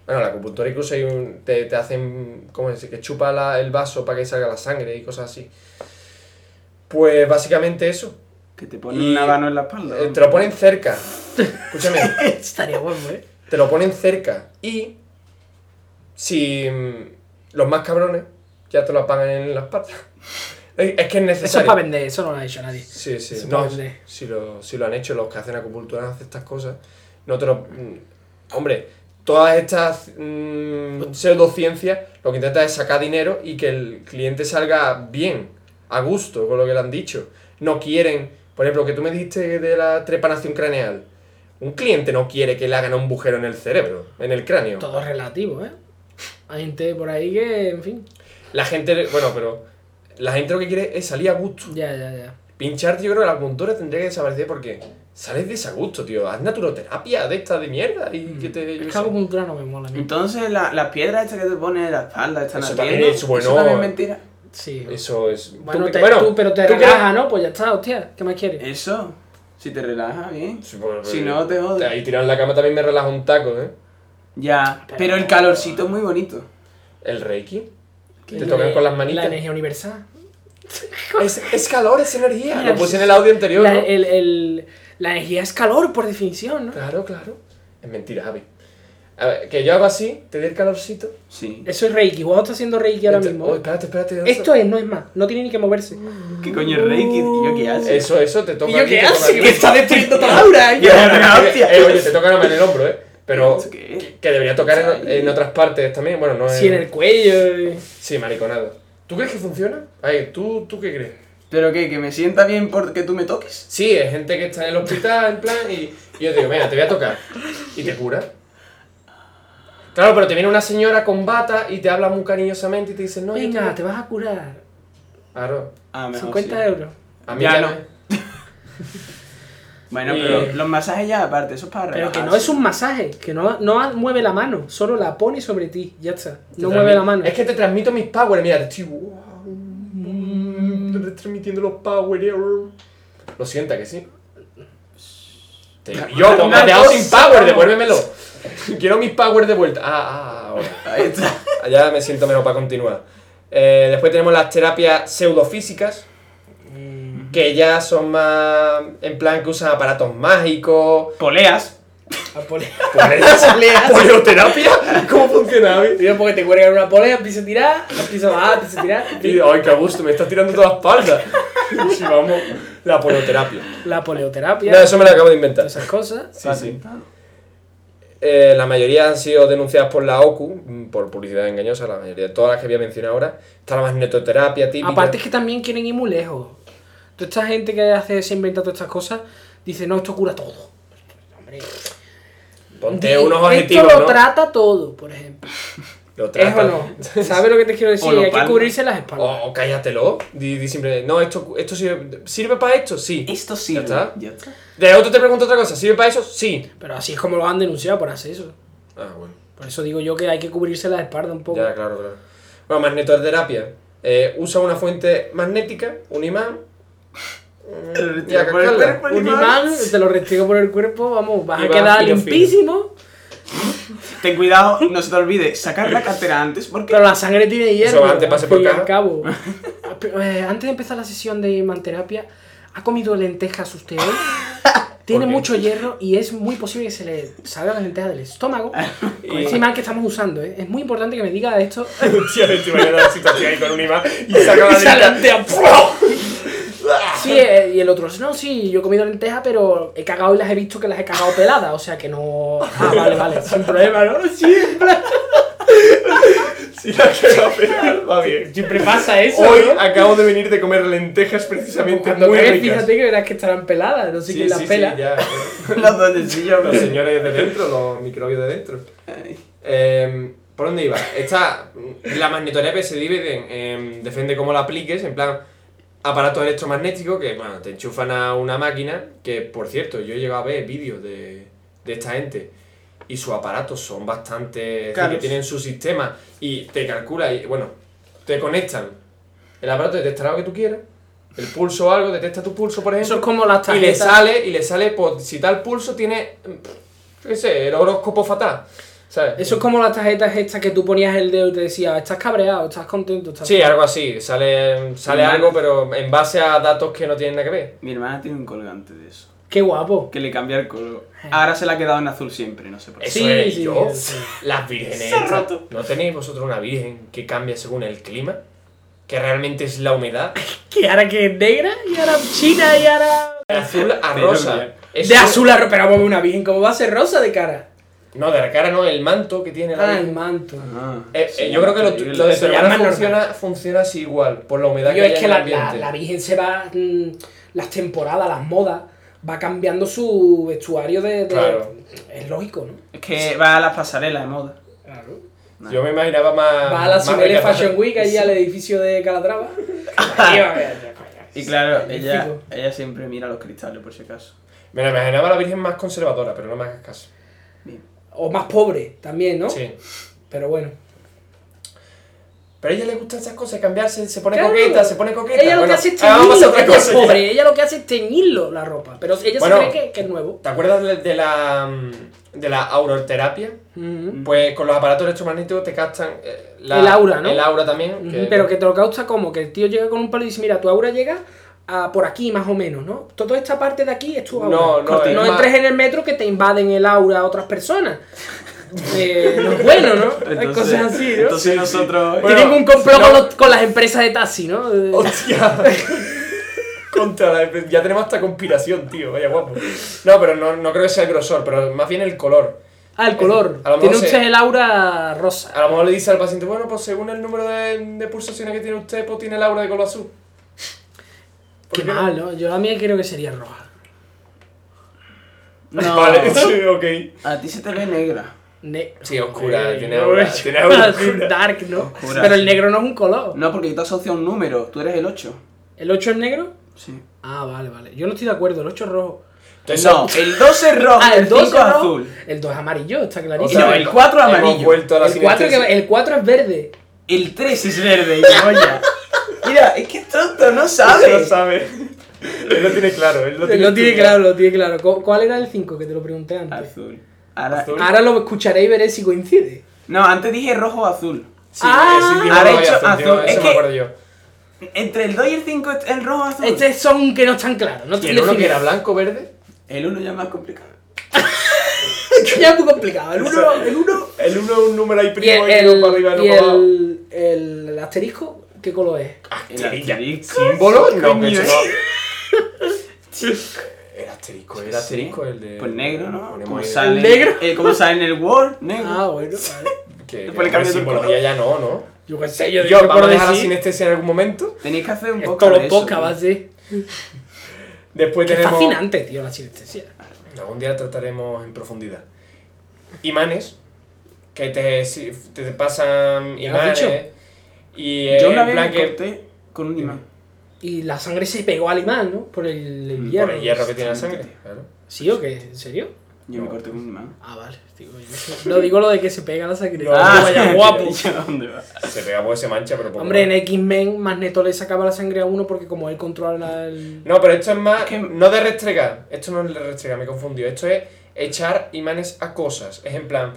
S2: Bueno, la acupuntura incluso hay un- te, te hacen, ¿cómo es? Que chupa la- el vaso para que salga la sangre y cosas así. Pues básicamente eso.
S1: Que te ponen
S2: Y-
S1: una mano en la espalda.
S2: Eh, te lo ponen cerca. Escúchame.
S3: Estaría bueno, ¿eh?
S2: te lo ponen cerca. Y si mm, los más cabrones ya te lo apagan en las patas. Es es que es necesario.
S3: Eso es para vender, eso no lo ha hecho nadie.
S2: Sí, sí.
S3: eso es
S2: no,
S3: para vender.
S2: si, lo, si lo han hecho los que hacen acupuntura, hacen estas cosas. No te lo. mm, Hombre, todas estas
S3: Pues-
S2: mm, pseudociencias lo que intenta es sacar dinero y que el cliente salga bien, a gusto con lo que le han dicho. No quieren, por ejemplo, que tú me dijiste de la trepanación craneal. Un cliente no quiere que le hagan un agujero en el cerebro, en el cráneo.
S3: Todo es relativo, ¿eh? Hay gente por ahí que, en fin.
S2: La gente, bueno, pero la gente lo que quiere es salir a gusto.
S3: Ya, ya, ya.
S2: Pincharte, yo creo que la acupuntura tendría que desaparecer porque sales de esa gusto, tío. Haz naturoterapia de esta de mierda y que te. yo
S3: Mm. Es
S2: qué
S3: que
S2: sé.
S3: acupuntura no me mola, a mí.
S1: Entonces, la- las piedras estas que te ponen en la espalda están
S2: Eso
S1: al
S2: también
S1: viento.
S2: es bueno.
S1: Eso también es mentira.
S3: Sí.
S2: Eso es.
S3: Bueno,
S2: tú-
S3: te-
S2: bueno,
S3: tú- pero te
S2: tú Eh,
S3: relaja, ¿no? Pues ya está, hostia. ¿Qué más quieres?
S1: Eso. Si te relajas, bien.
S2: quieres- Sí, pues, bueno,
S1: Si
S2: pero-
S1: no, te jode.
S2: Ahí tirado en la cama también me relaja un taco, ¿eh?
S1: Ya. Pero el calorcito es muy bonito.
S2: El reiki.
S3: Que
S2: Te
S3: yo
S2: tocan
S3: le-
S2: con las
S3: La
S2: manitas.
S3: energía universal.
S2: Es, es calor, es energía.
S3: Mira,
S2: Lo puse en el audio anterior.
S3: La,
S2: ¿no?
S3: el- el- la energía es calor, por definición, ¿no?
S2: Claro, claro. Es mentira, Javi. A ver, que yo hago así, te dé el calorcito.
S1: Sí.
S3: Eso es Reiki. Guau está haciendo Reiki ahora
S2: Ent-
S3: mismo. ¿eh?
S2: Oh, espérate, espérate.
S3: Esto es, no es más. No tiene ni que moverse.
S1: ¿Qué coño es Reiki? ¿Y yo qué hace?
S2: Eso, eso, te toca.
S3: ¿Y yo
S2: aquí,
S3: qué
S2: te toca
S3: hace?
S2: aquí.
S3: Que está destruyendo tu aura,
S2: Yo,
S3: ¿eh?
S1: Ya, ya,
S2: eh,
S1: hostia.
S2: eh, oye, te toca la mano en el hombro, ¿eh? Pero
S1: ¿Eso qué es?
S2: que, que debería tocar en, en otras partes también. Bueno, no es.
S3: Sí, en el cuello. eh.
S2: Sí, mariconado. ¿Tú crees que funciona? Ay, ¿tú, ¿tú qué crees?
S1: ¿Pero qué? ¿Que me sienta bien porque tú me toques?
S2: Sí, hay gente que está en el hospital, en plan, y, y yo digo, venga, te voy a tocar. Y te cura. Claro, pero te viene una señora con bata y te habla muy cariñosamente y te dice, no, yo
S3: Venga, te
S2: te-
S3: vas a curar.
S2: Claro.
S1: Ah, mejor
S3: 50
S1: sí.
S3: euros.
S2: A mí
S1: Ya
S2: ya
S1: no.
S2: me-
S1: Bueno,
S2: Y-
S1: pero los masajes ya aparte, eso es para
S3: Pero que no
S1: relajarse.
S3: es un masaje, que no, no mueve la mano, solo la pone sobre ti, ya está.
S2: te
S3: No mueve
S2: transmi-
S3: la mano.
S2: Es que te transmito mis powers, mira, te estoy. Te estoy transmitiendo los powers. Lo sienta que sí. Te- yo, pues, me has dejado sin power, devuélvemelo. Quiero mis powers de vuelta. Ah, ah, ahora.
S1: Ahí está.
S2: Allá me siento menos para continuar. Eh, después tenemos las terapias pseudofísicas,
S3: Mm.
S2: que ya son más en plan que usan aparatos mágicos.
S1: Poleas.
S3: La polea.
S2: ¿Poleas? ¿Polioterapia? ¿Cómo funciona, Abby?
S3: Tío, porque te cuelgan una polea, empieza a tirar, empieza a bajar, empieza a tirar.
S2: Y, Ay, qué gusto, me estás tirando toda la espalda. Sí, vamos, la poloterapia.
S3: La
S2: No,
S3: poleoterapia,
S2: eso me lo acabo de inventar.
S3: esas cosas.
S2: Sí, sí. Eh, la mayoría han sido denunciadas por la OCU, mm, por publicidad engañosa, la mayoría de todas las que voy a mencionar ahora. Está la magnetoterapia típica.
S3: Aparte es que también quieren ir muy lejos. Toda esta gente que hace, se inventa todas estas cosas, dice, no, esto cura todo. Hombre,
S2: Ponte
S3: di-
S2: unos
S3: Esto lo
S2: objetivos, ¿no?
S3: trata todo, por ejemplo.
S2: Lo
S3: ¿Es o
S2: trata.
S3: no? ¿Sabes lo que te quiero decir?
S1: O lo
S3: Hay que
S1: palma.
S3: cubrirse las espaldas.
S2: O, o cállatelo. Di, di siempre, no, esto, esto sirve, ¿sirve para esto, sí.
S1: Esto sí.
S2: Ya está. De otro te pregunto otra cosa, ¿sirve para eso? Sí.
S3: Pero así es como lo han denunciado por hacer eso.
S2: Ah, bueno.
S3: Por eso digo yo que hay que cubrirse las espaldas un poco.
S2: Ya, claro, claro. Bueno, magnetoterapia. Eh, usa una fuente magnética, un imán. Mm, Y a cascarla.
S3: Un imán, te lo restrigo por el cuerpo, vamos, vas
S2: Y
S3: a
S2: va
S3: quedar
S2: fino, fino.
S3: limpísimo.
S1: Ten cuidado, no se te olvide sacar la cartera antes porque...
S3: Pero la sangre tiene hierro.
S2: antes pase por
S3: al fin
S2: caja.
S3: y al cabo. Pero, eh, antes de empezar la sesión de imanterapia, ¿ha comido lentejas usted hoy? Tiene
S2: ¿Por qué?
S3: mucho hierro y es muy posible que se le salga la lenteja del estómago. Con
S2: Y-
S3: ese imán que estamos usando, ¿eh? Es muy importante que me diga esto.
S2: Hostia, me estoy imaginando la situación ahí con un imán y saca
S3: Y
S2: la
S3: sale
S2: lista.
S3: Sí, eh, y el otro, no, sí, yo he comido lentejas, pero he cagado y las he visto que las he cagado peladas, o sea que no... Ah, vale, vale, sin problema, ¿no? Siempre,
S2: Sí, la que va a pegar, va bien.
S3: siempre pasa eso,
S2: Hoy
S3: ¿no?
S2: acabo de venir de comer lentejas precisamente
S3: Cuando
S2: muy
S3: caes,
S2: ricas.
S3: fíjate que verás que estarán peladas, no sé quién las pela.
S2: ya.
S1: Los duendecillos,
S2: Los señores de dentro, los microbios de dentro.
S1: Ay.
S2: Eh, ¿Por dónde em, iba? Esta, la magnetoterapia se divide en, en- depende cómo la apliques, en plan, aparatos electromagnéticos que, bueno, te enchufan a una máquina, que, por cierto, yo he llegado a ver vídeos de, de esta gente y sus aparatos son bastante... es decir,
S4: Caros.
S2: que tienen su sistema y te calcula y, bueno, te conectan. El aparato detectará lo que tú quieras, el pulso o algo, detecta tu pulso, por
S3: Eso
S2: ejemplo.
S3: es como las
S2: Y le
S3: tarjetas.
S2: sale, y le sale, pues, si tal pulso tiene, mm, yo qué sé, el horóscopo fatal. ¿Sabes?
S3: Eso es como las tarjetas estas que tú ponías el dedo y te decía, estás cabreado, estás contento, estás.
S2: Sí, algo así. Sale, sale
S1: Vale.
S2: algo, pero en base a datos que no tienen nada que ver.
S1: Mi hermana tiene un colgante de eso.
S3: Qué guapo.
S1: Que le cambia el color. Ahora se la ha quedado en azul siempre, no sé por qué.
S2: Eso
S3: Sí,
S2: eres
S3: sí,
S2: yo.
S3: sí.
S2: Las vírgenes.
S4: Se ha
S2: estas.
S4: roto.
S2: ¿No tenéis vosotros una virgen que cambia según el clima? Que realmente es la humedad.
S3: Que ahora que es negra y ahora china y ahora.
S2: De azul a
S1: Pero
S2: rosa.
S1: bien.
S2: Eso-
S3: De azul a rosa. Pero vamos a ver una virgen, ¿cómo va a ser rosa de cara?
S2: No, de la cara no, el manto que tiene la
S3: Ah, el
S2: virgen.
S3: manto.
S1: Ah,
S2: Eh, eh,
S1: sí,
S2: yo creo que lo,
S1: increíble.
S2: lo de
S3: Eso ya
S2: Soriana
S3: es más
S2: funciona, funciona así igual, por la humedad
S3: Yo
S2: que hay
S3: es que
S2: en el
S3: la, la-
S2: ambiente.
S3: la virgen se va. mm, las temporadas, las modas, va cambiando su vestuario de. de-
S2: Claro.
S3: Es lógico, ¿no?
S1: Es que va a las pasarelas de moda.
S3: Claro.
S2: Yo me imaginaba más.
S3: Va a la
S2: Ah, más
S3: Cibele
S2: recatado.
S3: Fashion Week allí al edificio de Calatrava. Ahí va, ahí va, ahí va.
S1: Y claro, ella,
S3: Magnífico.
S1: ella siempre mira los cristales, por si acaso.
S2: Me la imaginaba la virgen más conservadora, pero no me hagas caso.
S1: Bien.
S3: O más pobre también, ¿no?
S2: Sí.
S3: Pero bueno.
S2: Pero a ella le gustan esas cosas, cambiarse, se pone
S3: Claro.
S2: coqueta, se pone coqueta.
S3: Ella lo
S2: Bueno,
S3: que hace es
S2: ahora vamos a
S3: teñirlo,
S2: otra
S3: que ella es
S2: cosa.
S3: pobre. Ella lo que hace es teñirlo la ropa. Pero ella
S2: Bueno.
S3: se cree que, que es nuevo.
S2: ¿Te acuerdas de, de la mm, de la auroterapia?
S3: Ujú.
S2: Pues con los aparatos electromagnéticos te captan eh, la-
S3: Mm. El aura, ¿no?
S2: El aura también.
S3: Ujú, Pero que te lo causa como que el tío llega con un palo y dice, mira, tu aura llega a por aquí más o menos, ¿no? Toda esta parte de aquí es tu aura.
S2: No, no,
S3: Corte,
S2: es
S3: no
S2: más-
S3: entres en el metro que te invaden el aura a otras personas. Eh, no es bueno, ¿no? Hay cosas así, ¿no?
S1: Entonces nosotros.
S2: Bueno,
S3: Tienen un
S2: no.
S3: complot con, los- con las empresas de taxi, ¿no? Eh,
S2: ¡Hostia! Contra la- Ya tenemos hasta conspiración, tío. Vaya guapo. No, pero no, no creo que sea el grosor, pero más bien el color.
S3: Ah, el color.
S2: A lo mejor
S3: Tiene
S2: se-
S3: usted el aura rosa.
S2: A lo mejor le dice al paciente, bueno, pues según el número de, de pulsaciones que tiene usted, pues tiene el aura de color azul.
S3: Qué mal, ¿no? Yo la mía creo que sería roja.
S1: No,
S2: Vale, sí, ok.
S1: a ti se te ve negra.
S3: Ne-
S2: Sí, oscura,
S3: Ey,
S2: tiene
S3: no,
S2: aura,
S3: es-
S2: tiene aura
S3: es un
S2: oscura.
S3: dark, ¿no?
S1: Oscura,
S3: Pero el
S1: sí.
S3: negro no es un color.
S1: No, porque yo te asocio a un número. Tú eres el 8.
S3: ¿El 8 es negro?
S1: Sí.
S3: Ah, vale, vale. Yo no estoy de acuerdo, el 8 es rojo.
S2: Entonces,
S1: no, el 2 es rojo.
S3: Ah, el 2
S1: 5
S3: es rojo,
S1: azul.
S3: El 2 es amarillo, está
S2: O
S3: clarísimo.
S2: sea,
S1: No, el cuatro
S2: hemos
S1: amarillo.
S2: vuelto a la
S3: el, 4
S2: siguiente-
S3: es verde.
S1: El 3 es verde. y vaya. Mira, es que es tonto, no
S2: Él lo
S1: sabes.
S2: sabe. Él lo tiene claro. Él lo tiene,
S3: Lo tiene claro, lo tiene claro. ¿Cu- ¿Cuál era el 5 que te lo pregunté antes?
S1: Azul. Ahora,
S2: Azul.
S3: Ahora lo escucharé y veré si coincide.
S1: no, antes dije rojo o azul.
S2: Sí,
S3: Ah.
S2: ese yo
S1: Ha
S2: no lo
S1: hecho
S2: había sentido,
S1: azul.
S2: Eso
S1: Es
S2: me
S1: que-
S2: acuerdo yo.
S1: Entre el 2 y el 5 es el rojo o azul.
S3: Estos son que no están claros. No
S2: ¿Y
S3: estoy
S2: el uno que era
S3: definido.
S2: blanco, verde?
S1: El 1 ya es más complicado.
S3: Ya es muy complicado. El 1
S2: el 1. El 1 es un número ahí
S3: y
S2: primo
S3: el,
S2: y uno para arriba y
S3: y
S2: uno para abajo.
S3: el, el, el asterisco, ¿qué color es?
S1: El asterisco.
S2: ¿Símbolo? No,
S1: Coño,
S2: que eso
S1: eh.
S2: no. El asterisco, el asterisco, el de.
S1: Pues negro, ¿no?
S2: Ponemos
S1: Como
S2: ahí-
S1: sale,
S3: ¿Negro?
S1: eh, como sale en el Word, negro.
S3: Ah, bueno, vale.
S2: Que, que
S1: Después le cambias el
S2: simbología ya no, ¿no?
S3: Yo qué sé, yo,
S2: Yo,
S3: yo
S2: vamos
S3: por
S2: a dejar la
S3: decir.
S2: sinestesia este en algún momento.
S1: Tenéis que hacer un poco
S3: Esto
S1: de
S3: lo
S1: eso.
S3: toca, va a ser.
S2: Después
S3: Qué
S2: tenemos.
S3: fascinante, tío, la sinestesia.
S2: Algún día trataremos en profundidad. Imanes, que te, si- te pasan
S3: Ya lo
S2: imanes.
S3: has dicho.
S2: Y eh,
S1: Yo una
S2: en
S1: vez
S2: plan
S1: me
S2: que.
S1: corté con un imán.
S3: Y la sangre se pegó al imán, ¿no? Por el, el
S1: Mm,
S3: hierro.
S2: Por el hierro que tiene la sangre.
S1: Exactamente.
S2: Claro.
S3: ¿Sí o qué? ¿En serio?
S1: Yo me corté con un imán.
S3: Ah, vale. Digo, yo sé- lo digo lo de que se pega la sangre.
S2: No, Ah,
S3: vaya guapo.
S1: ¿A dónde va?
S2: Se pega porque se mancha, pero poco
S3: Hombre, en
S2: más.
S3: X-Men Magneto le sacaba la sangre a uno porque como él controla el...
S2: No, pero esto es más.
S1: Es que-
S2: No de restregar. Esto no es de restregar, me confundió. Esto es echar imanes a cosas. Es en plan.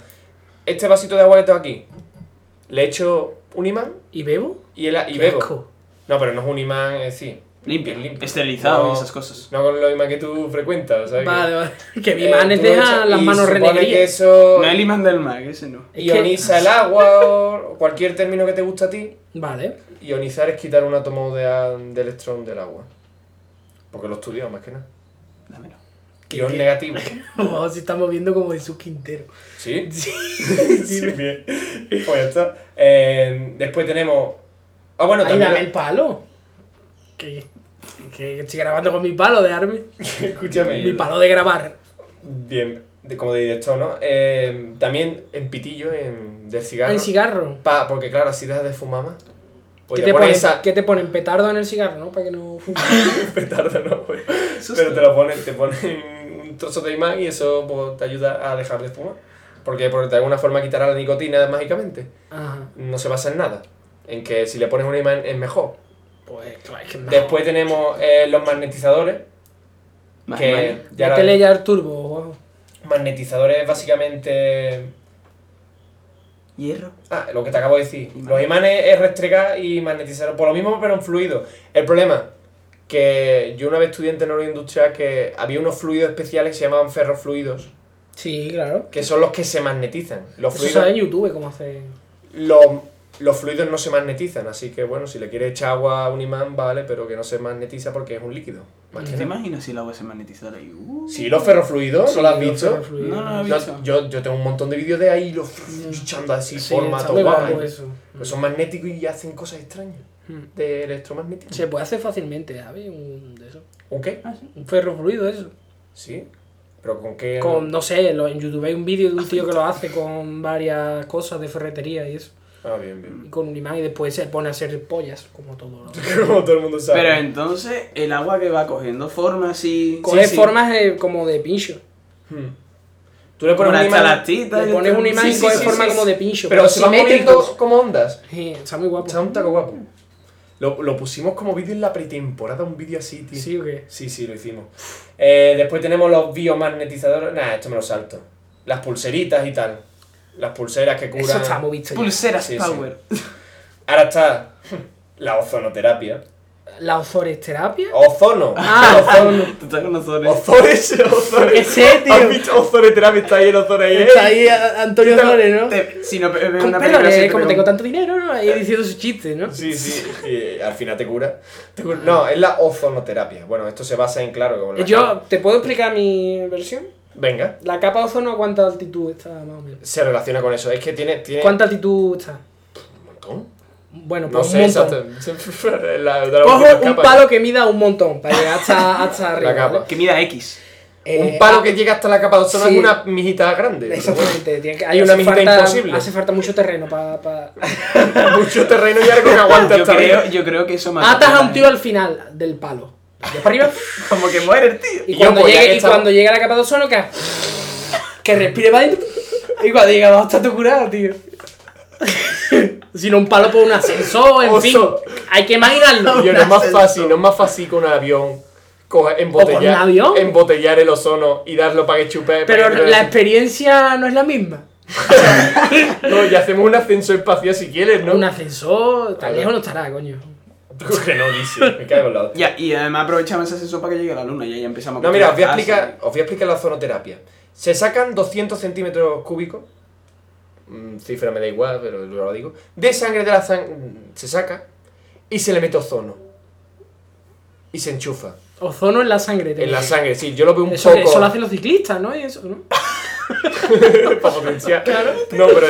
S2: Este vasito de agua que tengo aquí. Le echo un imán
S3: ¿Y bebo?
S2: y, el, y
S3: Qué
S2: bebo.
S3: asco.
S2: No, pero no es un imán, es decir.
S1: Limpio,
S2: es
S1: limpio. Esterilizado
S2: No-
S1: y esas cosas.
S2: No con los imanes que tú frecuentas, ¿sabes?
S3: Vale, vale. Que mi
S2: Eh,
S3: imanes
S2: tú lo
S3: deja
S2: echas
S3: las
S2: y
S3: manos
S2: supone que
S3: renegrías.
S2: eso
S1: No el imán del mag, ese no.
S3: que-
S2: ioniza el agua o o cualquier término que te gusta a ti.
S3: Vale.
S2: Ionizar es quitar un átomo de, a- de electrón del agua. Porque lo he estudiado, más que nada.
S1: Dámelo.
S2: Ion negativo.
S3: Vamos, si estamos viendo como Jesús Quintero.
S2: ¿Sí?
S3: Sí,
S2: Sí, bien. Pues ya está. Eh, después tenemos. Ah, bueno,
S3: Ay,
S2: también.
S3: dame el palo. Que, que estoy grabando con mi palo, dejarme. Mi
S2: Escúchame.
S3: palo de grabar.
S2: Bien, de- como de director, ¿no? Eh, también en pitillo, en, del cigarro.
S3: El cigarro.
S2: Pa- porque claro, así dejas de fumar más. Pues
S3: ¿Qué,
S2: te
S3: te
S2: pones
S3: ponen,
S2: esa...
S3: qué te ponen? Petardo en el cigarro, ¿no? Para que no fume.
S2: Petardo no, pues. Pero te lo ponen, te ponen un trozo de imán y eso pues, te ayuda a dejar de fumar. Porque, porque de alguna forma quitará la nicotina mágicamente.
S3: Ajá.
S2: No se basa en nada. En que si le pones un imán es mejor.
S3: Pues claro, es que no.
S2: Después tenemos eh, los magnetizadores.
S1: Más
S2: que
S1: mal.
S2: ya
S3: Ya
S2: la-
S3: te leía el turbo, guau.
S2: magnetizadores es básicamente.
S1: Hierro.
S2: Ah, lo que te acabo de decir. Los imanes es restregar y magnetizar. Por lo mismo, pero en fluido. El problema, que yo una vez estudiante en oro industrial que había unos fluidos especiales que se llamaban ferrofluidos,
S3: Sí, claro.
S2: que son los que se magnetizan. Los
S3: Eso sale en
S2: fluidos,
S3: YouTube, cómo hace.
S2: los, los fluidos no se magnetizan, así que bueno, si le quieres echar agua a un imán, vale, pero que no se magnetiza porque es un líquido. Más que
S1: ¿Te
S2: nada.
S1: imaginas si la agua se magnetizara y... uh?
S2: Sí, los ferrofluidos, ¿no lo has visto?
S1: No, no,
S2: Yo-
S1: Aviso.
S2: yo, yo tengo un montón de vídeos de ahí los echando así,
S3: Sí,
S2: formato
S3: está muy
S2: guay.
S3: guapo eso.
S2: Pues son magnéticos y hacen cosas extrañas
S3: Mm.
S2: de electromagnetismo.
S3: Se puede hacer fácilmente, ¿sabes? Un, de eso.
S2: ¿Un qué?
S1: Ah, sí.
S3: un ferro fluido, eso.
S2: Sí. ¿Pero con qué?
S3: Con, no sé, lo- en YouTube hay un vídeo de un tío que lo hace con varias cosas de ferretería y eso.
S2: Ah, bien, bien.
S3: Y con un imán y después se pone a hacer pollas, como todo. ¿no?
S2: Como todo el mundo sabe.
S1: Pero entonces, el agua que va cogiendo forma así...
S3: Coge
S2: sí.
S3: formas eh, como de pincho.
S2: Hmm. Tú le
S1: Como
S2: pones
S1: una
S2: un imán,
S1: estalactita.
S3: Le
S1: yo
S3: pones
S1: creo.
S3: un imán
S2: Sí,
S3: y
S2: sí,
S3: coge
S2: sí,
S3: forma
S2: sí,
S3: como
S2: sí.
S3: de pincho.
S2: pero se van
S3: simétricos.
S2: moviendo como ondas.
S3: Sí, está muy guapo.
S2: Está un taco guapo. Lo, lo pusimos como vídeo en la pretemporada, un vídeo así, tío.
S3: ¿Sí o qué?
S2: Sí, sí, lo hicimos. Eh, después tenemos los biomagnetizadores. Nah, esto me lo salto. Las pulseritas y tal. Las pulseras que curan.
S3: Eso está muy visto ya.
S1: Pulseras
S2: Sí, sí.
S1: power.
S2: Ahora está la ozonoterapia.
S3: ¿La ozoresterapia?
S2: Ozono.
S3: Ah,
S2: ozono.
S1: Tú estás con nosotros.
S2: Ozores, ozores.
S3: ¿Qué sé, tío?
S2: ¿Has visto ozonoterapia? Está ahí el ozore ahí. ¿eh?
S3: Está ahí eh. a- Antonio
S2: Quita-
S3: Flores, ¿no?
S1: Te- Si no veo
S3: Con
S1: una
S3: pelones,
S1: película así,
S3: como
S1: pero-
S3: tengo tanto dinero, ¿no? Ahí diciendo su chiste, ¿no?
S2: Sí, sí. y al final te cura. Te cura. No, es la ozonoterapia. Bueno, esto se basa en, claro, como la-
S3: Yo, ¿te puedo explicar mi versión?
S2: Venga.
S3: La capa de ozono, ¿a cuánta altitud está más o menos?
S2: Se relaciona con eso. Es que tiene. tiene...
S3: ¿Cuánta altitud está?
S2: Un montón.
S3: Bueno,
S2: No
S3: pues un
S2: sé
S3: montón.
S2: exacto. La- de la-
S3: Cojo
S2: la
S3: un
S2: capa.
S3: palo que mida un montón para llegar hasta, hasta arriba.
S2: capa.
S3: ¿vale?
S1: Que mida X.
S3: Eh,
S2: un palo que llega hasta la capa de ozono
S3: sí.
S2: es una mijita grande. pero
S3: Exactamente, tiene que- hay
S2: Es
S3: una
S2: una mijita
S3: falta,
S2: imposible.
S3: Hace falta mucho terreno para.
S2: bueno, mucho terreno y algo que aguanta
S1: Yo
S2: hasta
S1: creo,
S2: arriba.
S1: yo creo que eso más.
S3: Atas a un tío al final del palo. De para arriba.
S1: Como que muere el tío.
S3: Y,
S2: Y
S3: cuando,
S2: ojo, ya
S3: llegue,
S2: que
S3: y
S2: estamos-
S3: cuando llegue a la capa de ozono, que, que respire para adentro. Y cuando llegue abajo, está tu curado, tío. si no, un palo por un ascensor, en
S2: Oso.
S3: fin. Hay que imaginarlo.
S2: Yo, no es más fácil, no es más fácil con un avión. coger- embotellar,
S3: ¿O con un avión?
S2: embotellar el ozono y darlo para que chupe.
S3: Pero
S2: para que-
S3: la experiencia no es la misma.
S2: No, y hacemos un ascenso espacial si quieres, ¿no?
S3: Un ascensor, tan
S2: Claro.
S3: lejos no estará, coño.
S2: que no dice, me cago en la otra.
S1: Ya, y además aprovechamos ese sopa que llegue a la luna y ahí empezamos
S2: No,
S1: con
S2: mira,
S1: la
S2: os voy a
S1: fase.
S2: explicar, os voy a explicar la ozonoterapia. Se sacan 200 centímetros cúbicos, mm, cifra me da igual, pero yo lo digo, de sangre de la sangre, se saca y se le mete ozono. Y se enchufa.
S3: Ozono en la sangre. te
S2: En la
S3: digo.
S2: sangre, sí, yo lo veo un
S3: Eso, que-
S2: poco...
S3: eso lo hacen los ciclistas, ¿no? Y eso, ¿no?
S2: para potenciar. No, pero.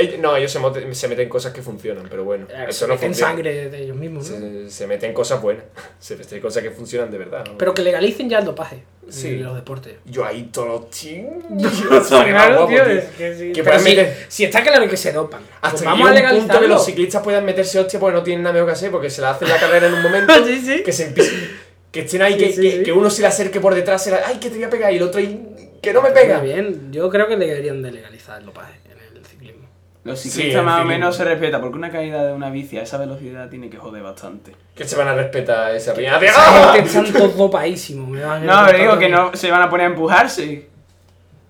S2: eh, No, ellos se, mote- se meten cosas que funcionan, pero bueno. eso
S3: Se
S2: no
S3: meten
S2: funciona.
S3: sangre de ellos mismos, ¿no?
S2: Se, se meten cosas buenas. Se meten cosas que funcionan de verdad. ¿no?
S3: Pero que legalicen ya el dopaje
S2: Sí.
S3: en los deportes.
S2: Yo ahí todos los ching-
S3: Claro,
S2: guapo,
S3: tío,
S2: tío.
S3: es que sí.
S2: Que
S3: Pero
S2: puedan
S3: si,
S2: meter-
S3: si está claro que se dopan,
S2: Hasta
S3: pues
S2: que
S3: vamos a
S2: llegue un punto que
S3: legalizarlo.
S2: los ciclistas puedan meterse hostia porque no tienen nada mejor que hacer, porque se la hacen la carrera en un momento.
S3: Sí, sí.
S2: Que se empiecen- Que estén ahí,
S3: Sí,
S2: que,
S3: sí,
S2: que-
S3: sí.
S2: que uno se le acerque por detrás, se la- ¡ay, que te voy a pegar! Y el otro, ahí, ¡que no me pega!
S3: Muy bien, yo creo que deberían de legalizar el dopaje en el ciclismo.
S1: Los
S2: Sí,
S1: ciclistas más o
S2: en fin.
S1: menos se respeta porque una caída de una bici a esa velocidad tiene que joder bastante.
S2: Que se van a respetar esa riña.
S3: Esa gente están todos dopadísimos. me van a
S1: No, pero digo
S3: contar
S1: que
S3: todo.
S1: no se van a poner a empujarse.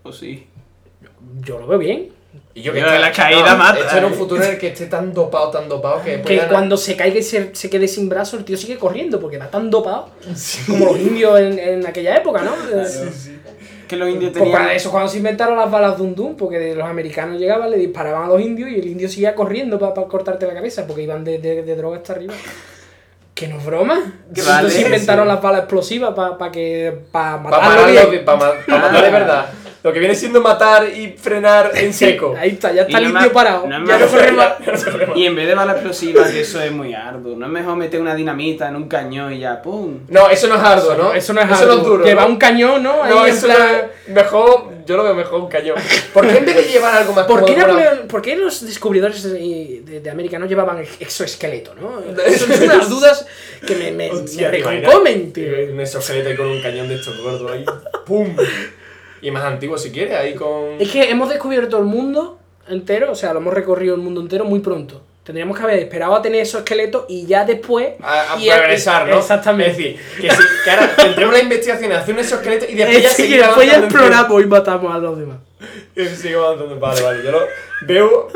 S1: O sí.
S3: Yo lo veo bien.
S2: Y yo
S1: Pero la caída mata,
S2: Esto era un
S1: eh.
S2: futuro en el que esté tan dopado, tan dopado que
S3: Que
S2: puedan-
S3: cuando se caiga y se, se quede sin brazo, el tío sigue corriendo porque va tan dopado como los indios en, en aquella época, ¿no?
S1: Que los indios
S3: Pues
S1: tenían.
S3: cuando- eso cuando se inventaron las balas dum dum, porque de- los americanos llegaban, le disparaban a los indios y el indio seguía corriendo para cortarte la cabeza, porque iban de, de, de droga hasta arriba. Que no es broma.
S1: Que
S3: Entonces
S1: vale,
S3: se inventaron
S1: sí.
S3: las balas explosivas para que para
S2: Para
S3: matarlo
S2: matarlo,
S3: bien.
S2: para ma- para matar de verdad. Lo que viene siendo matar y frenar en seco.
S3: Ahí está, ya está
S1: Y no
S3: limpio
S1: me-
S3: parado.
S1: no me-
S2: Ya no
S3: corre
S2: frena,
S3: más.
S2: ya no frena.
S1: Y en vez de bala explosiva, que eso es muy arduo. No es mejor meter una dinamita en un cañón y ya, ¡pum!
S2: No, eso no es arduo, ¿no?
S3: Eso no es
S2: Eso no
S3: algo.
S2: es duro.
S3: Lleva
S2: ¿no?
S3: un cañón, ¿no? Ahí
S2: No,
S3: en
S2: eso
S3: plan-
S2: no es- mejor, yo lo veo mejor un cañón. ¿Por qué en vez de llevar algo más
S3: ¿Por
S2: como
S3: qué,
S2: una-
S3: Napoleón- por qué los descubridores de, de- de América no llevaban ex- exoesqueleto, no? Son unas dudas que me, me, me
S2: Hostia, te imaginas.
S3: reconcomen, tío.
S2: Eh, Un esofete con un cañón de estos gordos ahí. ¡Pum! Y más antiguo si quieres, ahí con.
S3: Es que hemos descubierto el mundo entero, o sea, lo hemos recorrido el mundo entero muy pronto. Tendríamos que haber esperado a tener esos esqueletos y ya después...
S2: A, a
S3: y-
S2: progresar, ¿no?
S3: Exactamente.
S2: Es decir, que, si, que ahora tendremos la investigación, hacer un esqueleto y después ya
S3: Es que
S2: seguir
S3: después ya
S2: avanzando en tiempo.
S3: exploramos y matamos a los demás.
S2: Y sigo avanzando. Vale, vale. Yo lo veo,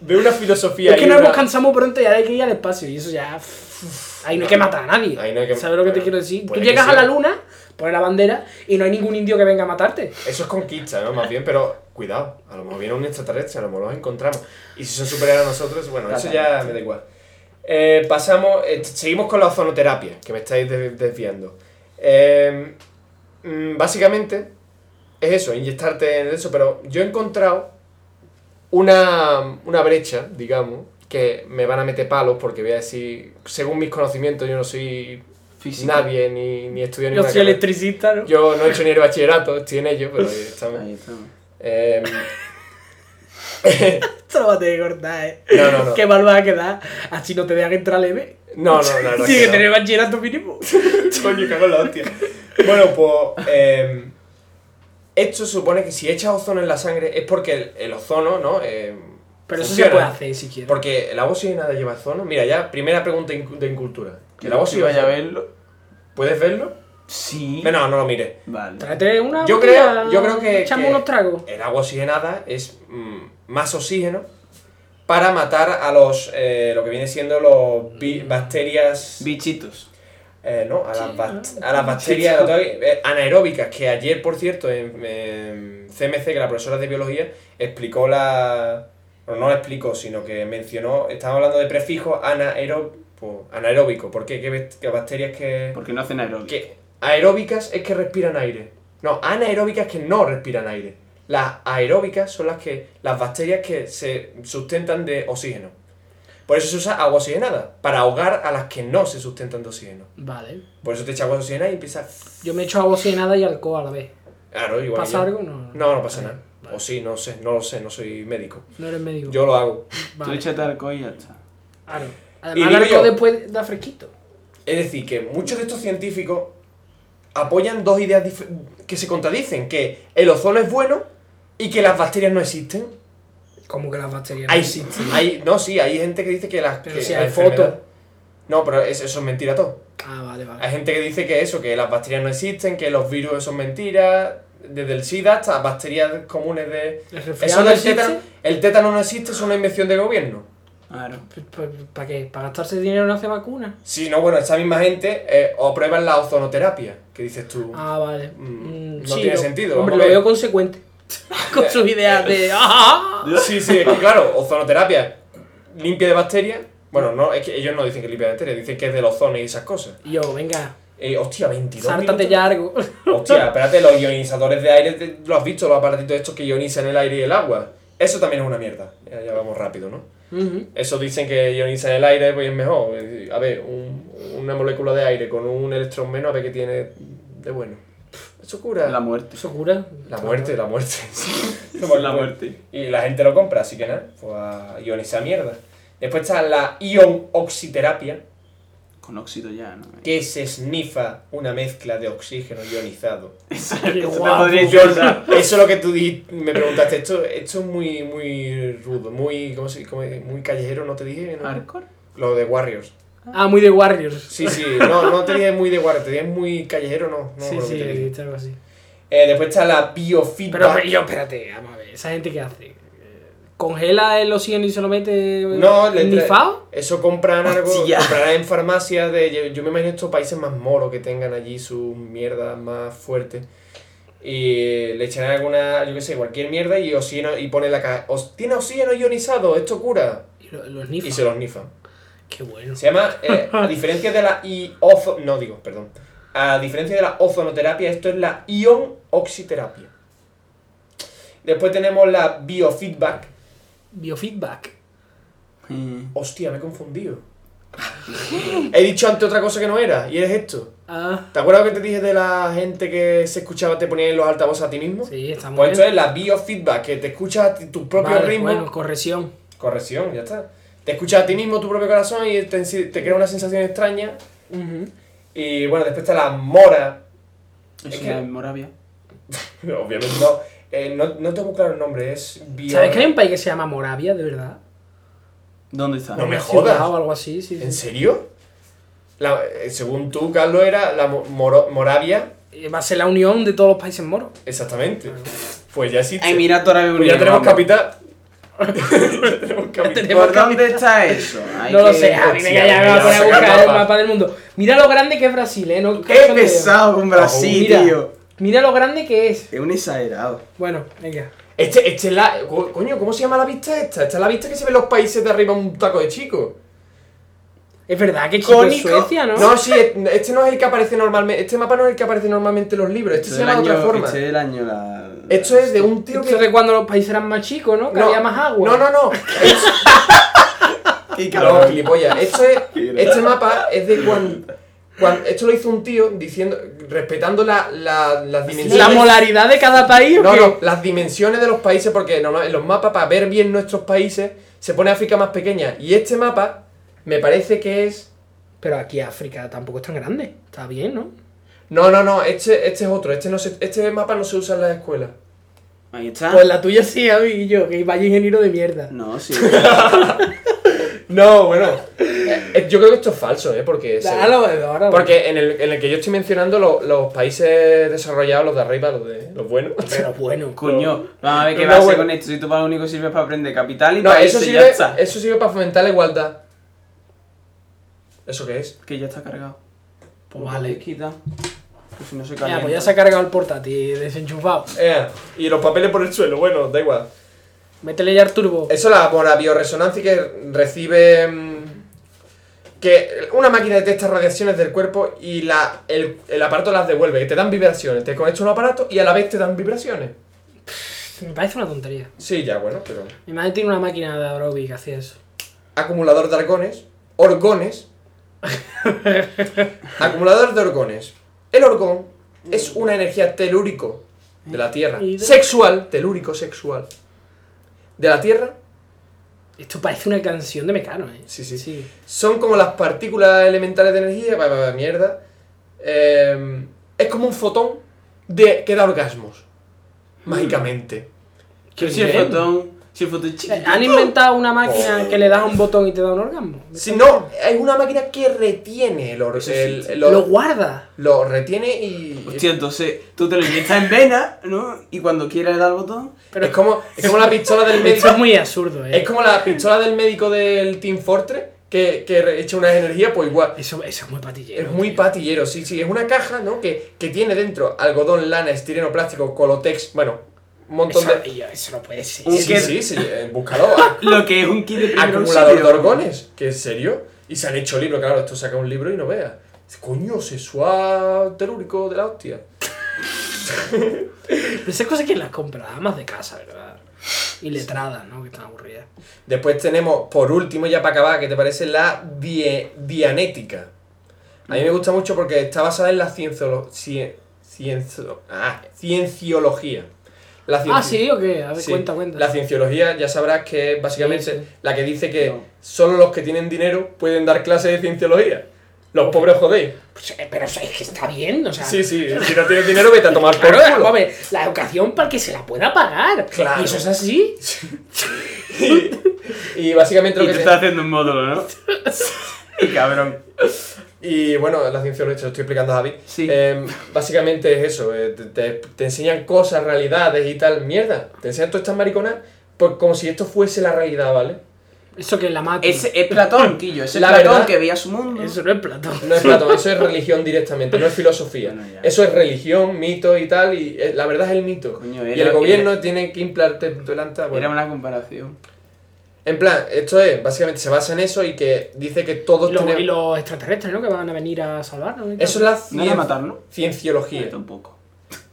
S2: veo una filosofía.
S3: es que
S2: ahí,
S3: nos
S2: una-
S3: hemos cansado muy pronto y ahora hay que ir al espacio. Y eso ya. pff, Ahí no hay que matar a nadie.
S2: Ahí no hay que-
S3: ¿Sabes lo que te
S2: bueno,
S3: quiero decir? Tú
S2: puede que
S3: llegas a
S2: sea.
S3: la luna, pones la bandera y no hay ningún indio que venga a matarte.
S2: Eso es conquista, ¿no? Más bien, pero cuidado. A lo mejor viene un extraterrestre, a lo mejor los encontramos. Y si son superiores a nosotros, bueno, eso ya me da igual. Eh, pasamos, eh, seguimos con la ozonoterapia, que me estáis de- desviando. Eh, mm, básicamente, es eso, inyectarte en eso, pero yo he encontrado una, una brecha, digamos, que me van a meter palos porque voy a decir, según mis conocimientos, yo no soy
S1: Física.
S2: nadie, ni, ni estudio ni
S3: Yo
S2: nada
S3: soy electricista, ¿no?
S2: yo no he hecho ni el bachillerato, estoy en ello, pero ahí estamos.
S1: Ahí estamos.
S2: Em,
S3: Esto lo vas a tener que cortar, ¿eh?
S2: No, no, no.
S3: Qué mal va a quedar. Así no te dejan entrar al EB.
S2: no, no, la verdad.
S3: Tiene
S2: que
S3: que
S2: no.
S3: tener bachillerato mínimo.
S2: Coño, cago en la hostia. Bueno, pues. em, esto supone que si echas ozono en la sangre es porque el, el ozono, ¿no? Em,
S3: Pero eso
S2: funciona.
S3: se puede hacer si quieres.
S2: Porque el agua sin nada lleva ozono. Mira, ya, primera pregunta incu- de incultura. ¿El agua
S1: si
S2: sin
S1: vaya a
S2: ozono?
S1: verlo?
S2: ¿Puedes verlo?
S1: Sí.
S2: No, no, no lo mires.
S1: Vale.
S3: Tráete una.
S2: Yo
S3: botella,
S2: creo, yo creo que,
S3: Echamos
S2: que
S3: unos tragos.
S2: el agua oxigenada es mm, más oxígeno para matar a los eh, lo que viene siendo los bi- bacterias
S1: Bichitos.
S2: eh, no a las, bac- a las bacterias eh, anaeróbicas que ayer por cierto en, en CMC que la profesora de biología explicó la bueno, no la explicó sino que mencionó estaba hablando de prefijos anaero- pues, anaeróbico ¿por qué? ¿Qué, best- qué bacterias que
S1: Porque no hacen aeróbico.
S2: que aeróbicas es que respiran aire. No, anaeróbicas que no respiran aire. Las aeróbicas son las que las bacterias que se sustentan de oxígeno. Por eso se usa agua oxigenada, para ahogar a las que no se sustentan de oxígeno.
S3: Vale.
S2: Por eso te echa agua oxigenada y empiezas...
S3: Yo me echo agua sin nada y alcohol a la vez.
S2: Claro, igual
S3: ¿Pasa
S2: ya.
S3: algo? No.
S2: No, no pasa nada.
S3: vale.
S2: O sí, no sé, no lo sé, no soy médico.
S3: No eres médico.
S2: Yo lo hago.
S1: Tú
S3: Vale.
S1: échate alcohol y ya está.
S3: Claro.
S2: Y
S3: Además,
S2: digo
S3: el
S2: yo-
S3: alcohol después da fresquito.
S2: Es decir, que muchos de estos científicos apoyan dos ideas dif- que se contradicen, que el ozono es bueno y que las bacterias no existen.
S3: Como que las bacterias.
S2: Hay,
S3: no existen.
S2: hay- no, sí, hay gente que dice que las
S3: Pero
S2: que
S3: si
S2: la
S3: hay
S2: enfermedad-
S3: fotos.
S2: No, pero es- eso es mentira todo.
S3: Ah, vale,
S2: Hay
S3: vale.
S2: gente que dice que eso, que las bacterias no existen, que los virus son mentiras, desde el SIDA hasta bacterias comunes de...
S3: ¿El
S2: Eso
S3: resfriado
S2: del
S3: existe?
S2: tétano, el tétano no existe, es una invención del gobierno.
S1: Claro.
S3: Pues, ¿Para qué? ¿Para gastarse dinero en hacer vacuna?
S2: Sí, no, bueno, esa misma gente eh, o aprueban la ozonoterapia, que dices tú.
S3: Ah, vale.
S2: Mm,
S3: Mm,
S2: no tiene
S3: lo-
S2: sentido, vamos
S3: Hombre,
S2: a
S3: lo
S2: ver.
S3: veo consecuente. Con sus ideas de. ¡Ah!
S2: Sí, sí, es que claro, ozonoterapia limpia de bacterias. Bueno, no, es que ellos no dicen que limpia de bacterias, dicen que es del ozono y esas cosas.
S3: Y Yo, venga,
S2: Eh, hostia, 22
S3: sártate
S2: minutos.
S3: ya algo.
S2: Hostia, espérate, los ionizadores de aire, te- lo has visto, los aparatitos estos que ionizan el aire y el agua. Eso también es una mierda. Ya, ya vamos rápido, ¿no?
S3: Ujú.
S2: Eso dicen que ionizan el aire, pues es mejor. Eh, A ver, un- una molécula de aire con un electrón menos, a ver qué tiene de bueno. Eso cura.
S1: La
S2: La,
S1: muerte.
S3: Eso cura.
S2: muerte, la muerte. sí.
S1: La muerte.
S2: Y la gente lo compra, así que nada, pues a ionizar mierda. Después está la ionoxiterapia,
S1: Con óxido ya, ¿no?
S2: que se esnifa una mezcla de oxígeno ionizado.
S1: Eso
S3: Qué
S1: eso te
S3: guapo.
S1: podría
S2: Yo-
S1: encantar.
S2: eso es lo que tú di- me preguntaste. Esto, esto es muy, muy rudo, muy, ¿cómo se- cómo es? muy callejero, ¿no te dije? no?
S1: Hardcore.
S2: Lo de Warriors.
S3: Ah, muy de Warriors.
S2: Sí, sí, no, no te dije muy de Warriors, te dije muy callejero, no. no
S3: sí,
S2: lo que
S3: sí,
S2: te dije.
S3: dijiste algo así.
S2: Eh, después está la
S3: Pero,
S2: biofeedback.
S3: pero yo, espérate, vamos a ver. ¿Esa gente qué hace? Eh, ¿Congela el oxígeno y se lo mete
S2: No, le-
S3: nifado?
S2: Eso compran algo,
S1: Hostia.
S2: comprarán en farmacias de. Yo, yo me imagino estos países más moros que tengan allí sus mierdas más fuertes. Y le echarán alguna, yo qué sé, cualquier mierda y oxígeno. Y pone la caja. "Os- Tiene oxígeno ionizado, esto cura.
S3: Y lo- los
S2: Y se
S3: nifas.
S2: los nifan.
S3: Qué bueno.
S2: Se llama, eh, a diferencia de la iozo... No digo, perdón. A diferencia de la ozonoterapia, esto es la ionoxiterapia. Después tenemos la biofeedback.
S3: Biofeedback.
S1: Mm.
S2: Hostia, me he confundido. he dicho antes otra cosa que no era, y es esto.
S3: Ah,
S2: ¿Te acuerdas que te dije de la gente que se escuchaba, te ponía en los altavoces a ti mismo?
S3: sí, está muy
S2: Pues esto
S3: bien.
S2: es la biofeedback, que te escuchas a ti- tu propio
S3: Vale,
S2: ritmo.
S3: Bueno, corrección.
S2: Corrección, ya está. Te escuchas a ti mismo, tu propio corazón, y te, te crea una sensación extraña.
S3: Ujú.
S2: Y bueno, después está la mora.
S1: Eso
S2: Es
S1: es
S2: que-
S1: en Moravia.
S2: Obviamente no. Eh, no, no tengo muy claro el nombre, es bio...
S3: ¿Sabes que hay un país que se llama Moravia, de verdad?
S1: ¿Dónde está?
S2: No me
S3: Una
S2: jodas.
S3: ciudad O algo así, sí, sí.
S2: ¿En serio? La- eh, según tú, Carlos, era la mo- moro- Moravia.
S3: Eh, Va a ser la unión de todos los países moros.
S2: Exactamente. Pues ya existe.
S1: Emirato Árabe
S2: Pues ya
S1: Unido,
S2: tenemos
S1: vamos.
S2: capital. ya tenemos capital.
S1: ¿Por dónde está eso? Hay
S3: no lo
S1: que-
S3: sé, a mí me
S2: hostia,
S3: ya me va a
S2: mira,
S3: poner a
S2: sacar
S3: buscar el
S2: mapa.
S3: mapa del mundo. Mira lo grande que es Brasil, ¿eh? No,
S1: ¡Qué pesado con Brasil,
S3: Mira,
S1: tío!
S3: mira lo grande que es.
S1: Es un exagerado.
S3: Bueno, venga.
S2: Este, este es la. co- Coño, ¿cómo se llama la vista esta? Esta es la vista que se ve en los países de arriba un taco de chico.
S3: Es verdad que Chipre es Suecia, ¿no?
S2: No, sí, es- este no es el que aparece normalmente. Este mapa no es el que aparece normalmente en los libros. Este
S1: Esto
S2: se llama de otra forma.
S1: Este es el año la...
S2: Esto es de un tío que.
S3: Esto de cuando los países eran más chicos, ¿no? Que este había más agua.
S2: No, no, no. Esto-
S1: Qué cabrón.
S2: No, gilipollas. Esto es-
S1: Qué grande.
S2: este mapa es de cuando, Esto lo hizo un tío diciendo. respetando la, la- las dimensiones.
S3: La molaridad de cada país. ¿o
S2: No,
S3: qué?
S2: no, las dimensiones de los países, porque normal- en los mapas, para ver bien nuestros países, se pone África más pequeña. Y este mapa me parece que es.
S3: Pero aquí África tampoco es tan grande. Está bien, ¿no?
S2: No, no, no, este, este es otro. Este, no se- este mapa no se usa en las escuelas.
S1: Ahí está.
S3: Pues la tuya sí, Javi, y yo, que vaya ingeniero de mierda.
S1: No, sí.
S2: No, bueno. eh, eh, yo creo que esto es falso, ¿eh? Porque. se-
S3: Ahora lo veo, ahora lo veo.
S2: Porque en el, en el que yo estoy mencionando lo- los países desarrollados, los de arriba, los de los buenos.
S3: Pero bueno, pues,
S1: Coño, vamos a ver qué
S2: No,
S1: va a hacer
S2: bueno.
S1: con esto. Si tú para lo único que sirves para aprender capital y
S2: No,
S1: para
S2: eso
S1: irse, ya
S2: sirve,
S1: está.
S2: eso sirve para fomentar la igualdad. ¿Eso qué es?
S1: Que ya está cargado.
S3: Pues vale.
S1: Quita. Pues si no se
S3: Ya,
S1: calienta.
S3: pues ya se ha cargado el portátil desenchufado.
S2: Eh, y los papeles por el suelo, bueno, da igual.
S3: Métele ya el turbo.
S2: Eso la por la bioresonancia que recibe. mm, Que una máquina detecta radiaciones del cuerpo y la, el, el aparato las devuelve, que te dan vibraciones. Te conectas a un aparato y a la vez te dan vibraciones.
S3: Me parece una tontería.
S2: Sí, ya, bueno, pero.
S3: Mi madre tiene una máquina de aeróbic que hacía eso.
S2: Acumulador de argones. Orgones. acumulador de orgones. El orgón es una energía telúrico de la Tierra. Sexual, telúrico sexual. De la Tierra
S3: Esto parece una canción de Mecano, ¿eh?
S2: Sí, sí. son como las partículas elementales de energía. va, va, va, mierda. Eh, es como un fotón de, que da orgasmos. Mágicamente.
S1: Que si el
S3: Mm. Bien.
S1: fotón. Si el
S2: Eh,
S1: fotón chiquito.
S2: ah.
S3: Han inventado una máquina que le das a un botón y te da un orgasmo.
S2: Oh. Si no, es una máquina que retiene el orgasmo.
S1: Eso sí.
S2: lo,
S3: Lo guarda.
S2: lo retiene y.
S1: Hostia, entonces tú te lo inyectas en vena, ¿no? Y cuando quieras le das al botón.
S3: Pero
S2: es, como, es como la pistola del
S3: Esto
S2: médico.
S3: es muy absurdo, ¿eh?
S2: Es como la pistola del médico del Team Fortress que, que re- echa unas energías, pues igual.
S3: Eso, eso es muy patillero.
S2: Es muy
S3: tío.
S2: patillero, sí, sí. Es una caja, ¿no? Que, que tiene dentro algodón, lana, estireno, plástico, colotex, bueno, un montón
S3: Eso,
S2: de.
S3: yo- eso no puede ser.
S1: Un
S2: Sí,
S1: kit.
S2: sí, sí, eh, búscalo.
S1: Lo que es un kit de primer
S2: Acumulador de
S1: auxilio.
S2: orgones, que es serio. Y se han hecho libros, claro, esto saca un libro y no veas. Coño, sexual telúrico de la hostia.
S3: Pero esas cosas que las compra, las amas de casa, ¿verdad? Y letradas, ¿no? Que están aburridas.
S2: Después tenemos, por último, ya para acabar, que te parece la die- dianética. A mí me gusta mucho porque está basada en la cienciolo- cien- cienzo- ah, cienciología. La
S3: Ah,
S2: cienci-
S3: sí, o qué? A ver,
S2: Sí.
S3: cuenta, cuenta.
S2: La cienciología, ya sabrás que es básicamente
S3: Sí, sí.
S2: la que dice que
S1: No.
S2: solo los que tienen dinero pueden dar clases de cienciología. Los pobres jodéis.
S3: Pues, eh, pero eso es que está bien, o sea.
S2: Sí, sí, si no tienes dinero, vete a tomar por
S3: Claro,
S2: culo.
S3: vamos a ver, la educación para que se la pueda pagar.
S2: Claro.
S3: Y eso es así.
S2: Y, y básicamente lo
S1: Y
S2: que
S1: tú
S2: te-
S1: estás haciendo un módulo, ¿no? Qué cabrón.
S2: Y bueno, la cienciología, te lo estoy explicando a Javi.
S1: Sí.
S2: Em, básicamente es eso, eh, te, te- te enseñan cosas, realidades y tal, mierda. Te enseñan todas estas mariconas por- como si esto fuese la realidad, ¿vale?
S3: Eso que es la mata.
S1: Ese es Platón, Quillo. Ese es
S2: La
S1: Platón
S2: verdad-
S1: que veía su mundo.
S3: Eso no es Platón.
S2: No es Platón, eso es religión directamente, no es filosofía.
S1: Bueno, ya.
S2: eso es religión, mito y tal, y eh, la verdad es el mito.
S1: Coño,
S2: y
S1: era-
S2: el
S1: era-
S2: gobierno tiene que implantarte delante. bueno.
S1: Era una comparación.
S2: En plan, esto es, básicamente se basa en eso y que dice que todos
S3: Y los,
S2: tenemos.
S3: y los extraterrestres, ¿no? Que van a venir a salvarnos. y tal.
S2: Eso es la
S1: No era
S2: cien-
S1: matarlo.
S2: cienciología.
S1: Tampoco.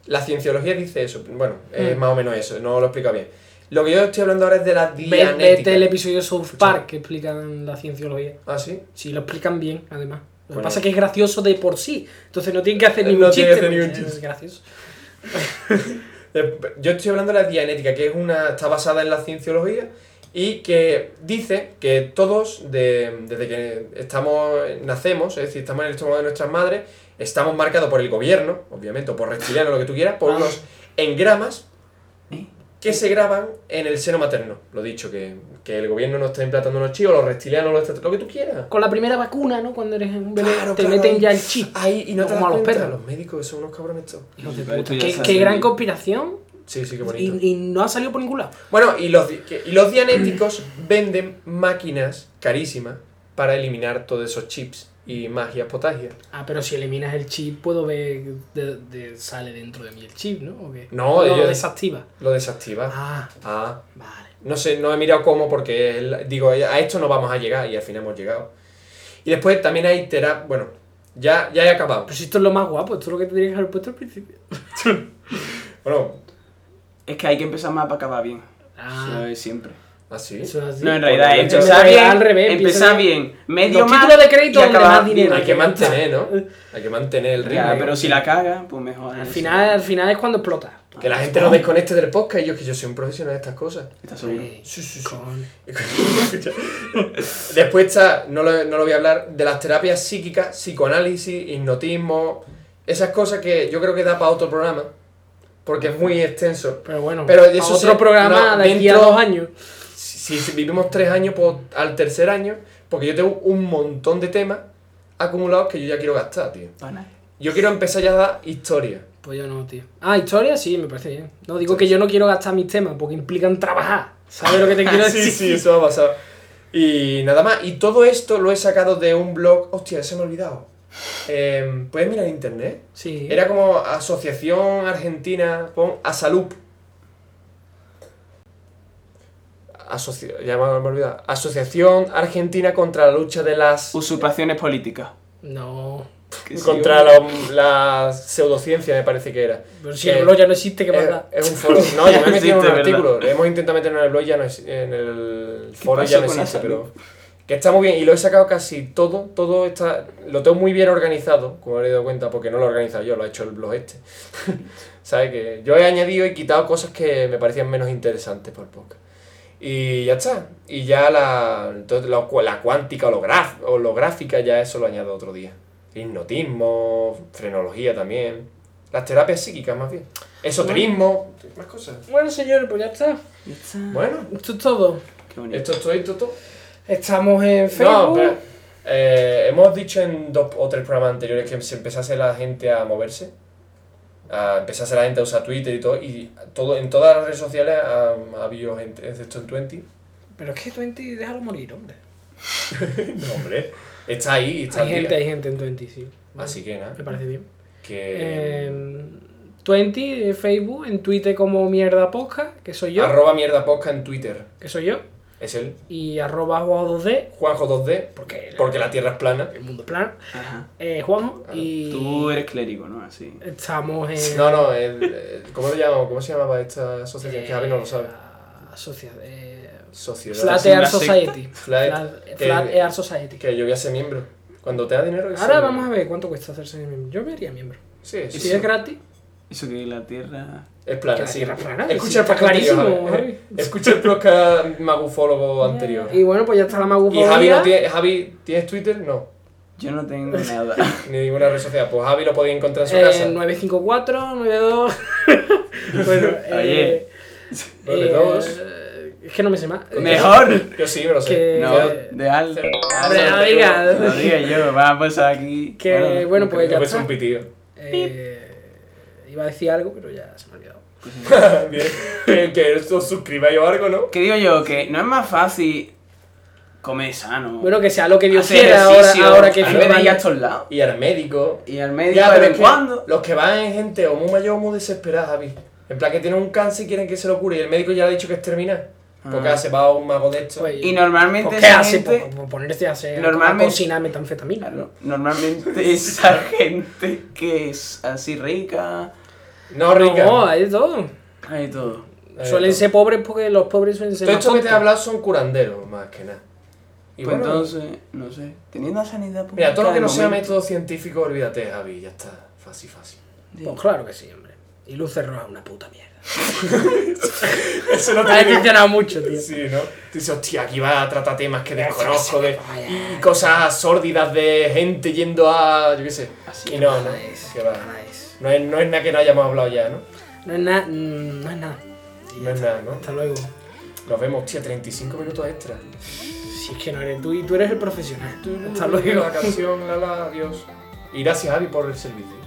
S2: La cienciología dice eso. Bueno,
S3: Mm.
S2: es más o menos eso, no lo explico bien. Lo que yo estoy hablando ahora es de la
S3: Ve-
S2: dianética.
S3: Vete el episodio de South
S2: Escucha.
S3: Park que explican la cienciología.
S2: ¿Ah, sí?
S3: Sí, lo explican bien, además. Lo que
S2: Bueno.
S3: pasa es que es gracioso de por sí. Entonces no tienen que hacer
S2: No
S3: ningún
S2: tiene
S3: chiste.
S2: que hacer
S3: porque
S2: ningún
S3: Es
S2: chiste.
S3: gracioso.
S2: Eh, Yo estoy hablando de la dianética, que es una está basada en la cienciología y que dice que todos, de- desde que estamos nacemos, es decir, estamos en el estómago de nuestras madres, estamos marcados por el gobierno, obviamente, o por reptiliano, lo que tú quieras, por
S3: Ah.
S2: unos engramas
S1: ¿Eh?
S2: que se graban en el seno materno. Lo dicho, que, que el gobierno no está implantando unos chivos, los reptilianos, los extra- lo que tú quieras.
S3: Con la primera vacuna, ¿no? Cuando eres un bebé,
S2: Claro,
S3: te
S2: claro, Ah.
S3: meten
S2: ahí-
S3: ya el chip.
S2: Ahí, y no te
S3: Como
S2: das
S3: a los
S2: cuenta,
S3: perros.
S2: Los médicos son unos cabrones estos.
S3: Hijos de
S1: Pero
S3: puta.
S1: tú ya
S3: Qué,
S1: sabes
S3: qué
S1: de
S3: gran
S1: mí.
S3: conspiración.
S2: Sí, sí, qué bonito.
S3: Y, y no ha salido por ningún lado.
S2: Bueno, y los, di- que- y los dianéticos venden máquinas carísimas para eliminar todos esos chips y magias potagias.
S3: Ah, pero si eliminas el chip, puedo ver. De, de- sale dentro de mí el chip, ¿no? ¿O qué?
S2: No,
S3: lo
S2: ellos-
S3: desactiva.
S2: Lo desactiva.
S3: Ah,
S2: Ah,
S3: vale.
S2: no sé, no he mirado cómo porque el- digo, eh, a esto no vamos a llegar y al final hemos llegado. Y después también hay terapia, bueno, ya, ya he acabado.
S3: Pero si esto es lo más guapo, esto es lo que tendrías que haber puesto al principio.
S2: Bueno,
S1: Es que hay que empezar más para acabar bien. Eso
S3: Ah,
S1: es siempre.
S2: así.
S3: eso es así.
S1: No, en realidad,
S2: Porque
S1: empezar
S3: en realidad
S1: bien,
S3: al revés,
S1: empezar
S3: empieza-
S1: bien, medio
S3: Los
S1: más
S3: títulos de crédito
S1: y
S3: donde
S1: acabar
S3: más dinero.
S2: Hay que mantener, ¿no? Hay que mantener el ritmo.
S1: Ya,
S2: ¿no?
S1: pero si la caga, pues mejor.
S3: Al final, al final es cuando explota.
S2: Que la gente no desconecte del podcast y yo que yo soy un profesional de estas cosas.
S1: Está seguro.
S3: eh,
S2: Sí, sí, sí.
S3: Con-
S2: Después está, no lo, no lo voy a hablar, de las terapias psíquicas, psicoanálisis, hipnotismo, esas cosas que yo creo que da para otro programa, porque es muy extenso.
S3: Pero bueno,
S2: Pero
S3: para
S2: eso
S3: otro
S2: sí, no,
S3: programa de aquí a
S2: dentro-
S3: dos años.
S2: Si, si vivimos tres años pues, al tercer año, porque yo tengo un montón de temas acumulados que yo ya quiero gastar, tío.
S1: Para nada.
S2: Yo quiero empezar ya a dar historia.
S3: Pues yo no, tío. Ah, historia, sí, me parece bien. No, digo que yo no quiero gastar mis temas porque implican trabajar. ¿Sabes lo que te quiero decir?
S2: sí, sí, eso va a pasar. Y nada más, y todo esto lo he sacado de un blog. Hostia, se me ha olvidado. Em, ¿Puedes mirar en internet?
S3: Sí.
S2: Era como Asociación Argentina, pon Asalup. Asoci- ya me me he olvidado. Asociación Argentina contra la lucha de las.
S1: Usurpaciones políticas.
S3: No.
S1: Que sí,
S2: contra
S1: hombre.
S2: la, la pseudociencia, me parece que era.
S3: Pero si
S2: Eh,
S3: el blog ya no existe, ¿qué
S2: es,
S3: verdad?
S2: es un foro. No, yo me he metido en
S1: Existe,
S2: un
S1: ¿verdad?
S2: artículo. Hemos intentado meterlo en el blog, ya no es, en el
S1: ¿Qué
S2: foro
S1: pasó
S2: ya no
S1: con
S2: existe,
S1: Asalup?
S2: pero. Que está muy bien, y lo he sacado casi todo, todo está. Lo tengo muy bien organizado, como he dado cuenta, porque no lo he organizado yo, lo ha hecho el blog este. ¿Sabes? Que yo he añadido y quitado cosas que me parecían menos interesantes por podcast. Y ya está. Y ya la, entonces la, cu- la cuántica holograf- holográfica, ya eso lo añado otro día. Hipnotismo, frenología también. Las terapias psíquicas, más bien. Esoterismo. Más cosas.
S3: Bueno, señores, pues ya está.
S1: Ya está.
S2: Bueno,
S3: Esto es todo.
S1: Qué bonito.
S2: esto es todo, esto es todo.
S3: Estamos en
S2: No,
S3: Facebook.
S2: pero, eh, hemos dicho en dos o tres programas anteriores que se empezase la gente a moverse, a empezase la gente a usar Twitter y todo, y todo, en todas las redes sociales ha, ha habido gente, excepto en 20.
S3: Pero es que 20, déjalo morir, hombre.
S2: No, hombre, está ahí, está
S3: Hay
S2: al
S3: gente,
S2: día.
S3: hay gente en 20, Ah, sí.
S2: Así que nada,
S3: Me parece bien.
S2: que...
S3: Eh, 20 en eh, Facebook, en Twitter como mierda posca, que soy yo.
S2: Arroba mierda posca en Twitter.
S3: que soy yo.
S2: Es el
S3: Y arroba Juanjo 2D,
S2: Juanjo 2D,
S3: porque el,
S2: porque la tierra es plana.
S3: el mundo es plano.
S1: Ajá.
S3: Eh, Juanjo.
S2: Claro.
S3: Y
S1: Tú eres clérigo, ¿no? Así.
S3: estamos en.
S2: No, no, el- el- ¿cómo, lo llamo? ¿cómo se llamaba esta sociedad?
S3: eh,
S2: Que Javi no lo sabe.
S3: asocia- eh,
S2: Sociedad.
S3: Flat
S1: ¿Es una
S3: Air
S1: secta?
S3: Society.
S2: Flat-
S3: Flat-
S2: que-
S3: Flat Air Society.
S2: Que yo voy a ser miembro. Cuando te da dinero... que
S3: Ahora
S2: sea-
S3: vamos a ver cuánto cuesta hacerse miembro. Yo me haría miembro.
S2: Sí, sí,
S3: Si
S2: sí.
S3: es gratis.
S1: Eso que la tierra.
S2: Es plana,
S3: Que
S2: sí.
S3: la tierra es plana,
S2: Escucha
S3: sí,
S2: el
S3: está
S2: podcast anterior,
S3: clarísimo,
S2: Javi.
S3: Javi.
S2: Escucha el podcast magufólogo anterior.
S3: Y bueno, pues ya está la
S2: Y
S3: magufobia.
S2: Javi, no tiene, Javi, ¿tienes Twitter? No.
S1: Yo no tengo nada.
S2: Ni ninguna red social. Pues Javi lo podéis encontrar en su
S3: Eh,
S2: casa.
S3: 954, 92. bueno, eh,
S2: Nueve,
S3: eh,
S2: dos.
S3: es que no me sé más.
S1: ¡Mejor!
S2: Yo sí, me lo sé.
S3: Que-
S1: No, de alto.
S2: Cero.
S3: Eh, Hombre, no digas.
S1: Lo diga yo, va a pasar aquí.
S3: Que, bueno, pues- ya
S2: Después
S3: está.
S2: un pitido.
S3: Eh, iba a decir algo, pero ya se me ha olvidado.
S2: Bien. que, que os suscribáis o algo, ¿no?
S1: Que digo yo, que no es más fácil comer sano.
S3: Bueno, que sea lo que Dios
S1: hacer
S3: quiera ahora,
S1: ejercicio,
S3: ahora que
S1: en vez de
S3: firman-
S1: ir a todos lados.
S2: Y al médico.
S1: Y al médico
S2: Ya,
S1: de
S2: pero
S1: vez en
S2: es que
S1: cuando.
S2: Los que van es gente o muy mayor o muy desesperada, Javi. En plan que tienen un cáncer y quieren que se lo cure. Y el médico ya le ha dicho que es terminar. Porque
S1: Ah.
S2: hace va un mago de esto.
S3: Pues,
S1: Y normalmente
S3: pues, ¿Qué
S1: esa
S3: hace?
S1: gente-
S3: Pues, pues, ponerse a hacer
S1: Normalmente-
S3: a cocinar metanfetamina.
S1: Claro, normalmente esa gente que es así rica,
S2: No, rica.
S3: No, hay de todo.
S1: Hay todo.
S2: Hay
S3: Suelen
S2: todo.
S3: ser pobres porque los pobres suelen ser
S2: Todo
S3: más
S2: esto que te he
S3: tontos.
S2: hablado son curanderos, más que nada.
S1: Y
S3: bueno.
S1: Pues entonces, no sé. Teniendo la sanidad pública.
S2: Mira, todo lo que
S1: de
S2: no sea
S1: momento-
S2: método científico, olvídate, Javi, ya está. Fácil, fácil.
S3: Pues claro que sí, hombre. Y luz roja es una puta mierda.
S2: Eso no
S3: Me ha decepcionado mucho, tío.
S2: Sí, ¿no? Tú dices, hostia, aquí va a tratar temas que
S3: Ya,
S2: desconozco de,
S3: vaya.
S2: y cosas sórdidas de gente yendo a. yo qué sé.
S1: Así
S2: y no, no,
S3: nada es,
S2: que va.
S3: nada es.
S2: No es, no es nada que no hayamos hablado ya, ¿no?
S3: No es nada. mm, No es nada.
S2: No es nada, ¿no?
S3: Hasta luego.
S2: Nos vemos, hostia, 35 minutos extra.
S3: Si es que no eres tú y tú eres el profesional. Hasta luego.
S2: La canción, la la, adiós. Y gracias, Javi, por el servicio.